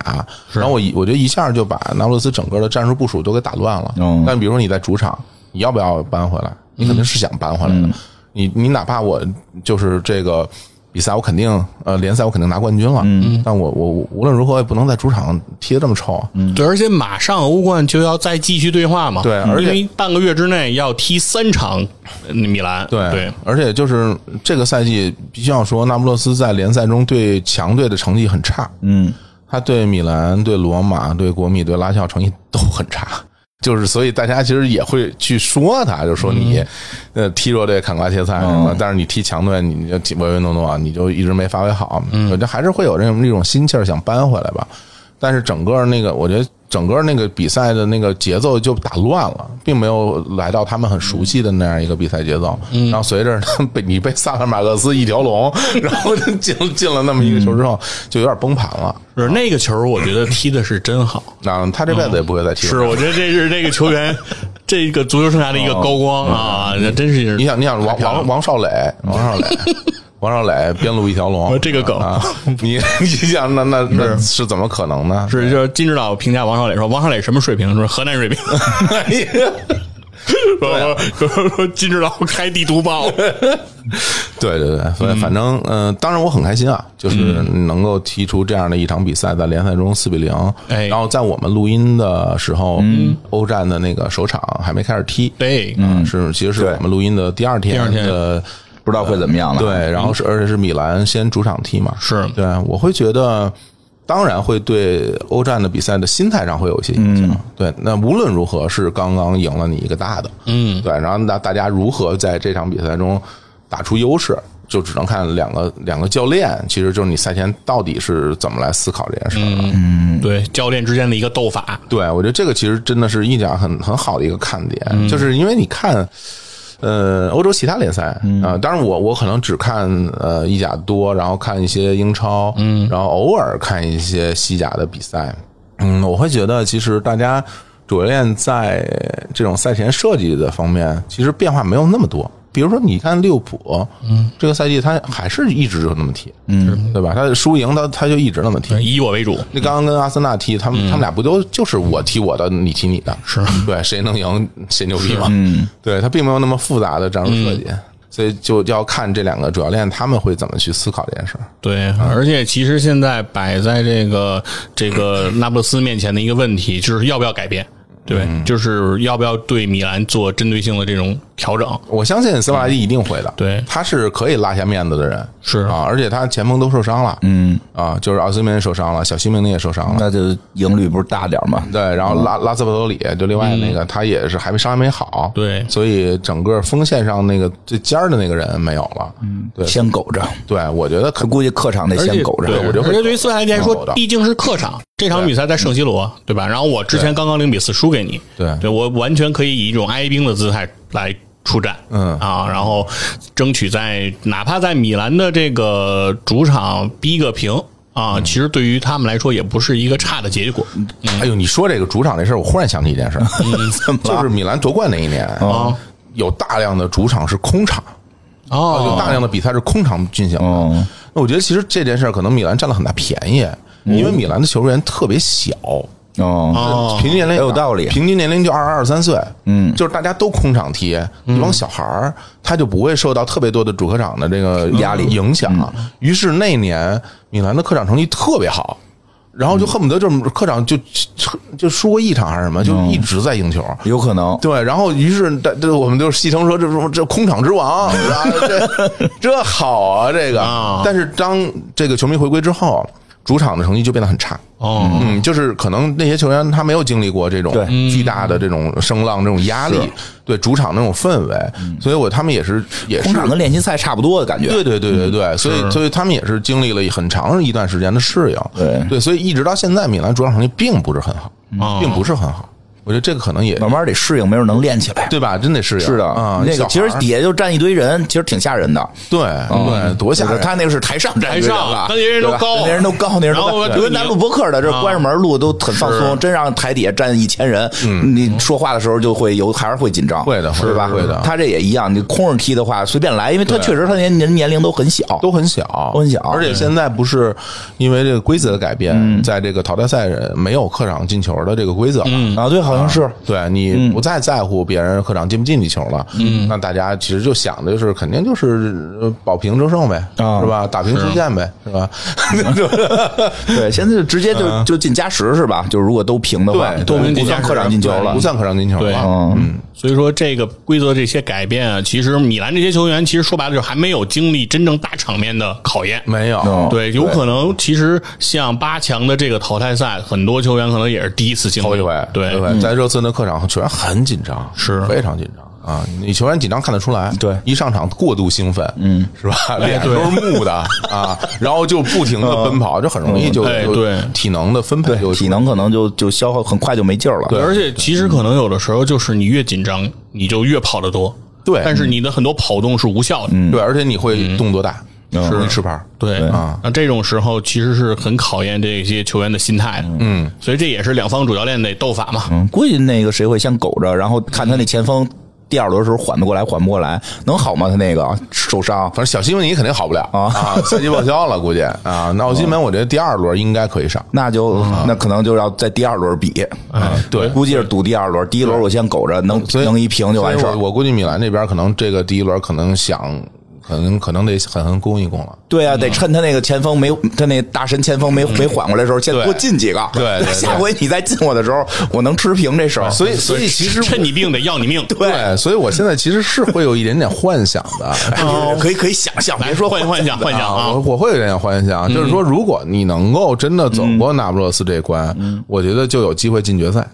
Speaker 3: 然后我一我觉得一下就把那不勒斯整个的战术部署都给打乱了。
Speaker 2: 嗯
Speaker 3: 但比如说你在主场，你要不要扳回来？你肯定是想扳回来的。你你哪怕我就是这个比赛，我肯定呃联赛我肯定拿冠军了，但我我我无论如何也不能在主场踢得这么臭啊。
Speaker 1: 对，而且马上欧冠就要再继续对话嘛，嗯
Speaker 3: 对而且
Speaker 1: 因为半个月之内要踢三场呃米兰，
Speaker 3: 对
Speaker 1: 对，
Speaker 3: 而且就是这个赛季，必须要说，那不勒斯在联赛中对强队的成绩很差。
Speaker 2: 嗯，
Speaker 3: 他对米兰、对罗马、对国米、对拉肖成绩都很差。 就是，所以大家其实也会去说他，就说你，呃，踢弱队砍瓜切菜什么，但是你踢强队，你就唯唯诺诺，你就一直没发挥好。我觉得还是会有这种那种心气儿想扳回来吧。但是整个那个，我觉得整个那个比赛的那个节奏就打乱了，并没有来到他们很熟悉的那样一个比赛节奏。然后随着他被你被萨拉马克斯一条龙，然后就进进了那么一个球之后，就有点崩盘了。
Speaker 1: 是那个球，我觉得踢的是真好，
Speaker 3: 那啊他这辈子也不会再踢了。
Speaker 1: 是，我觉得这是这个球员这个足球生涯的一个高光啊，那真是
Speaker 3: 哦嗯你想，你想王王王少磊，王 少磊，王少磊边路一条龙，
Speaker 1: 哦这个梗
Speaker 3: 啊！你 你想，那那那是怎么可能呢？
Speaker 1: 是就是金指导评价王少磊说王少磊什么水平？说河南水 平，
Speaker 3: 哎
Speaker 1: 说说说说金指导开地图 炮，
Speaker 3: 对对对，所以反正嗯、呃当然我很开心啊，就是
Speaker 1: 嗯
Speaker 3: 能够踢出这样的一场比赛，在联赛中四比零。
Speaker 1: 哎嗯
Speaker 3: 然后在我们录音的时候，欧战的那个首场还没开始踢，
Speaker 1: 对，
Speaker 3: 嗯，是其实是
Speaker 2: 对
Speaker 3: 我们录音的第二天，
Speaker 1: 第二天
Speaker 3: 的。
Speaker 2: 不知道会怎么样了。，
Speaker 3: 对，然后是而且是米兰先主场踢嘛，
Speaker 1: 是
Speaker 3: 对，我会觉得。当然会对欧战的比赛的心态上会有一些影响，
Speaker 2: 嗯
Speaker 3: 对。那无论如何是刚刚赢了你一个大的，嗯，对。然后那大家如何在这场比赛中打出优势，就只能看两个两个教练，其实就是你赛前到底是怎么来思考这件事儿了。
Speaker 1: 对教练之间的一个斗法，
Speaker 3: 对，我觉得这个其实真的是意甲很很好的一个看点，就是因为你看，呃，欧洲其他联赛啊、呃当然我我可能只看呃意甲多，然后看一些英超，嗯，然后偶尔看一些西甲的比赛，嗯，我会觉得其实大家主教练在这种赛前设计的方面，其实变化没有那么多。比如说，你看利物浦，嗯，这个赛季他还是一直就那么踢，嗯，对吧？他输赢他他就一直那么踢，
Speaker 1: 以我为主，
Speaker 3: 那刚刚跟阿森纳踢，他们、他们俩不都就是我踢我的，你踢你的，嗯是对谁能赢谁牛逼嘛？嗯，对他并没有那么复杂的战术设计，所以就要看这两个主教练他们会怎么去思考这件事儿。
Speaker 1: 对，而且其实现在摆在这个这个那不勒斯面前的一个问题，就是要不要改变，对，
Speaker 3: 嗯
Speaker 1: 就是要不要对米兰做针对性的这种调整，
Speaker 3: 我相信斯巴莱蒂一定会的，
Speaker 1: 对
Speaker 3: 他是可以拉下面子的人，
Speaker 1: 是
Speaker 3: 啊，而且他前锋都受伤了，嗯啊，就是奥斯曼受伤了，小西明尼也受伤了。
Speaker 2: 那就赢率不是大点儿吗？
Speaker 3: 对，然后拉拉塞帕多里就另外那个，他也是还没伤还没好，
Speaker 1: 对
Speaker 3: 所以整个锋线上那个最尖儿的那个人没有了，嗯，对，
Speaker 2: 先苟着，
Speaker 3: 对，我觉得可
Speaker 2: 他估计客场得
Speaker 1: 而且
Speaker 2: 先苟着。
Speaker 1: 对，
Speaker 3: 我觉得会
Speaker 1: 而且对于斯莱蒂来
Speaker 3: 嗯有
Speaker 1: 说
Speaker 3: 的，
Speaker 1: 毕竟是客场，这场比赛在圣西罗，对吧？然后我之前刚刚零比四输给你，
Speaker 3: 对
Speaker 1: 对我完全可以以一种哀兵的姿态来出战，
Speaker 3: 嗯
Speaker 1: 啊，然后争取在哪怕在米兰的这个主场逼个平。
Speaker 3: 嗯
Speaker 1: 啊，其实对于他们来说也不是一个差的结果。
Speaker 3: 哎呦，你说这个主场这事儿，我忽然想起一件事儿，
Speaker 2: 嗯
Speaker 3: 就是米兰夺冠那一年啊，有大量的主场是空场，有
Speaker 1: 哦，
Speaker 3: 大量的比赛是空场进行的。
Speaker 2: 嗯，
Speaker 3: 那我觉得其实这件事儿可能米兰占了很大便宜，因为米兰的球员特别小，啊
Speaker 2: 哦，
Speaker 1: 哦
Speaker 3: 平均年龄
Speaker 2: 有道理
Speaker 3: 平均年龄就二十二三岁，嗯，就是大家都空场踢，
Speaker 2: 嗯
Speaker 3: 一帮小孩儿他就不会受到特别多的主客场的这个压
Speaker 2: 嗯
Speaker 3: 力影响。于是那年米兰的客场成绩特别好，然后就恨不得就是客场就特就输过一场还是什
Speaker 2: 嗯
Speaker 3: 么，就一直在赢球。
Speaker 2: 有可能。
Speaker 3: 对，然后于是这这我们就戏称说这什么这空场之 王，是吧？这这好啊，这个。
Speaker 1: 啊
Speaker 3: 但是当这个球迷回归之后，主场的成绩就变得很差。
Speaker 1: 哦，
Speaker 3: 嗯，就是可能那些球员他没有经历过这种
Speaker 2: 对
Speaker 3: 巨大的这种声浪、这种压力，对主场那种氛围，所以我他们也是也
Speaker 2: 嗯
Speaker 3: 是
Speaker 2: 空场跟练习赛差不多的感觉，嗯
Speaker 3: 对对对对对，所以所以他们也是经历了很长一段时间的适应，
Speaker 2: 对嗯
Speaker 3: 所以一直到现在，米兰主场成绩并不是很好，
Speaker 1: 哦
Speaker 3: 并不是很好，我觉得这个可能也
Speaker 2: 慢慢得适应，没准能练起来。
Speaker 3: 对吧？真得适应，
Speaker 2: 是的，
Speaker 3: 啊，
Speaker 2: 那
Speaker 3: 小
Speaker 2: 个
Speaker 3: 孩
Speaker 2: 其实嗯
Speaker 3: 儿
Speaker 2: 底下就站一堆人，其实挺吓人的。
Speaker 3: 对嗯对多吓人，
Speaker 2: 他哦那个是台上站
Speaker 1: 台
Speaker 2: 一堆人
Speaker 1: 上
Speaker 2: 啊，
Speaker 1: 那些人都高
Speaker 2: 对吧那些人都高，那些人都
Speaker 1: 然后
Speaker 2: 高。啊
Speaker 1: 对
Speaker 2: 因为咱录播客的，这关上门录都很放松，真让台底下站一千人，你说话的时候就会有，还是嗯会紧张，
Speaker 3: 会的会的
Speaker 2: 是吧？
Speaker 3: 会的
Speaker 2: 他这也一样，你空着踢的话随便来，因为他确实他年年年龄都很小，
Speaker 3: 都很小，
Speaker 2: 都很小
Speaker 3: 而且现在不是因为这个规则的改变，在这个淘汰赛没有客场进球的这个规则了。
Speaker 2: 啊，对，好像是。
Speaker 3: 对你不再在乎别人客场进不进你球了，嗯，那大家其实就想的就是肯定就是呃保平争胜呗，
Speaker 2: 啊
Speaker 3: 是吧？打平出线呗，是吧？
Speaker 2: 对，现在就直接就就进加时是吧？就是如果都平的话，
Speaker 3: 对
Speaker 2: 都
Speaker 1: 都能进
Speaker 2: 嗯不
Speaker 1: 加
Speaker 2: 算
Speaker 1: 时
Speaker 2: 客场进球
Speaker 3: 对
Speaker 2: 了
Speaker 3: 不。算客场进球
Speaker 1: 对
Speaker 3: 了。
Speaker 2: 嗯，
Speaker 1: 所以说这个规则这些改变啊，其实米兰这些球员其实说白了就是还没有经历真正大场面的考验。
Speaker 3: 没有，
Speaker 2: 嗯
Speaker 1: 对，有可能其实像八强的这个头淘汰赛，很多球员可能也是第一次经历。
Speaker 3: 头一回，
Speaker 1: 嗯对，
Speaker 3: 对，
Speaker 2: 嗯
Speaker 3: 在热刺那客场，球员很紧张，
Speaker 1: 是
Speaker 3: 非常紧张。啊，你球员紧张看得出来，
Speaker 2: 对
Speaker 3: 一上场过度兴奋，嗯，是
Speaker 1: 哎
Speaker 3: 吧？脸都是木的啊，然后就不停的奔跑，这很容易就
Speaker 1: 哎
Speaker 3: 就
Speaker 1: 对
Speaker 3: 体能的分配就
Speaker 2: 嗯体能可能就就消耗很快就没劲儿了。
Speaker 1: 而且其实可能有的时候就是你越紧张，你就越跑得多。
Speaker 3: 对嗯
Speaker 1: 但是你的很多跑动是无效的。
Speaker 3: 对，而且你会动作大，
Speaker 2: 嗯
Speaker 3: 容易吃牌儿，
Speaker 1: 嗯对啊，那这种时候其实是很考验这些球员的心态的。嗯，所以这也是两方主教练得斗法嘛。
Speaker 2: 嗯，估计那个谁会先苟着，然后看他那前锋第二轮的时候缓不过来，缓不过来，能好吗？他那个受伤
Speaker 3: 反，正小西蒙尼肯定好不了
Speaker 2: 啊嗯
Speaker 3: 啊，赛季报销了估计啊。那奥西门我觉得第二轮应该可以上，
Speaker 2: 那就、那可能就要在第二轮比，啊
Speaker 3: 哎对
Speaker 2: 估计是赌第二轮，第一轮我先苟着，能
Speaker 3: 所以
Speaker 2: 能一平就完事
Speaker 3: 所以
Speaker 2: 儿。
Speaker 3: 我我估计米兰这边可能这个第一轮可能想，可能可能得狠狠攻一攻了。
Speaker 2: 对啊，得趁他那个前锋没他那大神前锋没没缓过来的时候，先
Speaker 3: 嗯对
Speaker 2: 多进几个。
Speaker 3: 对 对对
Speaker 2: 下回你再进我的时候，我能持平这手。
Speaker 3: 所以所以其实
Speaker 1: 趁你病得要你命。
Speaker 3: 对，所以我现在其实是会有一点点幻想的。
Speaker 2: 哦，可以可以想象，别
Speaker 1: 来
Speaker 2: 说
Speaker 1: 幻幻想幻想
Speaker 3: 啊，
Speaker 1: 啊
Speaker 3: 我！我会有点幻想，就是说，如果你能够真的走过那不勒斯这一关，我觉得就有机会进决赛。
Speaker 2: 啊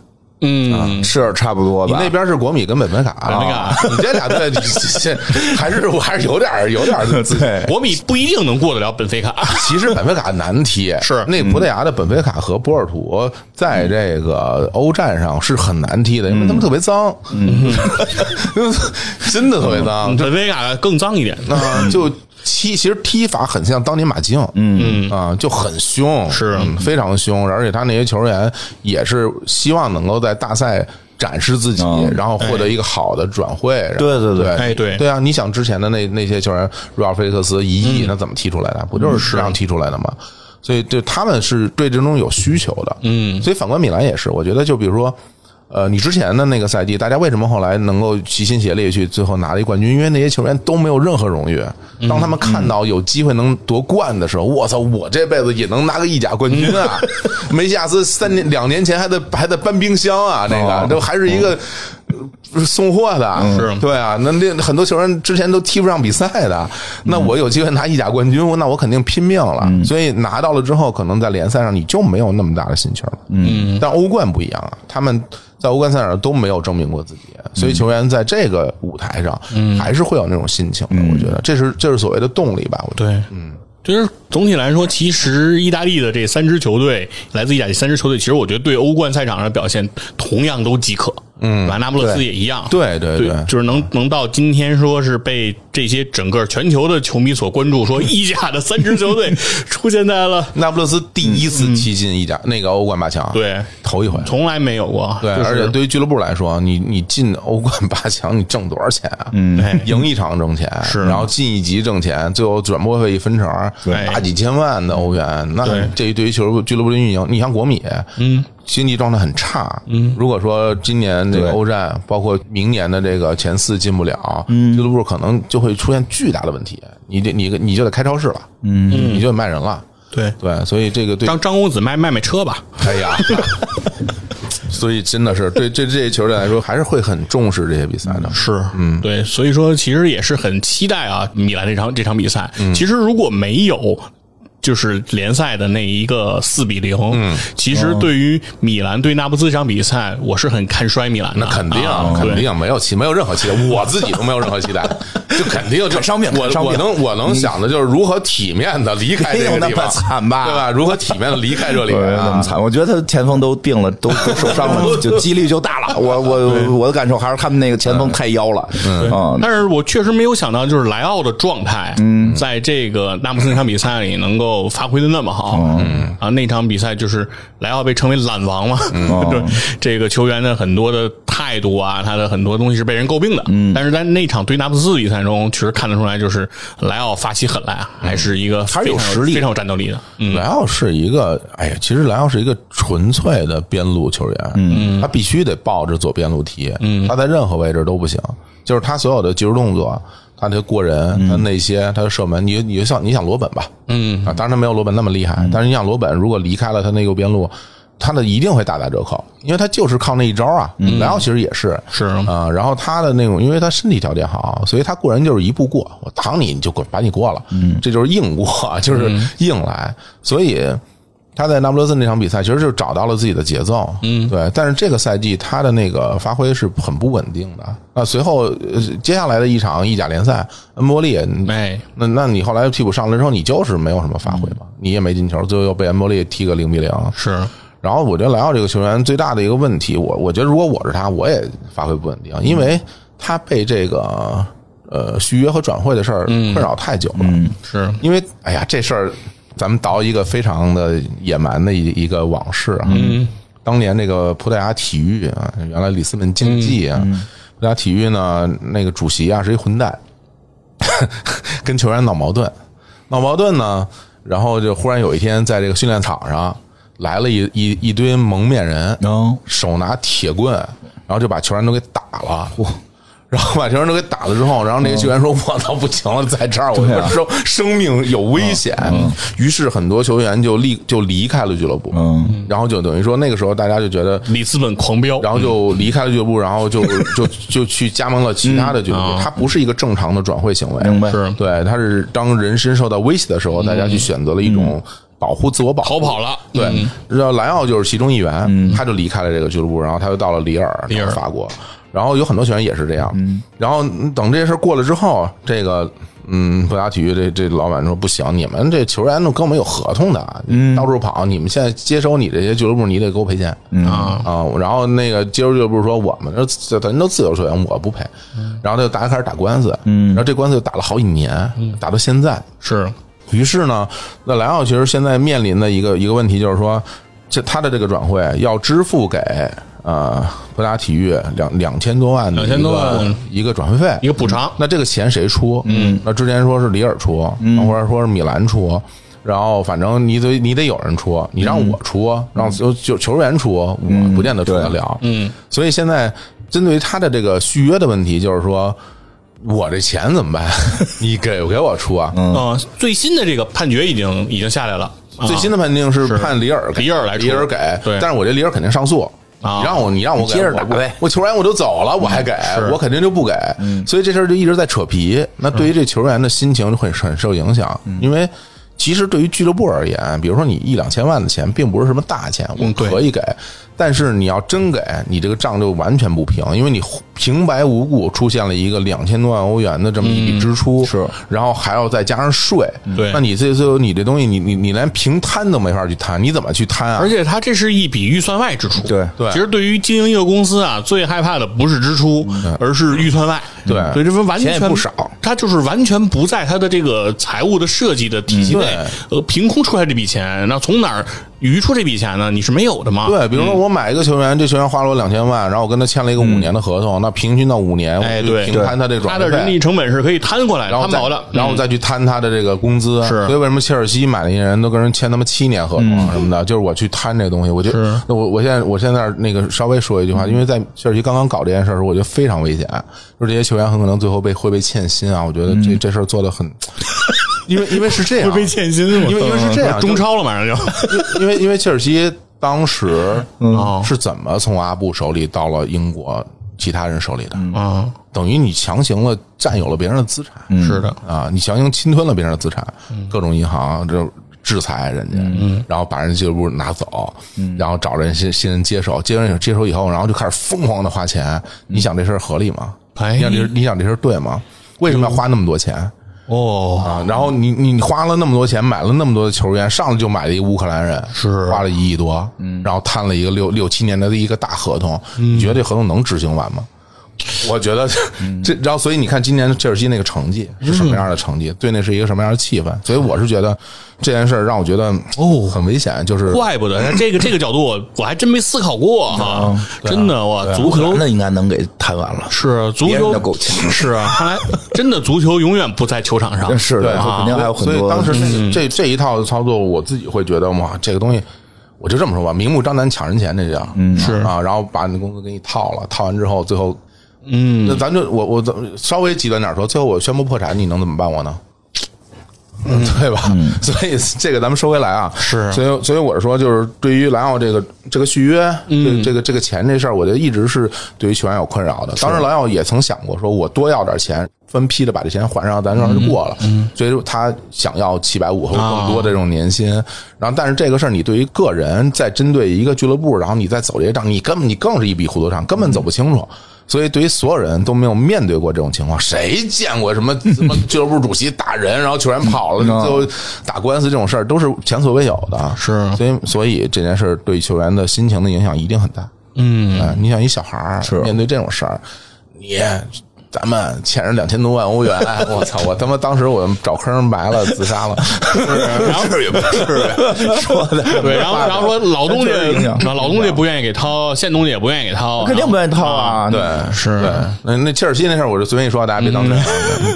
Speaker 1: 嗯，
Speaker 2: 是差不多
Speaker 3: 你
Speaker 2: 吧。
Speaker 3: 那边是国米跟本菲卡，
Speaker 1: 本菲卡
Speaker 3: 你这俩队，你这还是我还是有点有点自信。
Speaker 2: 对
Speaker 1: 国米不一定能过得了本菲卡。
Speaker 3: 其实本菲卡难踢，
Speaker 1: 是
Speaker 3: 那葡萄牙的本菲卡和波尔图在这个欧战上是很难踢的，因为他们特别脏，嗯， 真的特别脏，
Speaker 1: 本菲卡更脏一点，
Speaker 3: 啊，就踢，其实踢法很像当年马竞，嗯啊，就很凶，
Speaker 1: 是
Speaker 3: 嗯非常凶，而且他那些球员也是希望能够在大赛。展示自己，
Speaker 2: 嗯
Speaker 3: 然后获得一个好的转会。然后
Speaker 2: 对对对
Speaker 3: 对，
Speaker 1: 哎对
Speaker 3: 对啊！你想之前的那那些球员，如奥菲克斯一亿，
Speaker 1: 嗯
Speaker 3: 那怎么踢出来的？不就是这样踢出来的吗？所以对他们是对这种有需求的。嗯，所以反观米兰也是，我觉得就比如说。呃，你之前的那个赛季，大家为什么后来能够齐心协力去最后拿了一冠军？因为那些球员都没有任何荣誉。
Speaker 1: 嗯
Speaker 3: 当他们看到有机会能夺冠的时候，我操，我这辈子也能拿个意甲冠军啊！
Speaker 1: 嗯
Speaker 3: 梅西亚斯三年两年前还在还在搬冰箱啊，那个都还是一个呃送货的，
Speaker 1: 哦嗯是
Speaker 3: 对啊，那那很多球员之前都踢不上比赛的，那我有机会拿意甲冠军，那我肯定拼命了。所以拿到了之后，可能在联赛上你就没有那么大的心情了。嗯，但欧冠不一样啊，他们在欧冠赛场都没有证明过自己，所以球员在这个舞台上还是会有那种心情的。我觉得这是这是所谓的动力吧。我觉得
Speaker 1: 对，嗯，就是总体来说，其实意大利的这三支球队，来自意甲这三支球队，其实我觉得对欧冠赛场上的表现同样都饥渴，嗯，完那不勒斯也一样，
Speaker 3: 对对对
Speaker 1: 就是能能到今天说是被这些整个全球的球迷所关注，说意甲的三支球队出现在了
Speaker 3: 那不勒斯第一次踢进意甲那个欧冠八强，
Speaker 1: 对
Speaker 3: 嗯头一回。
Speaker 1: 从来没有过，
Speaker 3: 对，
Speaker 1: 就是
Speaker 3: 而且对于俱乐部来说，你你进欧冠八强，你挣多少钱啊？
Speaker 2: 嗯
Speaker 1: 哎
Speaker 3: 赢一场挣钱，
Speaker 1: 是
Speaker 3: 然后进一级挣钱，最后转播费一分成，
Speaker 1: 对
Speaker 3: 大几千万的欧元，那
Speaker 1: 对
Speaker 3: 这对于球俱乐部的运营，你像国米，嗯，经济状态很差，嗯，如果说今年这个欧战，包括明年的这个前四进不了，
Speaker 1: 嗯
Speaker 3: 俱乐部可能就会出现巨大的问题，你得你你就得开超市了，嗯，你就得卖人了，
Speaker 1: 对
Speaker 3: 对，所以这个对
Speaker 1: 张张公子卖卖卖车吧，
Speaker 3: 哎呀，所以真的是对对这些球队来说，还是会很重视这些比赛的。
Speaker 1: 是，嗯，对，所以说其实也是很期待啊，米兰这场这场比赛。
Speaker 3: 嗯
Speaker 1: 其实如果没有。就是联赛的那一个四比零，嗯，其实对于米兰对那不兹这场比赛，我是很看衰米兰的，
Speaker 3: 那肯定
Speaker 1: 啊，对
Speaker 3: 肯定没有期，没有任何期待，我自己都没有任何期待，就肯定就
Speaker 2: 很伤病
Speaker 3: 我
Speaker 2: 很伤病
Speaker 3: 我能我能想的就是如何体面的离开这
Speaker 2: 没有
Speaker 3: 个
Speaker 2: 嗯哎那
Speaker 3: 地方，
Speaker 2: 么惨吧
Speaker 3: 对吧？如何体面的离开这里
Speaker 2: 对，那么
Speaker 3: 啊？
Speaker 2: 惨，我觉得他前锋都病了，都都受伤了，就几率就大了。我我我的感受还是他们那个前锋太妖了，嗯，
Speaker 1: 但是我确实没有想到，就是莱奥的状态，嗯，在这个那不斯那场比赛里能够发挥的那么好，嗯
Speaker 2: 哦
Speaker 1: 啊，那场比赛就是莱奥被称为“懒王”嘛，
Speaker 2: 嗯
Speaker 1: 对，
Speaker 2: 哦
Speaker 1: 这个球员的很多的态度啊，他的很多东西是被人诟病的，嗯，但是在那场对那不斯比赛中，确实看得出来，就是莱奥发起狠来啊，还是一个
Speaker 2: 嗯还是有
Speaker 1: 非常
Speaker 2: 实力的
Speaker 1: 非常有战斗力的，嗯，
Speaker 3: 莱奥是一个，哎呀，其实莱奥是一个纯粹的边路球员，嗯，他必须得抱着左边路踢，嗯，他在任何位置都不行，就是他所有的技术动作，他的过人，他那些，他的射门，你你就像你想罗本吧，嗯啊，当然他没有罗本那么厉害，但是你想罗本如果离开了他那右边路。他的一定会大打折扣，因为他就是靠那一招啊。莱奥其实也是
Speaker 1: 是
Speaker 3: 啊、然后他的那种，因为他身体条件好，所以他过人就是一步过，我挡你你就过，把你过了，嗯，这就是硬过，就是硬来。所以他在那不勒斯那场比赛，其实就找到了自己的节奏，嗯，对。但是这个赛季他的那个发挥是很不稳定的啊。随后呃接下来的一场意甲联赛，恩波利，
Speaker 1: 哎，
Speaker 3: 那那你后来替补上了之后，你就是没有什么发挥嘛，你也没进球，最后又被恩波利踢个零比零，
Speaker 1: 是，
Speaker 3: 然后我觉得莱奥这个球员最大的一个问题，我我觉得如果我是他，我也发挥不稳定，因为他被这个呃续约和转会的事儿困扰太久了。
Speaker 1: 是，
Speaker 3: 因为哎呀，这事儿咱们倒一个非常的野蛮的一一个往事啊。嗯，当年那个葡萄牙体育啊，原来里斯本竞技啊，葡萄牙体育呢，那个主席啊是一混蛋， 跟球员闹矛盾，闹矛盾呢，然后就忽然有一天在这个训练场上来了一一一堆蒙面人，
Speaker 2: 能
Speaker 3: 手拿铁棍，然后就把球员都给打了。然后把球员都给打了之后，然后那个球员说：“我操，不行了，在这儿我
Speaker 2: 对啊嗯
Speaker 3: 生生命有危险。”于是很多球员就离就离开了俱乐部。嗯，然后就等于说那个时候大家就觉
Speaker 2: 嗯
Speaker 3: 得，
Speaker 1: 里斯本狂飙，
Speaker 3: 然后就离开了俱乐部，然后 就就就去加盟了其他的俱乐
Speaker 1: 嗯
Speaker 3: 部。
Speaker 1: 啊
Speaker 3: 他不是一个正常的转会行为，
Speaker 2: 明白嗯
Speaker 1: 是
Speaker 3: 对，他是当人身受到威胁的时候，大家去选择了一种保护自我保护
Speaker 1: 逃跑了，
Speaker 3: 对，然后莱奥就是其中一员，他就离开了这个俱乐部，然后他又到了里尔，
Speaker 1: 嗯里尔
Speaker 3: 到法国。然后有很多球员也是这样。然后嗯等这事儿过了之后，这个嗯，葡萄牙体育这这老板说不行，你们这球员都跟我们有合同的，
Speaker 1: 嗯
Speaker 3: 到处跑，你们现在接收你这些俱乐部，你得给我赔钱。
Speaker 2: 嗯
Speaker 1: 啊，
Speaker 3: 啊，然后那个接收俱乐部说我们这这咱都自由球员，我不赔。
Speaker 1: 嗯
Speaker 3: 然后就大家开始打官司，然后这官司就打了好几年，
Speaker 1: 嗯
Speaker 3: 打到现在。
Speaker 1: 是，
Speaker 3: 于是呢，那莱奥其实现在面临的一个一个问题就是说，这他的这个转会要支付给呃葡萄牙体育两两千多万的
Speaker 1: 2000多万
Speaker 3: 一个一个转会费，
Speaker 1: 一个补偿，
Speaker 3: 那这个钱谁出？嗯，那之前说是里尔出，嗯、或者说是米兰出，然后反正你得你得有人出，你让我出，让球球球员出，我不见得出得了。嗯，所以现在针对于他的这个续约的问题，就是说。我这钱怎么办？ 你给给我出啊？
Speaker 1: 嗯、最新的这个判决已经已经下来了，啊
Speaker 3: 最新的判定是判里尔给
Speaker 1: 里尔来出
Speaker 3: 里尔给，
Speaker 1: 对
Speaker 3: 但是我这里尔肯定上诉。
Speaker 1: 啊嗯
Speaker 3: 你让我，你让我给
Speaker 2: 接着打
Speaker 3: 我
Speaker 2: 呗
Speaker 3: 我我球员我都走了，我还给，我肯定就不给。所以这事儿就一直在扯皮。那
Speaker 1: 嗯
Speaker 3: 对于这球员的心情就会很受影响，因为其实对于俱乐部而言，比如说你一两千万的钱，并不是什么大钱，我
Speaker 1: 嗯对
Speaker 3: 可以给。但是你要真给你这个账就完全不平，因为你平白无故出现了一个两千多万欧元的这么一笔支出，
Speaker 2: 是，
Speaker 3: 然后还要再加上税，
Speaker 1: 嗯对
Speaker 3: 那你这最后你这东西，你你你连平摊都没法去摊，你怎么去摊啊
Speaker 1: 而？且它这是一笔预算外支出。
Speaker 2: 对
Speaker 3: 对
Speaker 1: 其实对于经营一个公司啊，最害怕的不是支出，而是预算外。
Speaker 3: 嗯对
Speaker 1: 所以这完
Speaker 3: 钱也
Speaker 1: 全
Speaker 3: 不少，
Speaker 1: 它就是完全不在它的这个财务的设计的体系内，呃，凭空出来这笔钱，那从哪儿余出这笔钱呢？你是没有的嘛？
Speaker 3: 对，比如说我买一个球员，这球员花了我两千万，然后我跟他签了一个五年的合同，那平均到五年，
Speaker 1: 嗯哎
Speaker 3: 我就
Speaker 1: 对
Speaker 3: 平摊他这转
Speaker 1: 它
Speaker 3: 会
Speaker 1: 的
Speaker 3: 费
Speaker 1: 人力成本是可以摊过来的，
Speaker 3: 然后
Speaker 1: 摊
Speaker 3: 再
Speaker 1: 薄的。
Speaker 3: 然后再去摊他的这个工资。啊
Speaker 1: 是嗯
Speaker 3: 所以为什么切尔西买那些人都跟人签他妈七年合同啊什么的，就是我去摊这东西。我就，那我我现在我现在那个稍微说一句
Speaker 1: 嗯
Speaker 3: 话，因为在切尔西刚刚搞这件事儿的时候，我觉得非常危险，就是这些球员很可能最后被会被欠薪啊。我觉得这、
Speaker 1: 嗯
Speaker 3: 这事儿做 的很，因为因为是这样，啊
Speaker 1: 欠薪，
Speaker 3: 因为因为是这样
Speaker 1: 中超了马上就。
Speaker 3: 因为因为切尔西当时
Speaker 1: 嗯
Speaker 3: 是怎么从阿布手里到了英国其他人手里的？
Speaker 1: 啊，
Speaker 3: 等于你强行了占有了别人的资产，
Speaker 1: 是的，
Speaker 3: 啊，你强行侵吞了别人的资产，各种银行这制裁人家，然后把人俱乐部拿走，然后找人新新人接手，接人接手以后，然后就开始疯狂的花钱。你想这事儿合理吗？
Speaker 1: 哎
Speaker 3: 你想这你想这事儿对吗？为什么要花那么多钱？
Speaker 1: 哦，
Speaker 3: 啊，然后你你你花了那么多钱买了那么多的球员，上来就买了一个乌克兰人，
Speaker 1: 是
Speaker 3: 花了一亿多，嗯，然后摊了一个六六七年的一个大合同，
Speaker 1: 嗯
Speaker 3: 你觉得这合同能执行完吗？我觉得
Speaker 1: 嗯
Speaker 3: 这，然后所以你看今年切尔西那个成绩是什么样的成绩，对那是一个什么样的气氛，所以我是觉得这件事儿让我觉得
Speaker 1: 哦
Speaker 3: 很危险，就是
Speaker 1: 怪不得哎这个这个角度我我还真没思考过哈，啊真的哇，
Speaker 2: 啊
Speaker 1: 足球
Speaker 2: 那应该能给谈完了。
Speaker 1: 是足
Speaker 2: 别人的
Speaker 1: 球
Speaker 2: 够呛
Speaker 1: 是啊，看来真的足球永远不在球场上，
Speaker 2: 是的，
Speaker 3: 啊
Speaker 2: 肯定还有很
Speaker 3: 所以
Speaker 2: 多。嗯
Speaker 3: 当时这这这一套操作，我自己会觉得哇，这个东西，我就这么说吧，明目张胆抢人钱，这叫嗯
Speaker 1: 是
Speaker 3: 啊，然后把你的工资给你套了，套完之后，最后嗯，那咱就我我咱稍微极端点说，最后我宣布破产，你能怎么办我呢？对吧？ 所以这个咱们说回来啊，
Speaker 1: 是
Speaker 3: 所以所以我是说，就是对于莱奥这个这个续约，这这个这个钱这事儿，我觉得一直是对于球员有困扰的。当时莱奥也曾想过，说我多要点钱，分批的把这钱还上，咱让他就过了。所以他想要七百五或者更多的这种年薪。然后，但是这个事儿，你对于个人再针对一个俱乐部，然后你再走这些账，你根本你更是一笔糊涂账，根本走不清楚。所以，对于所有人都没有面对过这种情况，谁见过什么什么俱乐部主席打人，然后球员跑了，最后打官司这种事儿都是前所未有的。啊
Speaker 1: 是
Speaker 3: 所以所以这件事儿对球员的心情的影响一定很大。嗯，你想一小孩儿面对这种事儿，你。咱们欠人两千多万欧元，啊我操！我他妈当时我找坑埋了，自杀了。
Speaker 1: 然后
Speaker 3: 至于不至于？
Speaker 2: 说的
Speaker 1: 对，然后然后说老东家啊
Speaker 2: 确实影响，
Speaker 1: 老东家不愿意给掏，现东家也不愿意给掏，
Speaker 2: 肯定不愿意套
Speaker 1: 啊。
Speaker 2: 啊。
Speaker 3: 对，
Speaker 1: 是
Speaker 3: 对。那那切尔西那事儿，我就随便一说，大家别当真，啊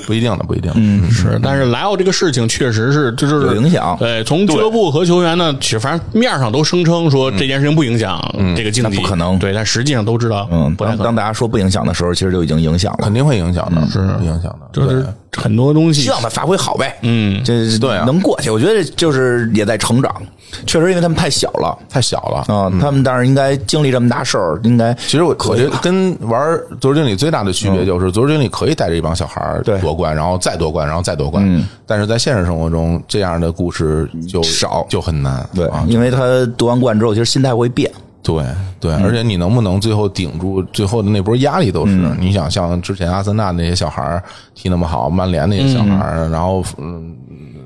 Speaker 3: 不一定的，不一定。嗯，
Speaker 1: 是，但是莱奥这个事情确实是，这就是
Speaker 2: 有影响
Speaker 1: 对，从俱乐部和球员呢，其实反正面上都声称说这件事情不影响这个竞技，
Speaker 2: 嗯那不可能
Speaker 1: 对，但实际上都知道，
Speaker 2: 嗯，
Speaker 1: 不太
Speaker 2: 当
Speaker 1: 可能。
Speaker 2: 当大家说不影响的时候，其实就已经影响了。
Speaker 3: 肯定会影响的，是影响的。
Speaker 1: 就是很多东西
Speaker 2: 希，望他发挥好呗。
Speaker 1: 嗯
Speaker 2: 这
Speaker 3: 对啊
Speaker 2: 能过去，我觉得就是也在成长。确实，因为他们太小了
Speaker 3: 太小了。
Speaker 2: 啊，他们当然应该经历这么大事儿，应该
Speaker 3: 其实我
Speaker 2: 可
Speaker 3: 我
Speaker 2: 以
Speaker 3: 觉得跟玩足球经理最大的区别就是，足球经理可以带着一帮小孩儿
Speaker 2: 对
Speaker 3: 夺冠，然后再夺冠，然后再夺冠。但是在现实生活中，这样的故事就
Speaker 2: 少
Speaker 3: 就很难。
Speaker 2: 对
Speaker 3: 啊，
Speaker 2: 因为他夺完冠之后，其实心态会 变。
Speaker 3: 对对，而且你能不能最后顶住最后的那波压力都是，你想像之前阿森纳那些小孩儿踢那么好，曼联那些小孩儿，然后嗯，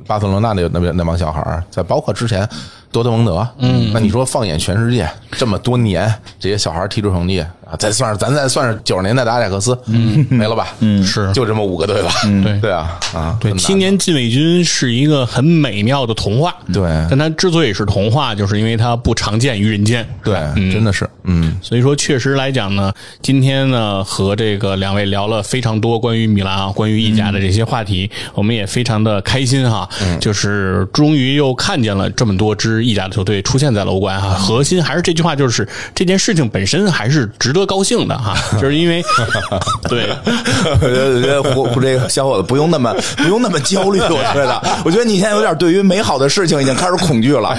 Speaker 3: 巴塞罗那那那边那帮小孩儿，再包括之前多特蒙德，嗯，那你说放眼全世界这么多年，这些小孩儿踢出成绩啊，再算上咱再算上九十年代的阿贾克斯，嗯，没了吧？嗯，
Speaker 1: 是
Speaker 3: 就这么五个队吧？
Speaker 1: 对
Speaker 3: 对啊啊，
Speaker 1: 对
Speaker 3: 很难
Speaker 1: 青年禁卫军是一个很美妙的童话，
Speaker 3: 对
Speaker 1: 但它之所以是童话，就是因为它不常见于人间，
Speaker 3: 对，真的是嗯。
Speaker 1: 所以说，确实来讲呢，今天呢和这个两位聊了非常多关于米兰啊、关于意甲的这些话题，
Speaker 3: 嗯
Speaker 1: 我们也非常的开心哈，就是终于又看见了这么多支意甲的球队出现在了欧冠哈。
Speaker 3: 嗯
Speaker 1: 核心还是这句话，就是这件事情本身还是值得高兴的 哈，就是因为对
Speaker 2: 我觉得我觉得胡这个小伙子不用那么不用那么焦虑，我觉 得，我觉得你现在有点对于美好的事情已经开始恐惧 了。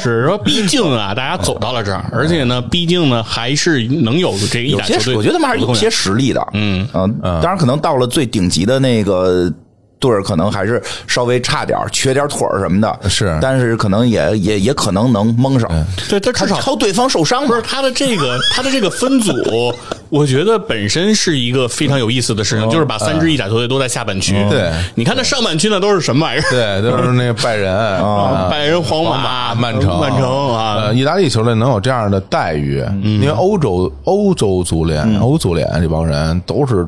Speaker 1: 是说，毕竟啊，大家走到了这儿，而且呢，毕竟呢还是能有这个意
Speaker 2: 有
Speaker 1: 甲球
Speaker 2: 些
Speaker 1: 队，
Speaker 2: 我觉得他们还是有些实力的，嗯当然可能到了最顶级的那个队儿，可能还是稍微差点儿，缺点儿腿儿什么的，
Speaker 3: 是
Speaker 2: 但是嗯可能也也也可能能蒙上，
Speaker 1: 对，他至少
Speaker 2: 靠对方受伤
Speaker 1: 不
Speaker 2: 嘛
Speaker 1: 是。他的这个，他的这个分组，我觉得本身是一个非常有意思的
Speaker 2: 哦
Speaker 1: 事情，就是把
Speaker 2: 嗯
Speaker 1: 三支意甲球队都在下半区。
Speaker 3: 对
Speaker 1: 你看那上半区呢都是什么玩意儿？
Speaker 3: 对，都是那个拜仁啊
Speaker 1: 拜仁、皇
Speaker 3: 皇
Speaker 1: 马、
Speaker 3: 马、曼城、
Speaker 1: 曼城啊
Speaker 3: 呃，，意大利球队能有这样的待遇，因为欧洲欧洲足联、欧足联这帮人都是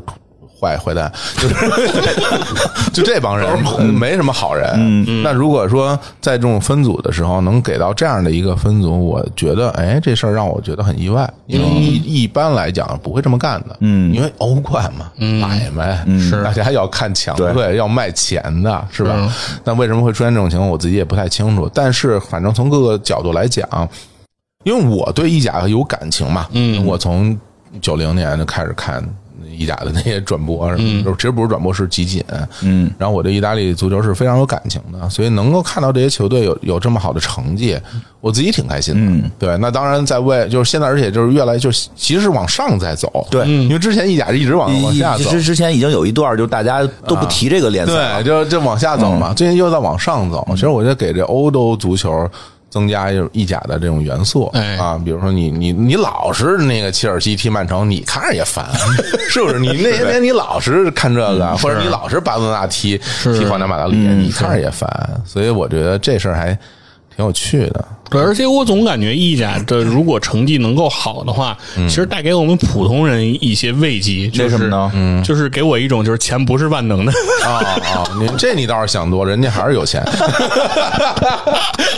Speaker 3: 坏坏蛋， 就是就这帮人没什么好人。那如果说在这种分组的时候能给到这样的一个分组，我觉得哎，这事儿让我觉得很意外，因为一一般来讲不会这么干的，嗯，因为欧冠嘛，买卖是嗯大家要看强队，要卖钱的，是吧？那为什么会出现这种情况，我自己也不太清楚。但是反正从各个角度来讲，因为我对意甲有感情嘛，嗯，我从九零年就开始看意甲的那些转播什么，就是其实不是转播是集锦。嗯，然后我对意大利足球是非常有感情的，所以能够看到这些球队有有这么好的成绩，我自己挺开心的。嗯，对，那当然在为就是现在，而且就是越来就是其实是往上在走。
Speaker 2: 对
Speaker 3: 因为之前意甲是一直往往下
Speaker 2: 之
Speaker 3: 走，
Speaker 2: 之之前已经有一段，就大家都不提这个联赛
Speaker 3: 对，嗯
Speaker 2: 了，
Speaker 3: 就就往下走嘛。最近又在往上走，其实我觉得给这欧洲足球。增加一种意甲的这种元素、
Speaker 1: 哎
Speaker 3: 啊，比如说你你你老是那个切尔西踢曼城，你看着也 烦，是不是？你那些天你老是看这个，或者你老是嗯巴塞罗那踢踢皇家马德里，你看着也烦。所以我觉得这事儿还挺有趣 的。
Speaker 1: 对，而且我总感觉意甲的如果成绩能够好的话，其实带给我们普通人一些慰藉。就
Speaker 2: 为
Speaker 1: 是
Speaker 2: 嗯什么呢？
Speaker 1: 嗯，就是给我一种就是钱不是万能的。
Speaker 3: 啊啊！你这你倒是想多，人家还是有 钱，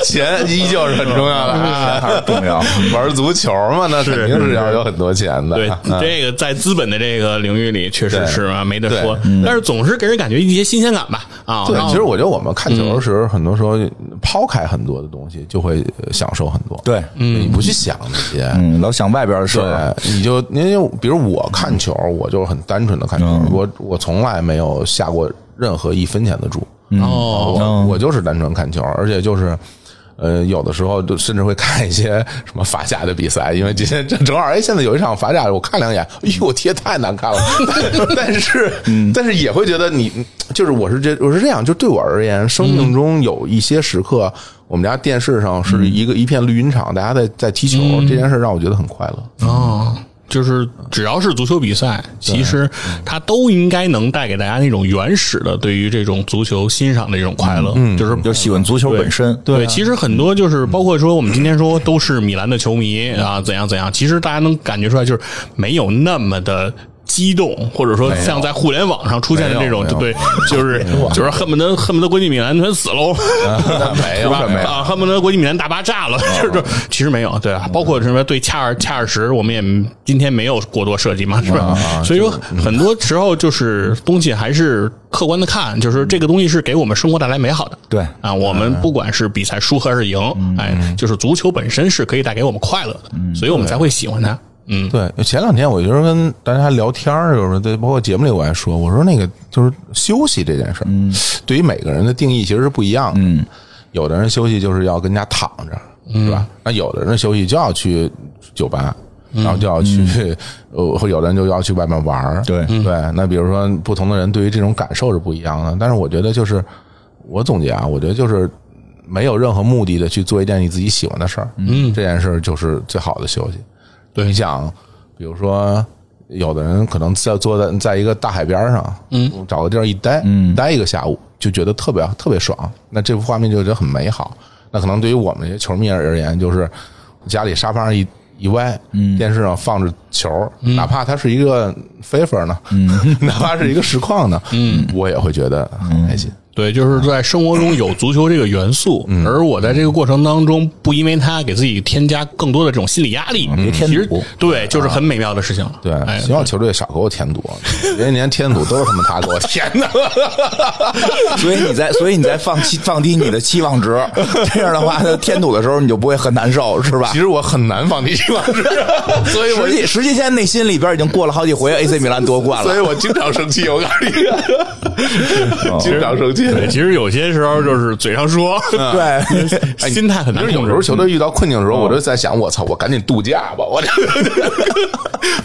Speaker 3: 钱依旧是很重要 的啊，还是
Speaker 2: 重要。
Speaker 3: 玩足球嘛，那肯定是要有很多钱的。 啊
Speaker 1: 对，这个在资本的这个领域里确实
Speaker 3: 对
Speaker 1: 是啊，没得
Speaker 3: 对
Speaker 1: 说。但是总是给人感觉一些新鲜感吧。啊，
Speaker 3: 对
Speaker 1: 然，后
Speaker 3: 其实我觉得我们看球的时候，很多时候抛开很多的东西，就会呃享受很多。，
Speaker 2: 对，
Speaker 3: 你不去想那些。
Speaker 2: 嗯，老想外边的事
Speaker 3: 对
Speaker 2: 儿，，
Speaker 3: 你就因为比如我看球，我就很单纯的看球，我我从来没有下过任何一分钱的注，
Speaker 1: 哦，
Speaker 3: 我我就是单纯看球，而且就是。呃，有的时候就甚至会看一些什么法甲的比赛，因为今天这正好，哎，现在有一场法甲，我看两眼，哎呦，我天，太难看了。 但是，但是也会觉得你就是我是这我是这样，就对我而言，生命中有一些时刻，我们家电视上是一个一片绿茵场，大家在在踢球，这件事让我觉得很快乐。
Speaker 1: 哦，就是只要是足球比赛，其实它都应该能带给大家那种原始的对于这种足球欣赏的这种快乐。嗯，就是
Speaker 2: 就喜欢足球本身。
Speaker 3: 啊
Speaker 1: 对，其实很多就是包括说我们今天说都是米兰的球迷啊，怎样怎样，其实大家能感觉出来，就是没有那么的。激动，或者说像在互联网上出现的这种
Speaker 3: 没，有
Speaker 1: 对， 就是就是恨不得恨不得国际米兰全死喽，
Speaker 3: 没
Speaker 1: 是
Speaker 3: 有
Speaker 1: 吧？
Speaker 3: 没有
Speaker 1: 啊，恨不得国际米兰大巴炸了，就是这其实没有，对啊，
Speaker 3: 嗯
Speaker 1: 包括什么对恰尔恰尔什，我们也今天没有过多涉及嘛，是
Speaker 3: 啊
Speaker 1: 吧？所以说
Speaker 3: 嗯
Speaker 1: 很多时候就是东西还是客观的看，就是这个东西是给我们生活带来美好的，
Speaker 2: 对
Speaker 1: 啊，我们不管是比赛输还是赢，哎，就是足球本身是可以带给我们快乐的，所以我们才会喜欢它。嗯，
Speaker 3: 对，前两天我就是跟大家聊天儿，就是对，包括节目里我还说，我说那个就是休息这件事儿，嗯，对于每个人的定义其实是不一样的。嗯，有的人休息就是要跟家躺着，是吧？那有的人休息就要去酒吧。然后就要去，呃，或有的人就要去外面玩儿，
Speaker 2: 对
Speaker 3: 对。嗯那比如说，不同的人对于这种感受是不一样的。但是我觉得，就是我总结啊，我觉得就是没有任何目的的去做一件你自己喜欢的事儿，嗯，这件事儿就是最好的休息。
Speaker 1: 对
Speaker 3: 你想，比如说，有的人可能在坐在在一个大海边上，嗯，找个地儿一待，嗯，待一个下午，就觉得特别特别爽。那这幅画面就觉得很美好。那可能对于我们这些球迷而言，就是家里沙发上一一歪，嗯，电视上放着球，哪怕它是一个 FIFA 呢，嗯， 哪怕是一个实况呢，嗯，我也会觉得很开心。
Speaker 1: 对，就是在生活中有足球这个元素，而我在这个过程当中不因为它给自己添加更多的这种心理压力，
Speaker 2: 添
Speaker 1: 其实
Speaker 2: 堵
Speaker 1: 对，就是很美妙的事情了。
Speaker 3: 对，
Speaker 1: 哎
Speaker 3: 希望球队少给我添堵，连连添堵都是他妈他 给我添的。
Speaker 2: 所以你在，所以你在放期放低你的期望值，这样的话，它添堵的时候你就不会很难受，是吧
Speaker 3: 其？实我很难放低希望值， 所以我
Speaker 2: 实际实际现在内心里边已经过了好几回 AC 米兰夺冠
Speaker 3: 所以
Speaker 2: 了，
Speaker 3: 我经常生气，我告 诉你，经常生气。
Speaker 1: 对，其实有些时候就是嘴上说，
Speaker 2: 对，
Speaker 1: 心态很
Speaker 3: 就
Speaker 1: 难
Speaker 3: 是
Speaker 1: 控
Speaker 3: 有
Speaker 1: 制。
Speaker 3: 时候球队遇到困境的时候，我就在想，我操，我赶紧度假吧，我 这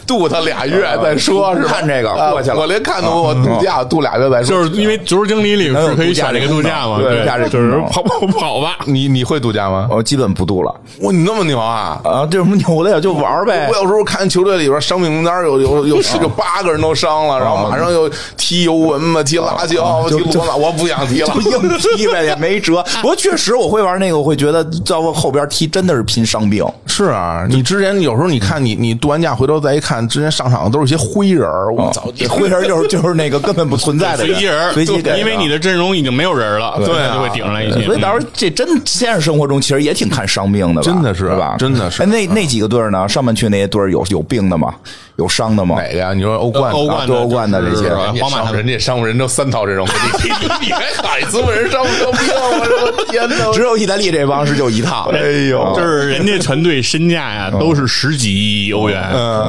Speaker 3: 度他俩月再说，是吧？
Speaker 2: 看这个
Speaker 3: 啊
Speaker 2: 过去了
Speaker 3: 我连看都我度假度俩月再说，
Speaker 1: 就是因为足球经理里是可以选这个度假嘛，
Speaker 2: 能有
Speaker 1: 对
Speaker 2: 度假这，
Speaker 1: 就
Speaker 2: 功能
Speaker 1: 是
Speaker 2: 对
Speaker 1: 跑跑跑吧。
Speaker 3: 你你会度假吗？
Speaker 2: 我基本不度了
Speaker 3: 哇，你那么牛啊！
Speaker 2: 啊，这有什么牛的呀？就玩儿呗
Speaker 3: 我。有时候看球队里边伤病名单有有有十有八个人都伤了，然后马上又踢尤文嘛，踢拉齐奥，踢罗马，我不想踢了。
Speaker 2: 就硬踢呗，也没辙。不过确实，我会玩那个，我会觉得到后边踢真的是拼伤病。
Speaker 3: 是啊，你之前有时候你看你你度完假回头再一看，之前上场的都是一些灰人儿，我早就
Speaker 2: 灰人就是就是那个根本不存在的
Speaker 1: 随
Speaker 2: 人
Speaker 1: 机人，
Speaker 2: 随机人，
Speaker 1: 因为你的阵容已经没有人了，
Speaker 3: 对啊
Speaker 1: 就会顶上来一起。
Speaker 2: 所以到时候这真现实生活中其实也挺看伤病的吧，
Speaker 3: 嗯真的是
Speaker 2: 对吧？
Speaker 3: 真的是
Speaker 2: 哎那那几个队儿呢，上半区那些队儿有有病的吗？有伤的吗？
Speaker 3: 哪个呀？你说呃欧冠、
Speaker 1: 嗯欧冠的
Speaker 2: 啊
Speaker 3: 欧冠的这些
Speaker 1: 是，吧皇马他们
Speaker 3: 人家伤过人都三套这种，你 你还好意 思问人伤不伤病？我的天哪！
Speaker 2: 只有意大利这帮是就一套。
Speaker 3: 哎 呦，
Speaker 1: 就是人家团队身价呀、
Speaker 2: 嗯
Speaker 1: 都是十几亿欧元，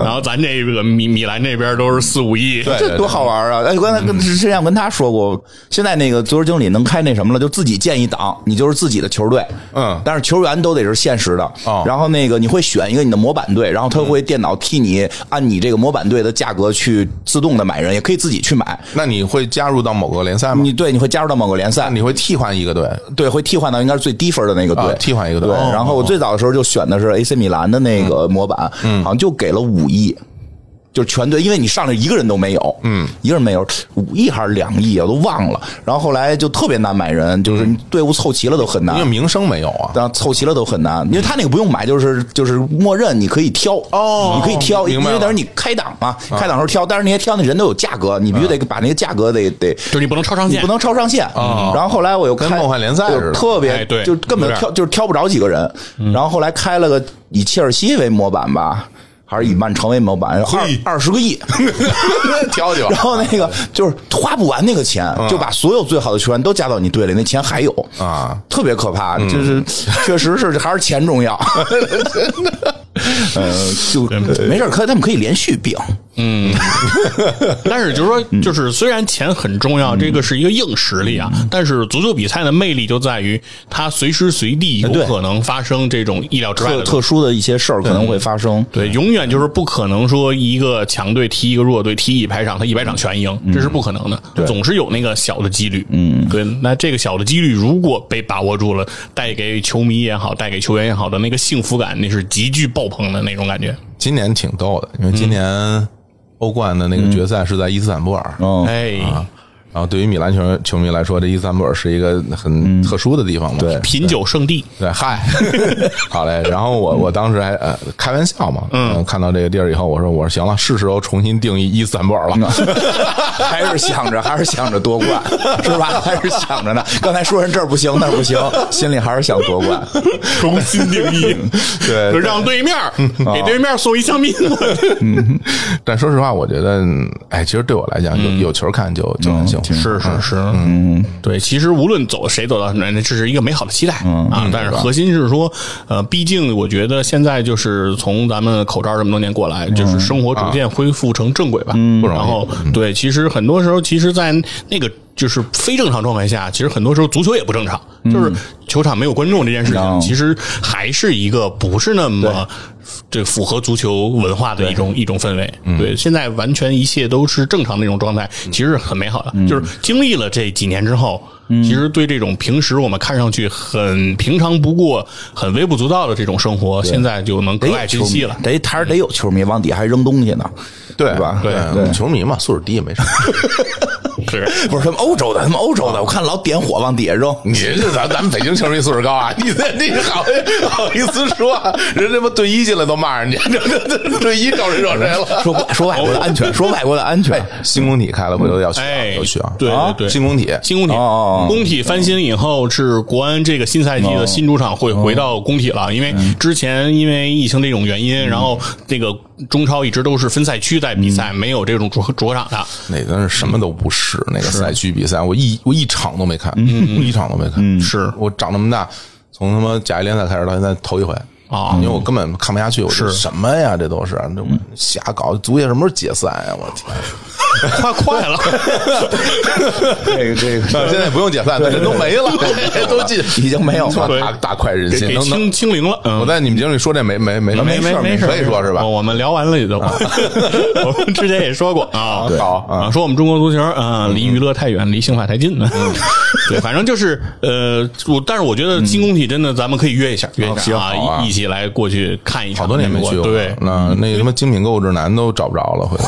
Speaker 1: 然后咱这个米米兰这边都是四五亿，
Speaker 3: 对嗯
Speaker 2: 这多好玩啊！哎，我刚才跟之前我跟他说过，现在那个足球经理能开那什么了，就自己建一档，你就是自己的球队，
Speaker 3: 嗯
Speaker 2: 但是球员都得是现实的，
Speaker 3: 哦嗯
Speaker 2: 然后那个你会选一个你的模板队，然后他会电脑替你按你这个模板队的价格去自动的买人，也可以自己去买，
Speaker 3: 那你会加入到某个联赛吗？
Speaker 2: 你对你会加入到某个联赛
Speaker 3: 那，你会替换一个队？
Speaker 2: 对，会替换到应该是最低分的那个队，
Speaker 3: 啊替换一个队
Speaker 2: 对，
Speaker 3: 哦嗯
Speaker 2: 然后我最早的时候就选的是 AC 米兰的那个模板，好像就给了五亿，就是全队，因为你上来一个人都没有，嗯，一个人没有，五亿还是两亿啊，我都忘了。然后后来就特别难买人，就是你队伍凑齐了都很难
Speaker 3: 嗯因为。名声没有啊。
Speaker 2: 但凑齐了都很难，因为他那个不用买，就是就是默认你可以挑
Speaker 3: 哦
Speaker 2: 你可以挑，
Speaker 3: 明
Speaker 2: 因
Speaker 3: 白了啊
Speaker 2: 为等于你开档嘛，开档时候挑，但是那些挑那人都有价格，你必须得把那个价格得得
Speaker 1: 就是你不能超上
Speaker 2: 你
Speaker 1: 限
Speaker 2: 不。能超上限。然后后来我又
Speaker 3: 跟
Speaker 2: 开
Speaker 3: 梦幻联赛似的
Speaker 2: 我特别、
Speaker 1: 哎对
Speaker 2: 就根
Speaker 1: 有
Speaker 2: 本
Speaker 1: 点嗯
Speaker 2: 挑就是挑不着几个人。然后后来开了个以切尔西为模板吧，还是以曼城为模板，
Speaker 3: 嘿
Speaker 2: 二二十个亿。
Speaker 3: 挑去吧。
Speaker 2: 然后那个就是花不完那个钱，
Speaker 1: 嗯
Speaker 2: 就把所有最好的球员都加到你队里，那钱还有
Speaker 3: 啊，
Speaker 2: 特别可怕。就是确实是还是钱 重要。呃，就没事儿，可以他们可以连续病。
Speaker 1: 但是就是说，
Speaker 2: 嗯
Speaker 1: 就是虽然钱很重要，这个是一个硬实力啊，
Speaker 2: 嗯
Speaker 1: 但是足球比赛的魅力就在于它随时随地有
Speaker 2: 呃对
Speaker 1: 可能发生这种意料之外
Speaker 2: 特
Speaker 1: 的
Speaker 2: 特殊的一些事儿可能会发生，
Speaker 1: 对，永远就是不可能说一个强队踢一个弱队踢一百场，他一百场全赢，这是不可能的。总是有那个小的几率。嗯，对。那这个小的几率如果被把握住了，带给球迷也好，带给球员也好的那个幸福感，那是极具爆棚的那种感觉。
Speaker 3: 今年挺逗的，因为今年欧冠的那个决赛是在伊斯坦布尔。
Speaker 2: 嗯，
Speaker 1: 哎，
Speaker 3: 然后对于米兰球球迷来说，这伊斯坦布尔是一个很特殊的地方嘛。嗯对
Speaker 1: 品酒圣地，
Speaker 3: 对，嗨， 好嘞。然后我我当时还呃开玩笑嘛，嗯，看到这个地儿以后，我说我说行了，是时候重新定义伊斯坦布尔了。
Speaker 2: 还是想嗯着，还是想着夺冠， 是吧？还是想 着呢。刚才说人这儿不行，那儿不行，心里还是想夺冠。
Speaker 1: 重新定 义，
Speaker 3: 对
Speaker 1: 就让对面 啊儿给对面儿送一香槟过去。
Speaker 3: 但说实话，我觉得，嗯哎，其实对我来讲，
Speaker 2: 嗯
Speaker 3: 有有球看就就很幸福。
Speaker 1: 是是是，嗯，对，其实无论走谁走到哪，这是一个美好的期待啊。但是核心是说，呃，毕竟我觉得现在就是从咱们口罩这么多年过来，就是生活逐渐恢复成正轨吧。嗯，然后对，其实很多时候，其实，在那个。就是非正常状态下，其实很多时候足球也不正常，就是球场没有观众这件事情，
Speaker 2: 嗯
Speaker 1: 其实还是一个不是那么这符合足球文化的一种一种氛围。对，现在完全一切都是正常的一种状态，其实很美好的。就是经历了这几年之后，其实对这种平时我们看上去很平常不过、很微不足道的这种生活，现在就能格外珍惜了。
Speaker 2: 哎得还是得有球迷往底下还扔东西呢，
Speaker 3: 对
Speaker 2: 吧？
Speaker 3: 对，嗯球迷嘛，素质低也没事。
Speaker 1: 是，
Speaker 2: 不是他们欧洲的，他们欧洲的，我看老点火往底下扔。
Speaker 3: 你这咱咱们北京球迷素质高啊？你这你好好意思说、啊人他妈队医进来都骂人家， 这这这队医招谁惹谁了？
Speaker 2: 说外说外国的安全，说外国的安全。
Speaker 3: 新工体开了，回头要去啊，
Speaker 1: 哎
Speaker 3: 要去啊！
Speaker 1: 对
Speaker 3: 啊
Speaker 1: 对对
Speaker 3: 新工体
Speaker 1: 新工体
Speaker 2: 哦哦哦，哦
Speaker 1: 工体翻新以后是国安这个新赛季的新主场会回到工体了，因为
Speaker 2: 嗯
Speaker 1: 之前因为疫情这种原因，然后这个中超一直都是分赛区在比
Speaker 2: 嗯
Speaker 1: 赛，没有这种主主场 的。
Speaker 3: 那真是什么都不是，那个赛区比赛，我一我一场都没看，
Speaker 1: 嗯
Speaker 3: 我一场都没看。
Speaker 1: 是
Speaker 3: 我长这么大，从他妈甲级联赛开始到现在头一回
Speaker 1: 啊嗯
Speaker 3: 因为我根本看不下去，我是什么呀？这都是这我瞎搞，足协什么时候解散呀？我天！
Speaker 1: 快快了，
Speaker 2: 这个这个
Speaker 3: 现在不用解散，人都没了， 都进
Speaker 2: 已经没有了。
Speaker 1: 对
Speaker 3: 大大快人
Speaker 1: 给
Speaker 3: 心，
Speaker 1: 给
Speaker 3: 能能
Speaker 1: 清。清零了。嗯
Speaker 3: 我在你们节目里说这没没啊没
Speaker 1: 没
Speaker 3: 事儿
Speaker 1: 没事儿，
Speaker 3: 可以说是吧
Speaker 1: 哦？我们聊完了也都， 我们之前也说过啊，
Speaker 3: 好啊
Speaker 1: 啊，说我们中国足球，嗯，离娱乐太远，离刑法太近呢。
Speaker 3: 嗯
Speaker 1: 对，反正就是呃，我但是我觉得新工体真的，咱们可以约一下，约一下
Speaker 3: 好嗯啊
Speaker 1: 啊，一一起来过去看一场。
Speaker 3: 好多年没去过，嗯
Speaker 1: 对，
Speaker 3: 那
Speaker 2: 嗯
Speaker 3: 那个什么精品购物指南都找不着了，回头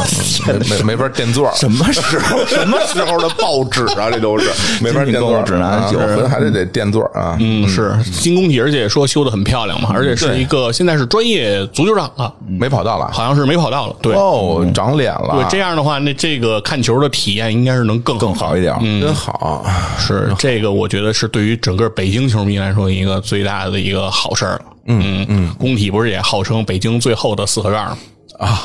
Speaker 3: 没没没法垫座儿，
Speaker 2: 什么时 候？什么时候的报纸啊？这都是
Speaker 3: 没 法
Speaker 2: 精
Speaker 3: 垫
Speaker 2: 品购
Speaker 3: 座
Speaker 2: 物
Speaker 3: 儿
Speaker 2: 指南
Speaker 3: 啊
Speaker 2: 有
Speaker 3: 回头还得得垫座儿啊。
Speaker 1: 嗯，是新工体，而且说修的很漂亮嘛，而且是一个现在是专业足球场了，
Speaker 3: 没跑到了，
Speaker 1: 好像是没跑道了。对，
Speaker 3: 哦，长脸了，
Speaker 1: 对，这样的话，那这个看球的体验应该是能更
Speaker 2: 更好一点。
Speaker 3: 嗯真好，嗯
Speaker 1: 是这个，我觉得是对于整个北京球迷来说一个
Speaker 3: 嗯
Speaker 1: 最大的一个好事儿了。嗯嗯，工体不是也号称北京最后的四合院儿吗？啊，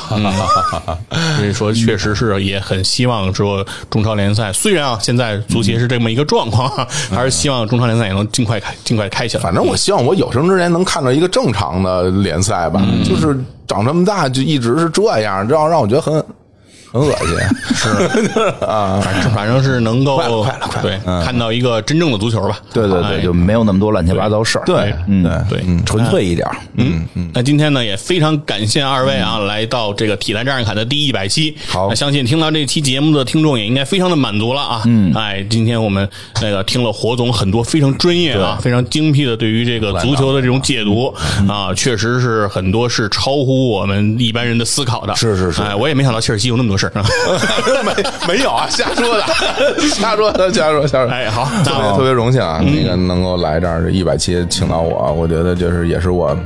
Speaker 1: 所以说
Speaker 3: 嗯
Speaker 1: 确实是也很希望说中超联赛，虽然啊现在足协是这么一个状况啊，还是希望中超联赛也能尽快开尽快开起来。
Speaker 3: 嗯反正我希望我有生之年能看到一个正常的联赛吧，
Speaker 2: 嗯
Speaker 3: 就是长这么大就一直是这样，让让我觉得很很恶心。
Speaker 1: 反正反正是能够
Speaker 3: 快了快了快了嗯
Speaker 1: 对看到一个真正的足球吧。
Speaker 2: 对对
Speaker 1: 哎
Speaker 2: 对，就没有那么多乱七八糟事儿，
Speaker 1: 对
Speaker 2: 嗯，
Speaker 1: 对。
Speaker 2: 纯粹一点儿，
Speaker 1: 嗯，那今天呢也非常感谢二位啊，来到这个《体坛战士卡》的第一百期。
Speaker 2: 好
Speaker 1: 那相信听到这期节目的听众也应该非常的满足了啊。嗯，哎，今天我们那个听了火总很多非常专业啊、非常精辟的对于这个足球的这种解读啊，确实是很多是超乎我们一般人的思考的。
Speaker 2: 是是是
Speaker 1: 哎，我也没想到切尔西有那么多 事儿啊。
Speaker 3: 没没有啊，瞎说的， 瞎说的，瞎说，瞎说。
Speaker 1: 哎，好，
Speaker 3: 特
Speaker 1: 那嗯
Speaker 3: 别特别荣幸啊，那个能够来这儿一百期请到我，我觉得就是也是我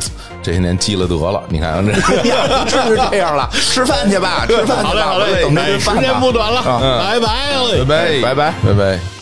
Speaker 3: 这些年积了德了。你看这，
Speaker 1: 哎
Speaker 2: 是不是这 样了？吃饭去吧，吃饭去吧，
Speaker 1: 好嘞好嘞，
Speaker 2: 等着
Speaker 1: 哎
Speaker 2: 这
Speaker 1: 时
Speaker 2: 饭
Speaker 1: 间
Speaker 2: 呢
Speaker 1: 不短了，拜拜了。
Speaker 3: 拜拜
Speaker 2: 拜拜
Speaker 3: 拜拜。